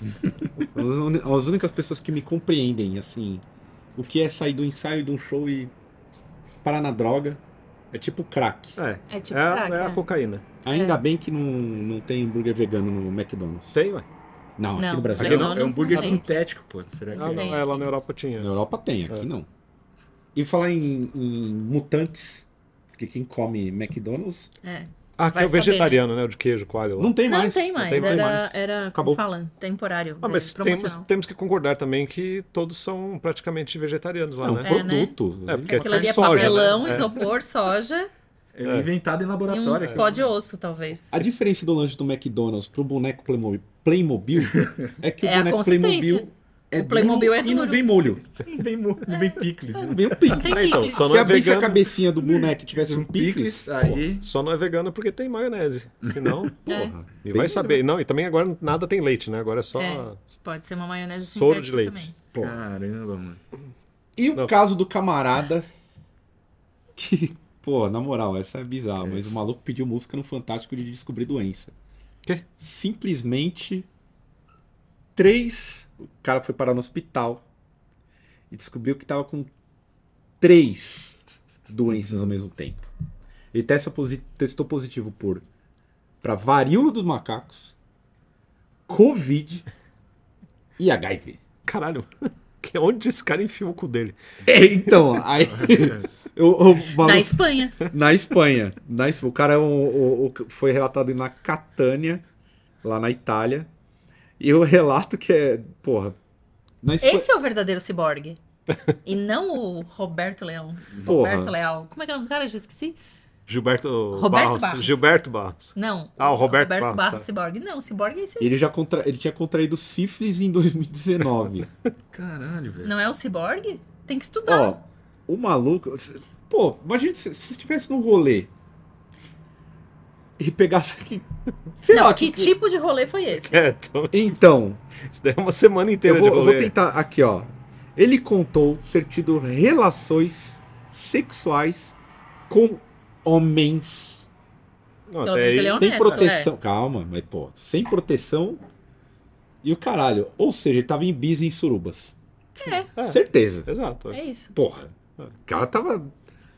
B: São as uni- as únicas pessoas que me compreendem, assim. O que é sair do ensaio de um show e parar na droga. É tipo crack.
D: É,
C: É tipo
D: é, a-
C: crack,
D: é
C: é.
D: a cocaína.
B: Ainda bem que não, não tem hambúrguer vegano no McDonald's.
D: Tem, ué.
B: Não, aqui
C: Não,
B: no Brasil
C: aqui
B: não.
C: não.
E: é um hambúrguer
C: tem.
E: sintético, pô. Será que
D: Ah,
E: é?
D: não, é, lá na Europa tinha.
B: Na Europa tem, aqui não. E falar em, em mutantes, porque quem come McDonald's
C: É.
D: Ah, que é
C: Vai
D: o
C: saber,
D: vegetariano, né? O de queijo, coalho lá.
B: não tem
C: não
B: mais.
C: tem mais.
D: tem
C: era,
B: mais.
C: era
B: Acabou.
C: como fala, temporário.
D: Ah, mas
C: é,
D: temos,
C: promocional.
D: temos que concordar também que todos são praticamente vegetarianos lá,
B: É um
D: né?
C: É, né?
B: produto.
D: É, porque-
C: Aquilo ali é
D: soja, né?
C: papelão,
D: É.
C: isopor, soja
E: É inventado em
C: e
E: laboratório.
C: uns
E: cara.
C: pó de osso, talvez.
B: A diferença do lanche do McDonald's pro boneco Playmobil, Playmobil é que
C: É a
B: o boneco
C: consistência.
B: Playmobil é
C: O Playmobil
B: duro
C: é
B: e não
C: duro.
B: vem molho.
E: Não vem, mo- não vem picles. né?
B: Não vem um picles.
C: Tem
D: Ah, então,
C: picles.
D: só não
B: Se
D: é
B: abrisse
D: vegano.
B: a cabecinha do boneco e tivesse um picles,
E: Picles, aí.
D: Só não é vegano porque tem maionese. Senão,
C: É.
B: porra,
D: e
B: bem
D: vai saber. Não, e também agora nada tem leite, né? Agora é só.
C: É. Pode ser uma maionese
D: Soro de
C: sintética
D: leite.
C: também.
B: Pô.
E: Caramba, mano.
B: E o
D: Não.
B: caso do camarada que, pô, na moral, essa é bizarra, mas o maluco pediu música no Fantástico de descobrir doença.
D: Quê?
B: Simplesmente três, o cara foi parar no hospital e descobriu que tava com três doenças ao mesmo tempo. Ele testa posi- testou positivo por para varíola dos macacos, COVID e HIV.
D: Caralho, que- onde esse cara enfia o cu dele?
B: É, então, aí. o, o maluco-
C: Na Espanha.
B: na Espanha. Na Espanha. O cara é um- o- o- foi relatado na Catânia, lá na Itália. E o relato que é. Porra. Na Espanha.
C: Esse é o verdadeiro ciborgue. E não o Roberto Leão.
B: Porra.
C: Roberto Leal. Como é que é o nome do cara? Eu já esqueci.
D: Gilberto,
C: Roberto
D: Barros.
C: Barros.
D: Gilberto Barros.
C: Não.
D: Ah, o Roberto
C: Barros,
D: Barros, tá.
C: ciborgue. Não, ciborgue é esse aí.
B: Ele já contra... ele tinha contraído sífilis em 2019.
E: Caralho, velho.
C: Não é o ciborgue? Tem que estudar.
B: Ó, o maluco. se- Pô, imagina se se estivesse num rolê. E pegasse aqui. Sei
C: não,
B: lá,
C: que tipo de rolê foi esse?
D: É, então,
B: Então,
D: isso daí é uma semana
B: Eu
D: inteira
B: vou,
D: de
B: eu
D: rolê.
B: vou tentar aqui, ó. Ele contou ter tido relações sexuais com homens
D: Não,
C: Pelo
D: até
C: menos
D: aí,
C: ele é um-
B: sem
C: honesto,
B: proteção. Calma, mas pô, sem proteção e o caralho. Ou seja, ele tava em bis em surubas.
C: É,
D: É.
B: Certeza.
D: Exato.
C: é isso.
B: Porra. O cara tava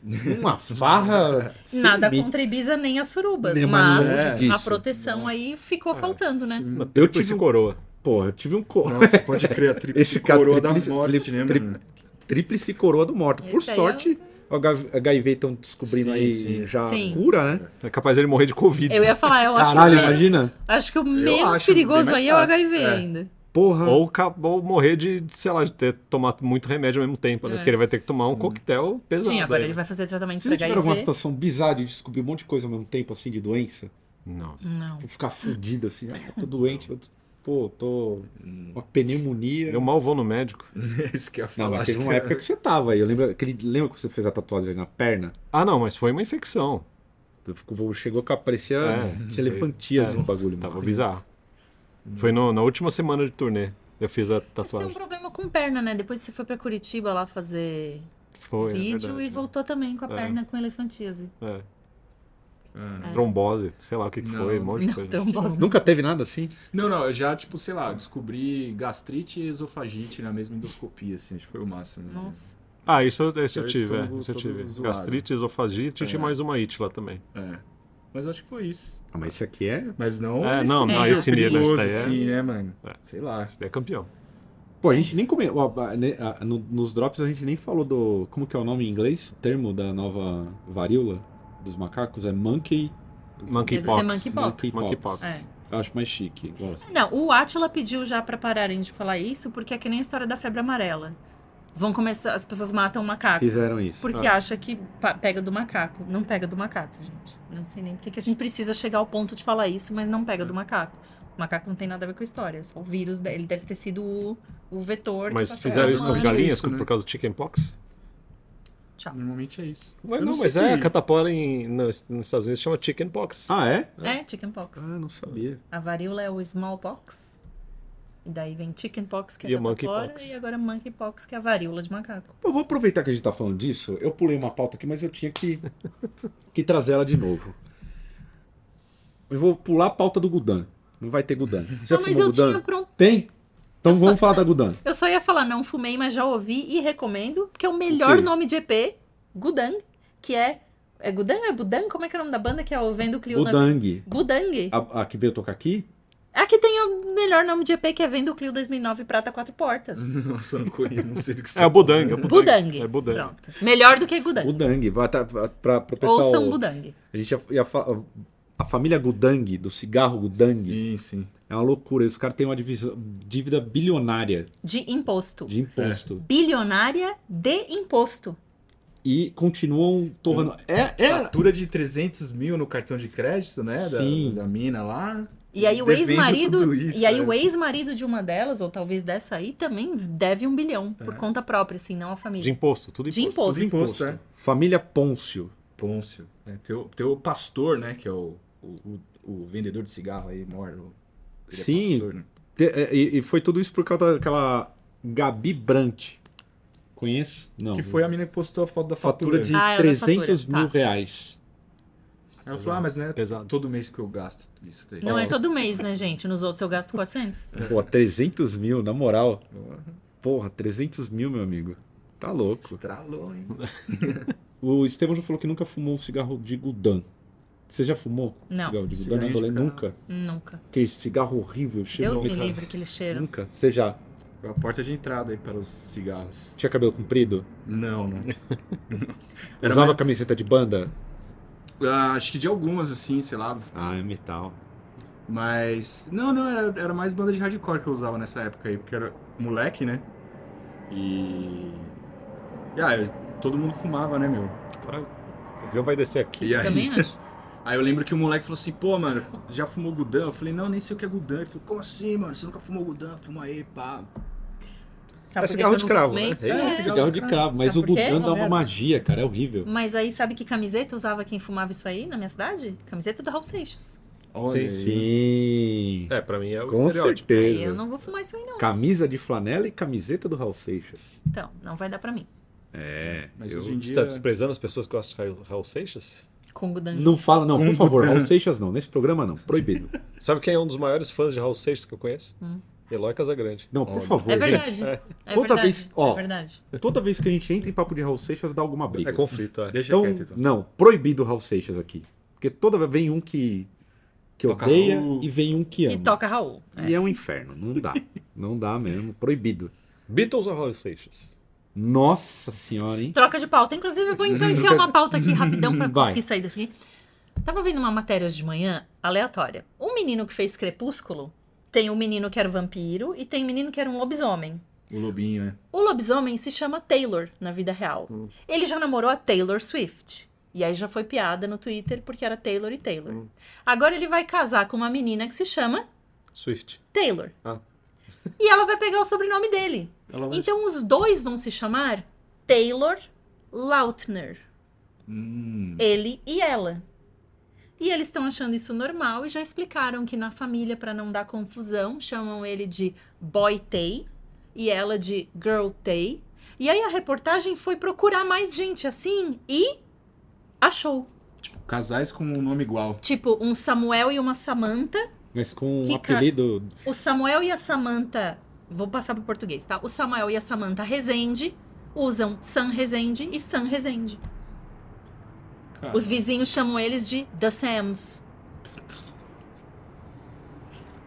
B: numa farra. sem
C: Nada
B: limites.
C: contra Ibiza nem as surubas,
B: Nem mais
C: mas
B: nada
C: a
B: disso.
C: proteção aí ficou faltando, né?
E: Sim.
B: Eu
D: Tipo esse
B: tive um,
D: coroa.
B: porra, eu tive um co-
E: Nossa, pode crer, a tríplice
B: Esse cara
E: coroa da
B: tríplice-
E: morte,
B: tri-
E: né,
B: tri-
E: mano?
B: tríplice coroa do morto. Por
C: Esse aí é
B: sorte, o HIV estão descobrindo
E: Sim,
B: aí
E: sim.
B: já a
C: Sim.
B: cura, né?
D: É capaz dele morrer de Covid.
C: Eu ia falar, eu acho
B: Caralho,
C: que é. o menos,
B: imagina.
C: acho que o menos
E: acho,
C: perigoso
E: bem mais
C: aí é o
E: fácil.
C: HIV
E: É.
C: ainda.
B: Porra.
D: Ou acabou morrer de, de, sei lá, de ter tomado muito remédio ao mesmo tempo, né?
C: É.
D: Porque ele vai ter que tomar um coquetel pesado.
C: Sim, agora
D: aí.
C: ele vai fazer tratamento
B: Vocês já
C: pra
B: tiveram alguma
C: HIV.
B: situação bizarra de descobrir um monte de coisa ao mesmo tempo, assim, de doença?
D: Não.
C: Não.
B: Tipo, ficar fudido, assim, ah, tô doente, eu tô- pô, tô... Uma pneumonia...
D: Hum. Eu é. mal vou no médico.
E: Isso que eu ia falar.
B: Não, mas teve uma
E: cara.
B: época que você tava aí, eu lembro, aquele, lembra que você fez a tatuagem na perna?
D: Ah, não, mas foi uma infecção.
B: Tu ficou- chegou que parecia
D: É.
B: de elefantias
D: É.
B: no bagulho.
D: Tava
B: mano.
D: bizarro. Foi no- na última semana de turnê. Eu fiz a
C: Mas tem um
D: tatuagem.
C: problema com perna, né? Depois você foi pra Curitiba lá fazer
D: Foi. é
C: um vídeo
D: verdade,
C: e voltou também com a
D: É.
C: perna com elefantíase.
D: né?
E: Ah.
D: É. Trombose, sei lá o que, que
E: Não.
D: foi, um monte de
C: Não,
D: coisa.
C: trombose.
B: Nunca teve nada assim?
E: Não, não, eu já, tipo, sei lá, descobri gastrite e esofagite na mesma endoscopia, assim, acho que foi o máximo. né?
C: Nossa.
D: Ah, isso, eu- isso eu
E: Eu
D: tive, é,
E: estou
D: isso eu
E: todo
D: tive.
E: zoado.
D: Gastrite, esofagite e tinha mais uma it lá também.
E: É. Mas acho que foi isso.
B: Ah, mas isso aqui é...
E: Mas não.
D: É, não,
C: não, esse nível,
E: perigoso,
D: esse daí é-
E: assim, né, mano?
D: É.
E: Sei lá.
D: Isso daí é campeão.
B: Pô, a gente nem comeu... a- a- né, a- no- Nos drops a gente nem falou do... Como que é o nome em inglês? O termo da nova varíola dos macacos é monkey...
C: Deve
D: Monkeypox.
C: ser monkeypox.
D: Monkeypox.
C: É.
B: Eu acho mais chique. Gosto.
C: Não, o Atila pediu já pra pararem de falar isso, porque é que nem a história da febre amarela. Vão começar, as pessoas matam macacos.
B: Fizeram isso.
C: Porque
D: Ah.
C: acha que pa- pega do macaco. Não pega do macaco, gente. Não sei nem porque que a gente precisa chegar ao ponto de falar isso, mas não
D: É.
C: pega do macaco. O macaco não tem nada a ver com a história. Só o vírus, de- ele deve ter sido o, o vetor. que tá
D: Mas
C: passou Uhum.
D: fizeram
C: pra
D: isso com as
E: Mas é
C: humano.
D: galinhas
E: isso, né?
D: por causa do chickenpox?
E: Normalmente é isso.
D: Ué,
E: Eu
D: não,
E: sei
D: mas é, a
E: que-
D: catapora em, nos, nos Estados Unidos chama chickenpox.
B: Ah, é?
C: É, chickenpox.
B: não sabia.
C: A varíola é o smallpox. E daí vem chickenpox, que é
D: E o
C: catapora,
D: monkeypox.
C: e agora monkeypox, que é a varíola de macaco.
B: Eu vou aproveitar que a gente tá falando disso. Eu pulei uma pauta aqui, mas eu tinha que, que trazer ela de novo. Eu vou pular a pauta do Gudan. Não vai ter Gudan. Você
C: ah, mas
B: fumou
C: eu
B: Gudan?
C: tinha pronto.
B: Tem? Então
C: Eu
B: vamos
C: só-
B: falar da Gudan.
C: Eu só ia falar, não fumei, mas já ouvi e recomendo, que é o melhor
B: quê?
C: nome de EP, Gudang, que é. É Gudang? É Budang? Como é que é o nome da banda que é o Vendo Clio
B: O
C: na-
B: Dang,
C: Budang.
B: a, a que veio tocar aqui,
C: Aqui tem o melhor nome de EP, que é Vendo Clio 2009 Prata Quatro Portas.
E: Nossa, eu não conheço, não sei do que você tá
D: É o Budang. é o
C: Budang.
D: É Budang.
C: Pronto. Melhor do que Gudang.
B: o Dang, vai tá, para o pessoal.
C: Ouçam Budang.
B: A gente ia, ia fa- a família Gudang, do cigarro Gudang,
E: Sim, sim.
B: é uma loucura. Os caras têm uma divisão- dívida bilionária
C: De imposto.
B: de imposto.
C: Bilionária de imposto.
B: E continuam torrando. É, é,
E: Fatura de 300 mil no cartão de crédito, né? da-
B: Sim.
E: Da, mina lá.
C: E aí o
E: Devendo
C: ex-marido.
E: tudo isso,
C: E aí
E: é.
C: o ex-marido de uma delas, ou talvez dessa aí, também deve um bilhão por conta própria, assim, não a
D: De
C: família.
D: imposto, tudo
C: De
D: imposto.
C: imposto.
E: Tudo imposto, é.
B: família Pôncio.
E: Pôncio. É, teu, teu pastor, né? Que é o, o, o- o vendedor de cigarro aí, mora. o- ele é
B: Sim.
E: pastor, né?
B: Te- é, E, e foi tudo isso por causa daquela Gabi Brant. Conheço? Não.
E: Que foi a mina que postou a foto da fatura.
B: fatura de
C: Ah, é o da
B: 300
C: fatura,
B: mil
C: tá.
B: reais.
E: Ela falou, ah, mas não é
D: Pesado.
E: todo mês que eu gasto isso daí.
C: Não é todo mês, né, gente? Nos outros eu gasto 400.
B: Pô, 300 mil, na moral.
E: "Ah,
B: Porra, 300 mil, meu amigo. Tá louco.
E: Estralou, hein?
B: O Estevão já falou que nunca fumou um cigarro de Gudan. Você já fumou?
C: Não.
B: Cigarro de Gudan,
E: Cigarrinho de
B: Adolé?
E: carro.
B: Nunca.
C: Nunca.
B: Que cigarro horrível. cheiro
C: Deus me
B: horrível.
C: livre aquele cheiro.
B: Nunca. Você já
E: Foi a porta de entrada aí para os cigarros.
B: tinha cabelo comprido?
E: Não, né? não.
B: Usava camiseta de banda?
E: Ah, acho que de algumas, assim, sei lá.
B: Ah, é metal.
E: Mas. Não, não, era, era mais banda de hardcore que eu usava nessa época aí, porque era moleque, né? E. e, ah, eu- todo mundo fumava, né, meu?
D: O avião vai descer aqui.
E: E aí,
C: Também acho.
E: aí eu lembro que o moleque falou assim, pô, mano, já fumou Gudan? Eu falei, não, nem sei o que é Gudan. Ele falou, como assim, mano? Você nunca fumou Gudan? Fuma aí, pá.
C: Sabe
D: É
C: por que que
D: cigarro
C: eu
D: de
C: nunca
D: cravo,
C: fumei?
D: né? É
B: É,
E: isso,
C: É.
B: cigarro de cravo. Mas
C: Sabe
B: o
C: por quê?
B: Gudan dá uma
E: Merda.
B: magia, cara. É horrível.
C: Mas aí, sabe que camiseta usava quem fumava isso aí na minha cidade? Camiseta do Raul Seixas.
E: Olha
D: Sim,
E: aí.
B: Sim.
D: É, pra mim é o
B: Com
D: estereótipo.
C: Aí eu
B: certeza.
C: não vou fumar isso aí, não.
B: Camisa de flanela e camiseta do Raul Seixas.
C: Então, não vai dar pra mim.
B: É.
E: Mas
D: Eu-
E: hoje em
D: Você
E: dia...
D: tá desprezando as pessoas que gostam de Raul- Raul Seixas?
C: Com Gudan.
B: Não fala, não,
E: Com
B: por favor.
E: Gudan.
B: Raul Seixas não. Nesse programa não. Proibido.
D: Sabe quem é um dos maiores fãs de Raul Seixas que eu conheço?
C: Hum.
D: Eloy Casagrande.
B: Não, por favor.
C: É
B: gente.
C: verdade.
D: É.
C: É
B: Toda
C: verdade.
B: vez- ó.
C: É verdade.
B: Toda vez que a gente entra em papo de Raul Seixas, dá alguma briga.
D: É conflito, é.
E: Deixa
B: Então,
E: quieto, então.
B: não, proibido Raul Seixas aqui. Porque toda vez vem um que, que
E: Toca
B: odeia
E: Raul.
B: e vem um que
C: E
B: ama.
C: toca Raul. É.
B: E é um inferno, não dá. não dá mesmo, proibido.
D: Beatles ou Raul Seixas?
B: Nossa senhora, hein?
C: Troca de pauta. Inclusive, eu vou então enfiar uma pauta aqui rapidão pra
B: Vai.
C: conseguir sair desse aqui. Tava vendo uma matéria hoje de manhã, aleatória. Um menino que fez Crepúsculo, tem um menino que era vampiro e tem um menino que era um lobisomem.
E: O lobinho, né?
C: O lobisomem se chama Taylor na vida real. Ele já namorou a Taylor Swift. E aí já foi piada no Twitter porque era Taylor e Taylor. Agora ele vai casar com uma menina que se chama
D: Swift.
C: Taylor.
D: Ah.
C: E ela vai pegar o sobrenome dele.
E: Ela vai-
C: Então os dois vão se chamar Taylor Lautner.
E: Hum,
C: Ele e ela. E eles estão achando isso normal e já explicaram que na família, para não dar confusão, chamam ele de Boy Tay e ela de Girl Tay. E aí a reportagem foi procurar mais gente assim e achou.
E: casais com um nome igual.
C: Tipo, um Samuel e uma Samantha.
B: Mas com um
C: Que ca-
B: apelido.
C: O Samuel e a Samantha. Vou passar pro português, tá? O Samuel e a Samantha Rezende usam San Rezende e San Rezende.
E: Cara,
C: Os vizinhos chamam eles de The Sams.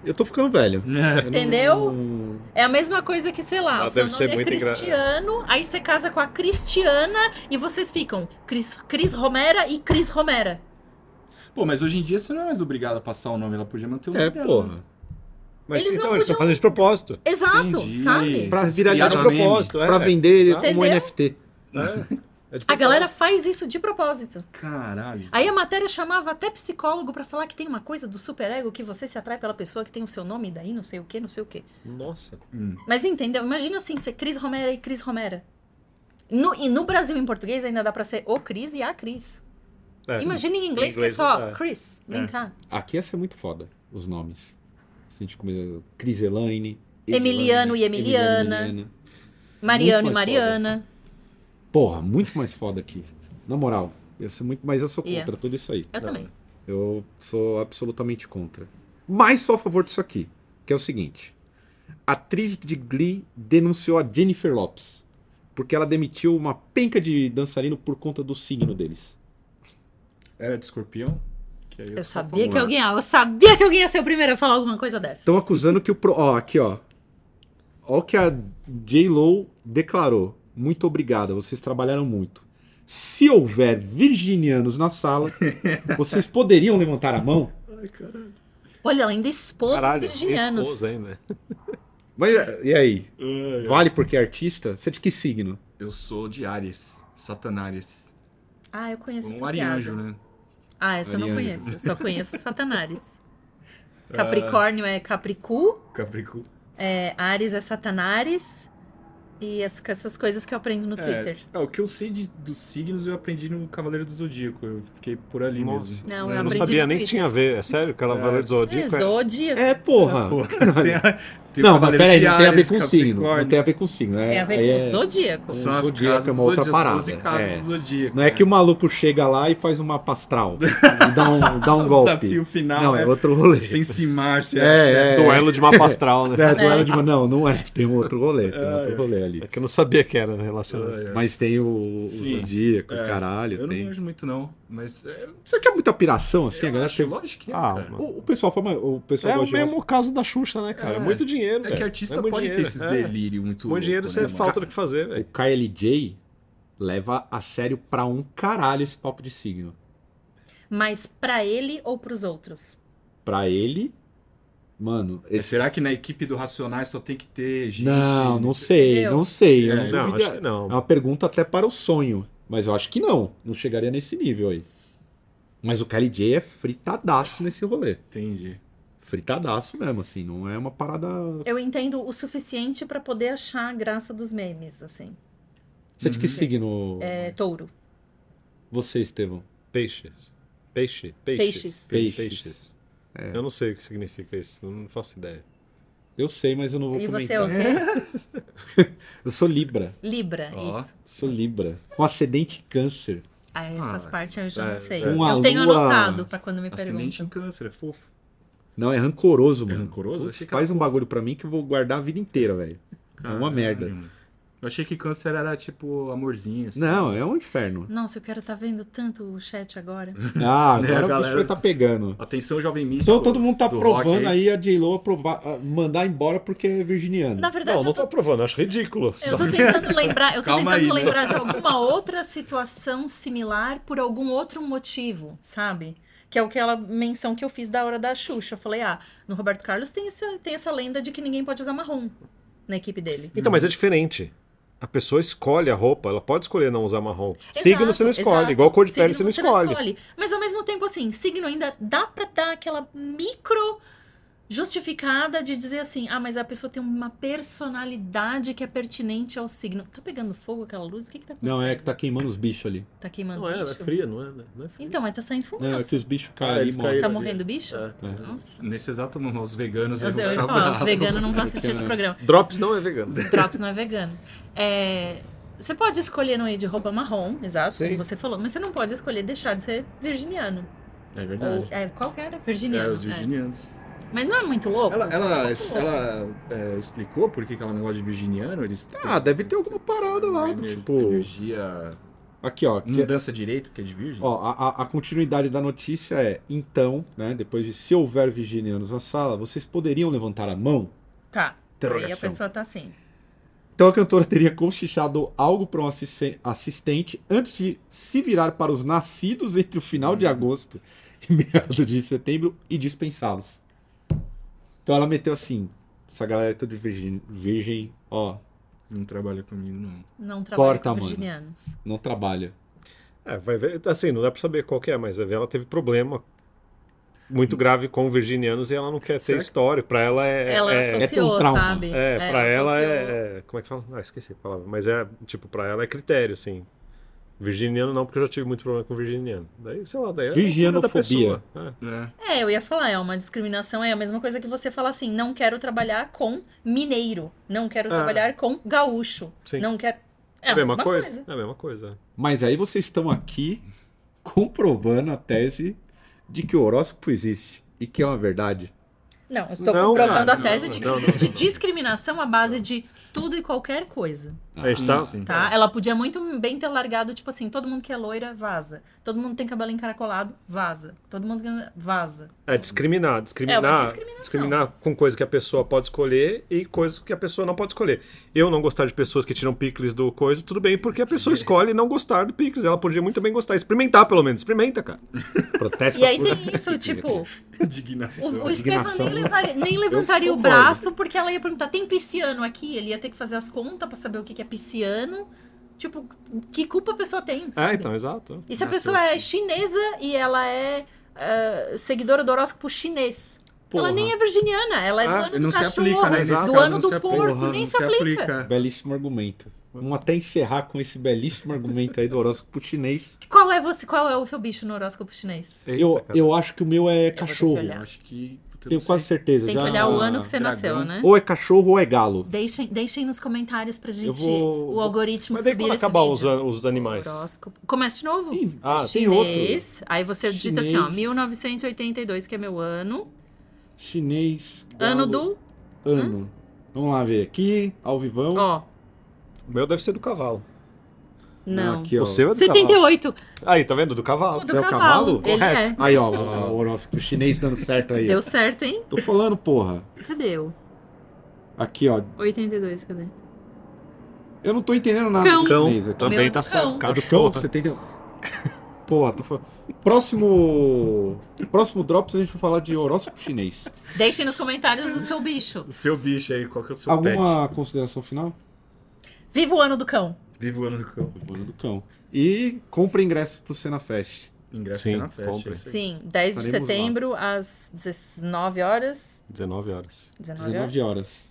B: Eu tô ficando velho.
E: É,
C: Entendeu?
B: Hum,
C: É a mesma coisa que, sei lá,
D: Ah,
C: o seu
D: deve
C: nome
D: ser
C: é
D: muito engra-
C: Cristiano, aí você casa com a Cristiana e vocês ficam Cris, Cris Romera e Cris Romera.
E: Pô, mas hoje em dia você não é mais obrigado a passar o nome, ela podia manter o nome
B: É,
E: dela, né?
B: porra.
D: Mas
C: Eles não
D: então, eles estão
C: podiam-
D: fazendo de propósito.
C: Exato,
E: Entendi.
C: sabe?
B: Pra viralizar de
E: Criaram meme.
B: propósito,
D: é.
B: pra vender
D: Exato.
B: como
C: Entendeu?
B: NFT.
D: É. É de
C: A galera
D: propósito.
C: faz isso de propósito.
E: Caralho.
C: Aí a matéria chamava até psicólogo pra falar que tem uma coisa do superego que você se atrai pela pessoa que tem o seu nome e daí não sei o que, não sei o que.
D: Nossa.
E: Hum.
C: Mas entendeu? Imagina assim, ser Cris Romera e Cris Romera. No, e no Brasil, em português, ainda dá pra ser o Cris e a Cris.
D: É.
C: Imagina em inglês,
D: inglês
C: que é só
D: não dá.
C: Chris. Vem
E: É.
C: cá.
B: Aqui ia ser muito foda, os nomes. Se a gente comer Cris Elaine,
C: Emiliano e Emiliana. Mariano e
B: Muito mais
C: Mariana.
B: Porra, muito mais foda aqui. Na moral, ia ser muito. Mas eu sou contra
C: Ia.
B: tudo isso aí.
C: Eu também.
B: Eu sou absolutamente contra. Mas sou a favor disso aqui, que é o seguinte. A atriz de Glee denunciou a Jennifer Lopes, porque ela demitiu uma penca de dançarino por conta do signo deles.
E: Era de escorpião? Que aí
C: Eu
E: sou a
C: sabia
E: favor.
C: que alguém. ah, Eu sabia que alguém ia ser o primeiro a falar alguma coisa dessa.
E: Então,
B: Estão acusando que o... Pro... Ó, aqui, ó. Ó o que a J.Lo declarou. Muito obrigada, vocês trabalharam muito. Se houver virginianos na sala, vocês poderiam levantar a mão?
E: Ai, caralho.
C: Olha, ela ainda expôs os virginianos.
D: esposa ainda.
B: Mas e aí? Vale porque é artista? Você é de que signo?
E: Eu sou de Ares, Satanares.
C: Ah, eu conheço
E: Um
C: essa
E: arianjo,
C: piada.
E: né?
C: Ah, essa eu não
E: Arianjo.
C: conheço. Eu só conheço Satanares. Capricórnio é Capricu,
E: Capricórnio.
C: é, Ares é Satanares. E as- essas coisas que eu aprendo no Twitter.
E: É, o que eu sei de, dos signos eu aprendi no Cavaleiro do Zodíaco. Eu fiquei por ali
D: Nossa.
E: mesmo.
C: Não,
E: É,
C: eu
D: Eu não
C: aprendi
D: sabia
C: no
D: nem que
C: Twitter.
D: tinha a ver. É sério? Aquela
E: É.
D: valor do
C: É,
D: Zodíaco é...
C: zodíaco.
B: É, porra.
E: Pô, tem a- tem o
B: Não, mas
E: Cavaleiro
B: peraí,
E: de
B: não tem a ver
E: Ares,
B: com signo. Não
E: Capricórnio.
B: tem a ver com signo. É,
C: Tem a ver
B: aí
C: com
B: é-
C: zodíaco.
E: São as
B: Zodíaco é
E: casas,
B: uma outra
E: do Zodíaco,
B: parada,
E: as 12 casas
B: é.
E: do Zodíaco.
B: Não é que o maluco chega lá e faz uma pastral. e dá um, dá um
E: O
B: golpe.
E: É desafio final
B: Não,
E: é,
B: é outro rolê.
E: sem cimar, se
B: É, é.
D: Duelo de mapa astral, né?
B: É, duelo de- Não, não é. Tem um outro rolê. Tem um outro rolê
D: É
B: ali.
D: que eu não sabia que era relacionado.
E: É,
B: Mas tem o, o
E: Sim.
B: zodíaco,
E: É,
B: caralho.
E: Eu não
B: Tem.
E: manjo muito, não. Mas é,
B: Será que é muita piração assim? A
E: eu
B: galera
E: acho,
B: chega-
E: lógico que é,
D: Ah,
E: cara.
D: mano.
B: o, o pessoal fala, mas o pessoal
D: É o
B: gosta de-
D: mesmo caso da Xuxa, né, cara?
E: É.
D: É muito dinheiro,
E: É que
D: velho.
E: artista
D: É muito
E: pode ter
D: dinheiro,
E: esses
D: é.
E: delírio muito
D: Com
E: louco,
D: dinheiro
E: né,
D: você
B: é
E: mano?
D: falta do que fazer,
B: assim, O
D: velho.
B: KLJ leva a sério pra um caralho esse papo de signo.
C: Mas pra ele ou pros outros?
B: Pra ele, mano.
E: É,
B: Esse...
E: Será que na equipe do Racionais só tem que ter gente?
B: Não, não sei,
C: Eu-
B: não sei. Eu não
E: É,
D: Não,
B: duvido-
D: acho que não.
B: É uma pergunta até para o sonho, mas eu acho que não. Não chegaria nesse nível aí. Mas o KLJ é fritadaço nesse rolê.
E: Entendi.
B: Fritadaço mesmo, assim. Não é uma parada.
C: Eu entendo o suficiente pra poder achar a graça dos memes, assim.
B: Você é de que
E: Uhum.
B: signo?
C: É, touro.
B: Você, Estevão.
D: Peixes. Peixe.
C: Peixes.
D: Peixes.
B: Peixes.
D: Peixes.
E: É.
D: Eu não sei o que significa isso. eu Não faço ideia.
B: Eu sei, mas eu não vou
C: E você é
B: comentar.
C: o quê?
B: Eu sou Libra.
C: Libra,
E: Ó.
C: isso.
B: Sou Libra. Com acidente câncer.
C: Ah, essas
E: Ah,
C: partes eu já
D: é,
C: não sei.
D: é.
B: Uma
C: eu tenho
B: lua-
C: anotado pra quando me
E: Ascendente
C: perguntam.
E: em câncer, é fofo.
B: Não, é rancoroso, mano.
E: rancoroso?
B: Putz,
E: Achei que era
B: faz um bagulho pra mim que eu vou guardar a vida inteira, velho. É uma
E: Caralho,
B: merda.
E: mano. Eu achei que câncer era tipo amorzinho. assim.
B: Não, é um inferno.
C: Nossa, eu quero tá vendo tanto o chat agora.
B: Ah,
E: Né,
B: agora o bicho
E: galera?
B: vai tá pegando.
E: Atenção, jovem místico.
B: Então todo mundo tá
E: do rock
B: provando aí a J-Lo aprova- a mandar embora porque é virginiano.
C: Na verdade,
D: não, não
C: eu,
D: tô
C: tô,
D: aprovando, eu acho ridículo.
C: eu tô tentando lembrar, eu tô
E: Calma
C: tentando
E: aí,
C: lembrar de alguma outra situação similar por algum outro motivo, sabe? Que é aquela menção que eu fiz da hora da Xuxa. Eu falei, ah, no Roberto Carlos tem essa, tem essa lenda de que ninguém pode usar marrom na equipe dele.
D: Então, mas é diferente. A pessoa escolhe a roupa, ela pode escolher não usar marrom. signo você não
C: Exato,
D: escolhe,
C: exato.
D: igual cor de
C: Signo
D: pele você não escolhe.
C: Mas ao mesmo tempo, assim, signo ainda dá pra dar aquela micro justificada de dizer assim, ah, mas a pessoa tem uma personalidade que é pertinente ao signo. Tá pegando fogo aquela luz? O que que tá acontecendo?
B: Não, é que tá queimando os bichos ali.
C: Tá queimando
D: Não é, ela é
C: bicho?
D: fria, não é? né? Não é fria.
C: Então, mas tá saindo
B: Não, é
C: fumaça.
B: que os bichos
D: Ah,
B: caem ali,
D: eles
B: morrem.
D: caíram.
C: Tá morrendo bicho?
D: É.
C: Nossa.
E: Nesse exato momento, os veganos.
C: Eu,
E: eles
C: eu
E: vão
C: ia
E: ficar
C: falar, os
E: bravos.
C: veganos não vão assistir esse programa.
D: Drops não é vegano.
C: Drops não é vegano. É, Você pode escolher não ir de roupa marrom, exato,
D: Sim.
C: como você falou, mas você não pode escolher deixar de ser virginiano.
E: É
C: Ou,
E: verdade.
C: é, qual que era?
E: É,
C: Virginiano.
E: os
C: é.
E: virginianos.
C: Mas não é muito louco?
E: Ela, ela, ela é, explicou por que que ela não gosta de virginiano? Eles
B: Ah, deve ter alguma parada lá, do
E: Ener-
B: tipo...
E: Energia.
B: Aqui, ó. que-
E: Não dança direito, porque é de virgem?
B: Ó, a, a- a continuidade da notícia é, então, né, depois de se houver virginianos na sala, vocês poderiam levantar a mão?
C: Tá. Aí a
B: Interrogação.
C: pessoa tá assim.
B: Então a cantora teria cochichado algo para um assisten- assistente antes de se virar para os nascidos entre o final
C: Uhum.
B: de agosto e meado de setembro e dispensá-los. Então ela meteu assim: essa galera é toda virgem, virgem ó,
E: Não trabalha comigo, não.
C: Não trabalha
B: Corta,
C: com
B: mano.
C: virginianos.
B: não trabalha.
D: É, vai ver. Assim, não dá pra saber qual que é, mas vai ver. Ela teve problema muito grave com virginianos e ela não quer ter
E: Será que-
D: história. Pra ela é.
C: ela
D: é,
C: associou,
B: um trauma.
C: sabe?
D: é, pra ela
C: associou.
D: é, é- Como é que fala? Ah, esqueci a palavra. Mas é, tipo, pra ela é critério, assim. Virginiano não, porque eu já tive muito problema com virginiano. Daí, sei lá, daí é
B: Virginianofobia.
D: da pessoa. É.
E: É.
C: É, eu ia falar, é uma discriminação, é a mesma coisa que você falar assim, não quero trabalhar com mineiro, não quero
D: Ah.
C: trabalhar com gaúcho,
D: Sim.
C: não quero...
D: É, a mesma, coisa. É a mesma coisa.
B: Mas aí vocês estão aqui comprovando a tese de que o horóscopo existe e que é uma verdade.
C: Não, eu estou
D: Não,
C: comprovando
D: cara,
C: a tese de que
D: não, não,
C: existe
D: não.
C: discriminação à base de tudo e qualquer coisa,
D: A gente tá-
E: Hum, Sim, sim.
C: tá? Ela podia muito bem ter largado, tipo assim, todo mundo que é loira, vaza. Todo mundo que tem cabelo encaracolado, vaza. Todo mundo que... vaza.
D: É discriminar,
C: É uma
D: discriminar,
C: discriminação.
D: discriminar com coisa que a pessoa pode escolher e coisa que a pessoa não pode escolher. Eu não gostar de pessoas que tiram picles do coisa, tudo bem, porque a pessoa escolhe não gostar do picles. Ela podia muito bem gostar, experimentar pelo menos, experimenta, cara.
B: Protesta
C: E aí
B: por-
C: tem isso, tipo,
E: É Indignação.
C: o, o Estevão nem, levaria- nem levantaria o
B: concordo.
C: braço porque ela ia perguntar: tem pisciano aqui? Ele ia ter que fazer as contas pra saber o que, que é pisciano. Tipo, que culpa a pessoa
E: Ah,
C: tem?
D: É,
C: sabe?
D: então, exato.
C: E se a
E: Nasceu
C: pessoa é chinesa e ela é ah, seguidora do horóscopo chinês?
B: Porra.
C: Ela nem é virginiana, ela é do
D: Ah,
C: ano
E: não
C: do
E: se
C: cachorro,
E: aplica, né? Nesse caso,
C: do ano
E: não
C: do
E: se aplica.
C: porco,
E: Porra,
C: nem
E: não
C: se aplica.
B: Belíssimo argumento. Vamos até encerrar com esse belíssimo argumento aí do horóscopo chinês.
C: Qual é você? Qual é o seu bicho no horóscopo chinês?
D: Eita,
B: eu,
D: cara.
B: eu acho que o meu é
C: ter que
B: cachorro.
C: olhar.
E: Eu acho que. puta, eu
B: Tenho
E: não
B: quase
E: sei.
B: certeza.
C: Tem que
B: já- um
C: olhar o ano que você
E: dragão.
C: nasceu, né?
B: Ou é cachorro ou é galo.
C: Deixem, deixem nos comentários pra gente
D: vou-
C: o algoritmo
D: Mas daí
C: subir
D: quando
C: esse
D: acabar
C: vídeo.
D: os, an- os animais.
C: Horóscopo. Começa de novo.
B: Tem-
D: Ah,
B: tem outro.
C: Chinês. Aí você digita assim, ó,
B: Chinês.
C: 1982, que é meu ano.
B: Chinês.
C: Ano
B: galo,
C: do.
B: Ano. Vamos lá ver aqui, ao vivão.
C: Ó.
D: O meu deve ser do cavalo.
C: Não.
B: Aqui, ó.
D: O seu é do
C: 78.
D: cavalo. Aí, tá vendo? Do cavalo.
C: O
B: Você é
C: do
B: o
C: cavalo.
B: cavalo?
C: Ele é.
D: Correto.
B: Aí, ó, o horóscopo chinês dando certo aí.
C: Deu certo, hein?
B: Tô falando, porra.
C: Cadê o?
B: Aqui, ó.
C: 82, cadê?
B: Eu não tô entendendo nada
C: Cão.
B: do chinês aqui.
C: Meu é
D: Também
C: do
D: tá certo.
C: cão.
B: É do cão?
D: Cachorro.
B: Você tem. Porra, tô falando. Próximo. Próximo Drops a gente vai falar de horóscopo chinês.
C: Deixem nos comentários o seu bicho.
E: O seu bicho aí, qual que é o seu
B: Alguma consideração final?
C: Viva o ano do cão.
E: pet? Viva o ano do cão.
B: Olho do cão. E compra ingressos pro Cenafest.
E: Ingresso
D: Sim,
E: na festa.
D: compre.
E: é isso aí.
C: Sim, 10 de
B: Estaremos lá.
C: setembro, às 19 horas.
D: 19 horas.
C: 19,
B: 19 horas.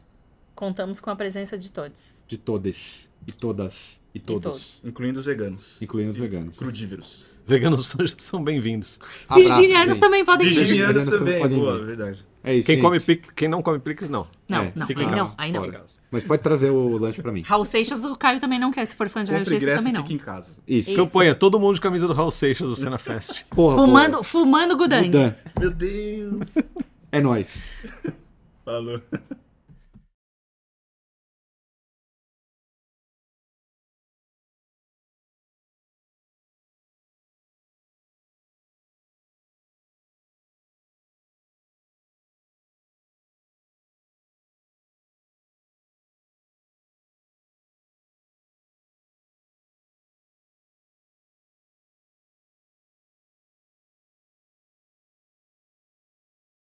C: Contamos com a presença de todos.
B: De todas. E todas. E todos.
C: todos.
E: Incluindo os veganos.
B: Incluindo os veganos.
E: Crudíveros.
D: Veganos são- são bem-vindos.
B: Abraço,
C: Virginianos
B: gente.
C: também podem ir.
B: Virginianos
E: Virginianos
B: também
E: também.
B: podem
E: Boa,
B: vir.
E: verdade.
B: É isso.
D: Quem,
B: gente.
D: come pic- quem não come picles, não.
C: Não,
B: É,
C: não,
D: fica em
C: aí não,
D: casa,
C: aí não.
D: fora.
B: Mas pode trazer o lanche pra mim.
C: Raul Seixas, o Caio também não quer. Se for fã de Raul
E: Compre
C: Seixas,
E: ingresso
C: também
E: e
C: não.
E: fique em casa.
B: Isso.
C: Isso.
D: Campanha, todo mundo de camisa do Raul Seixas do Cena Fest.
B: Porra,
C: Fumando, fumando Gudang.
B: Mudan.
E: Meu Deus.
B: É nóis.
E: Falou.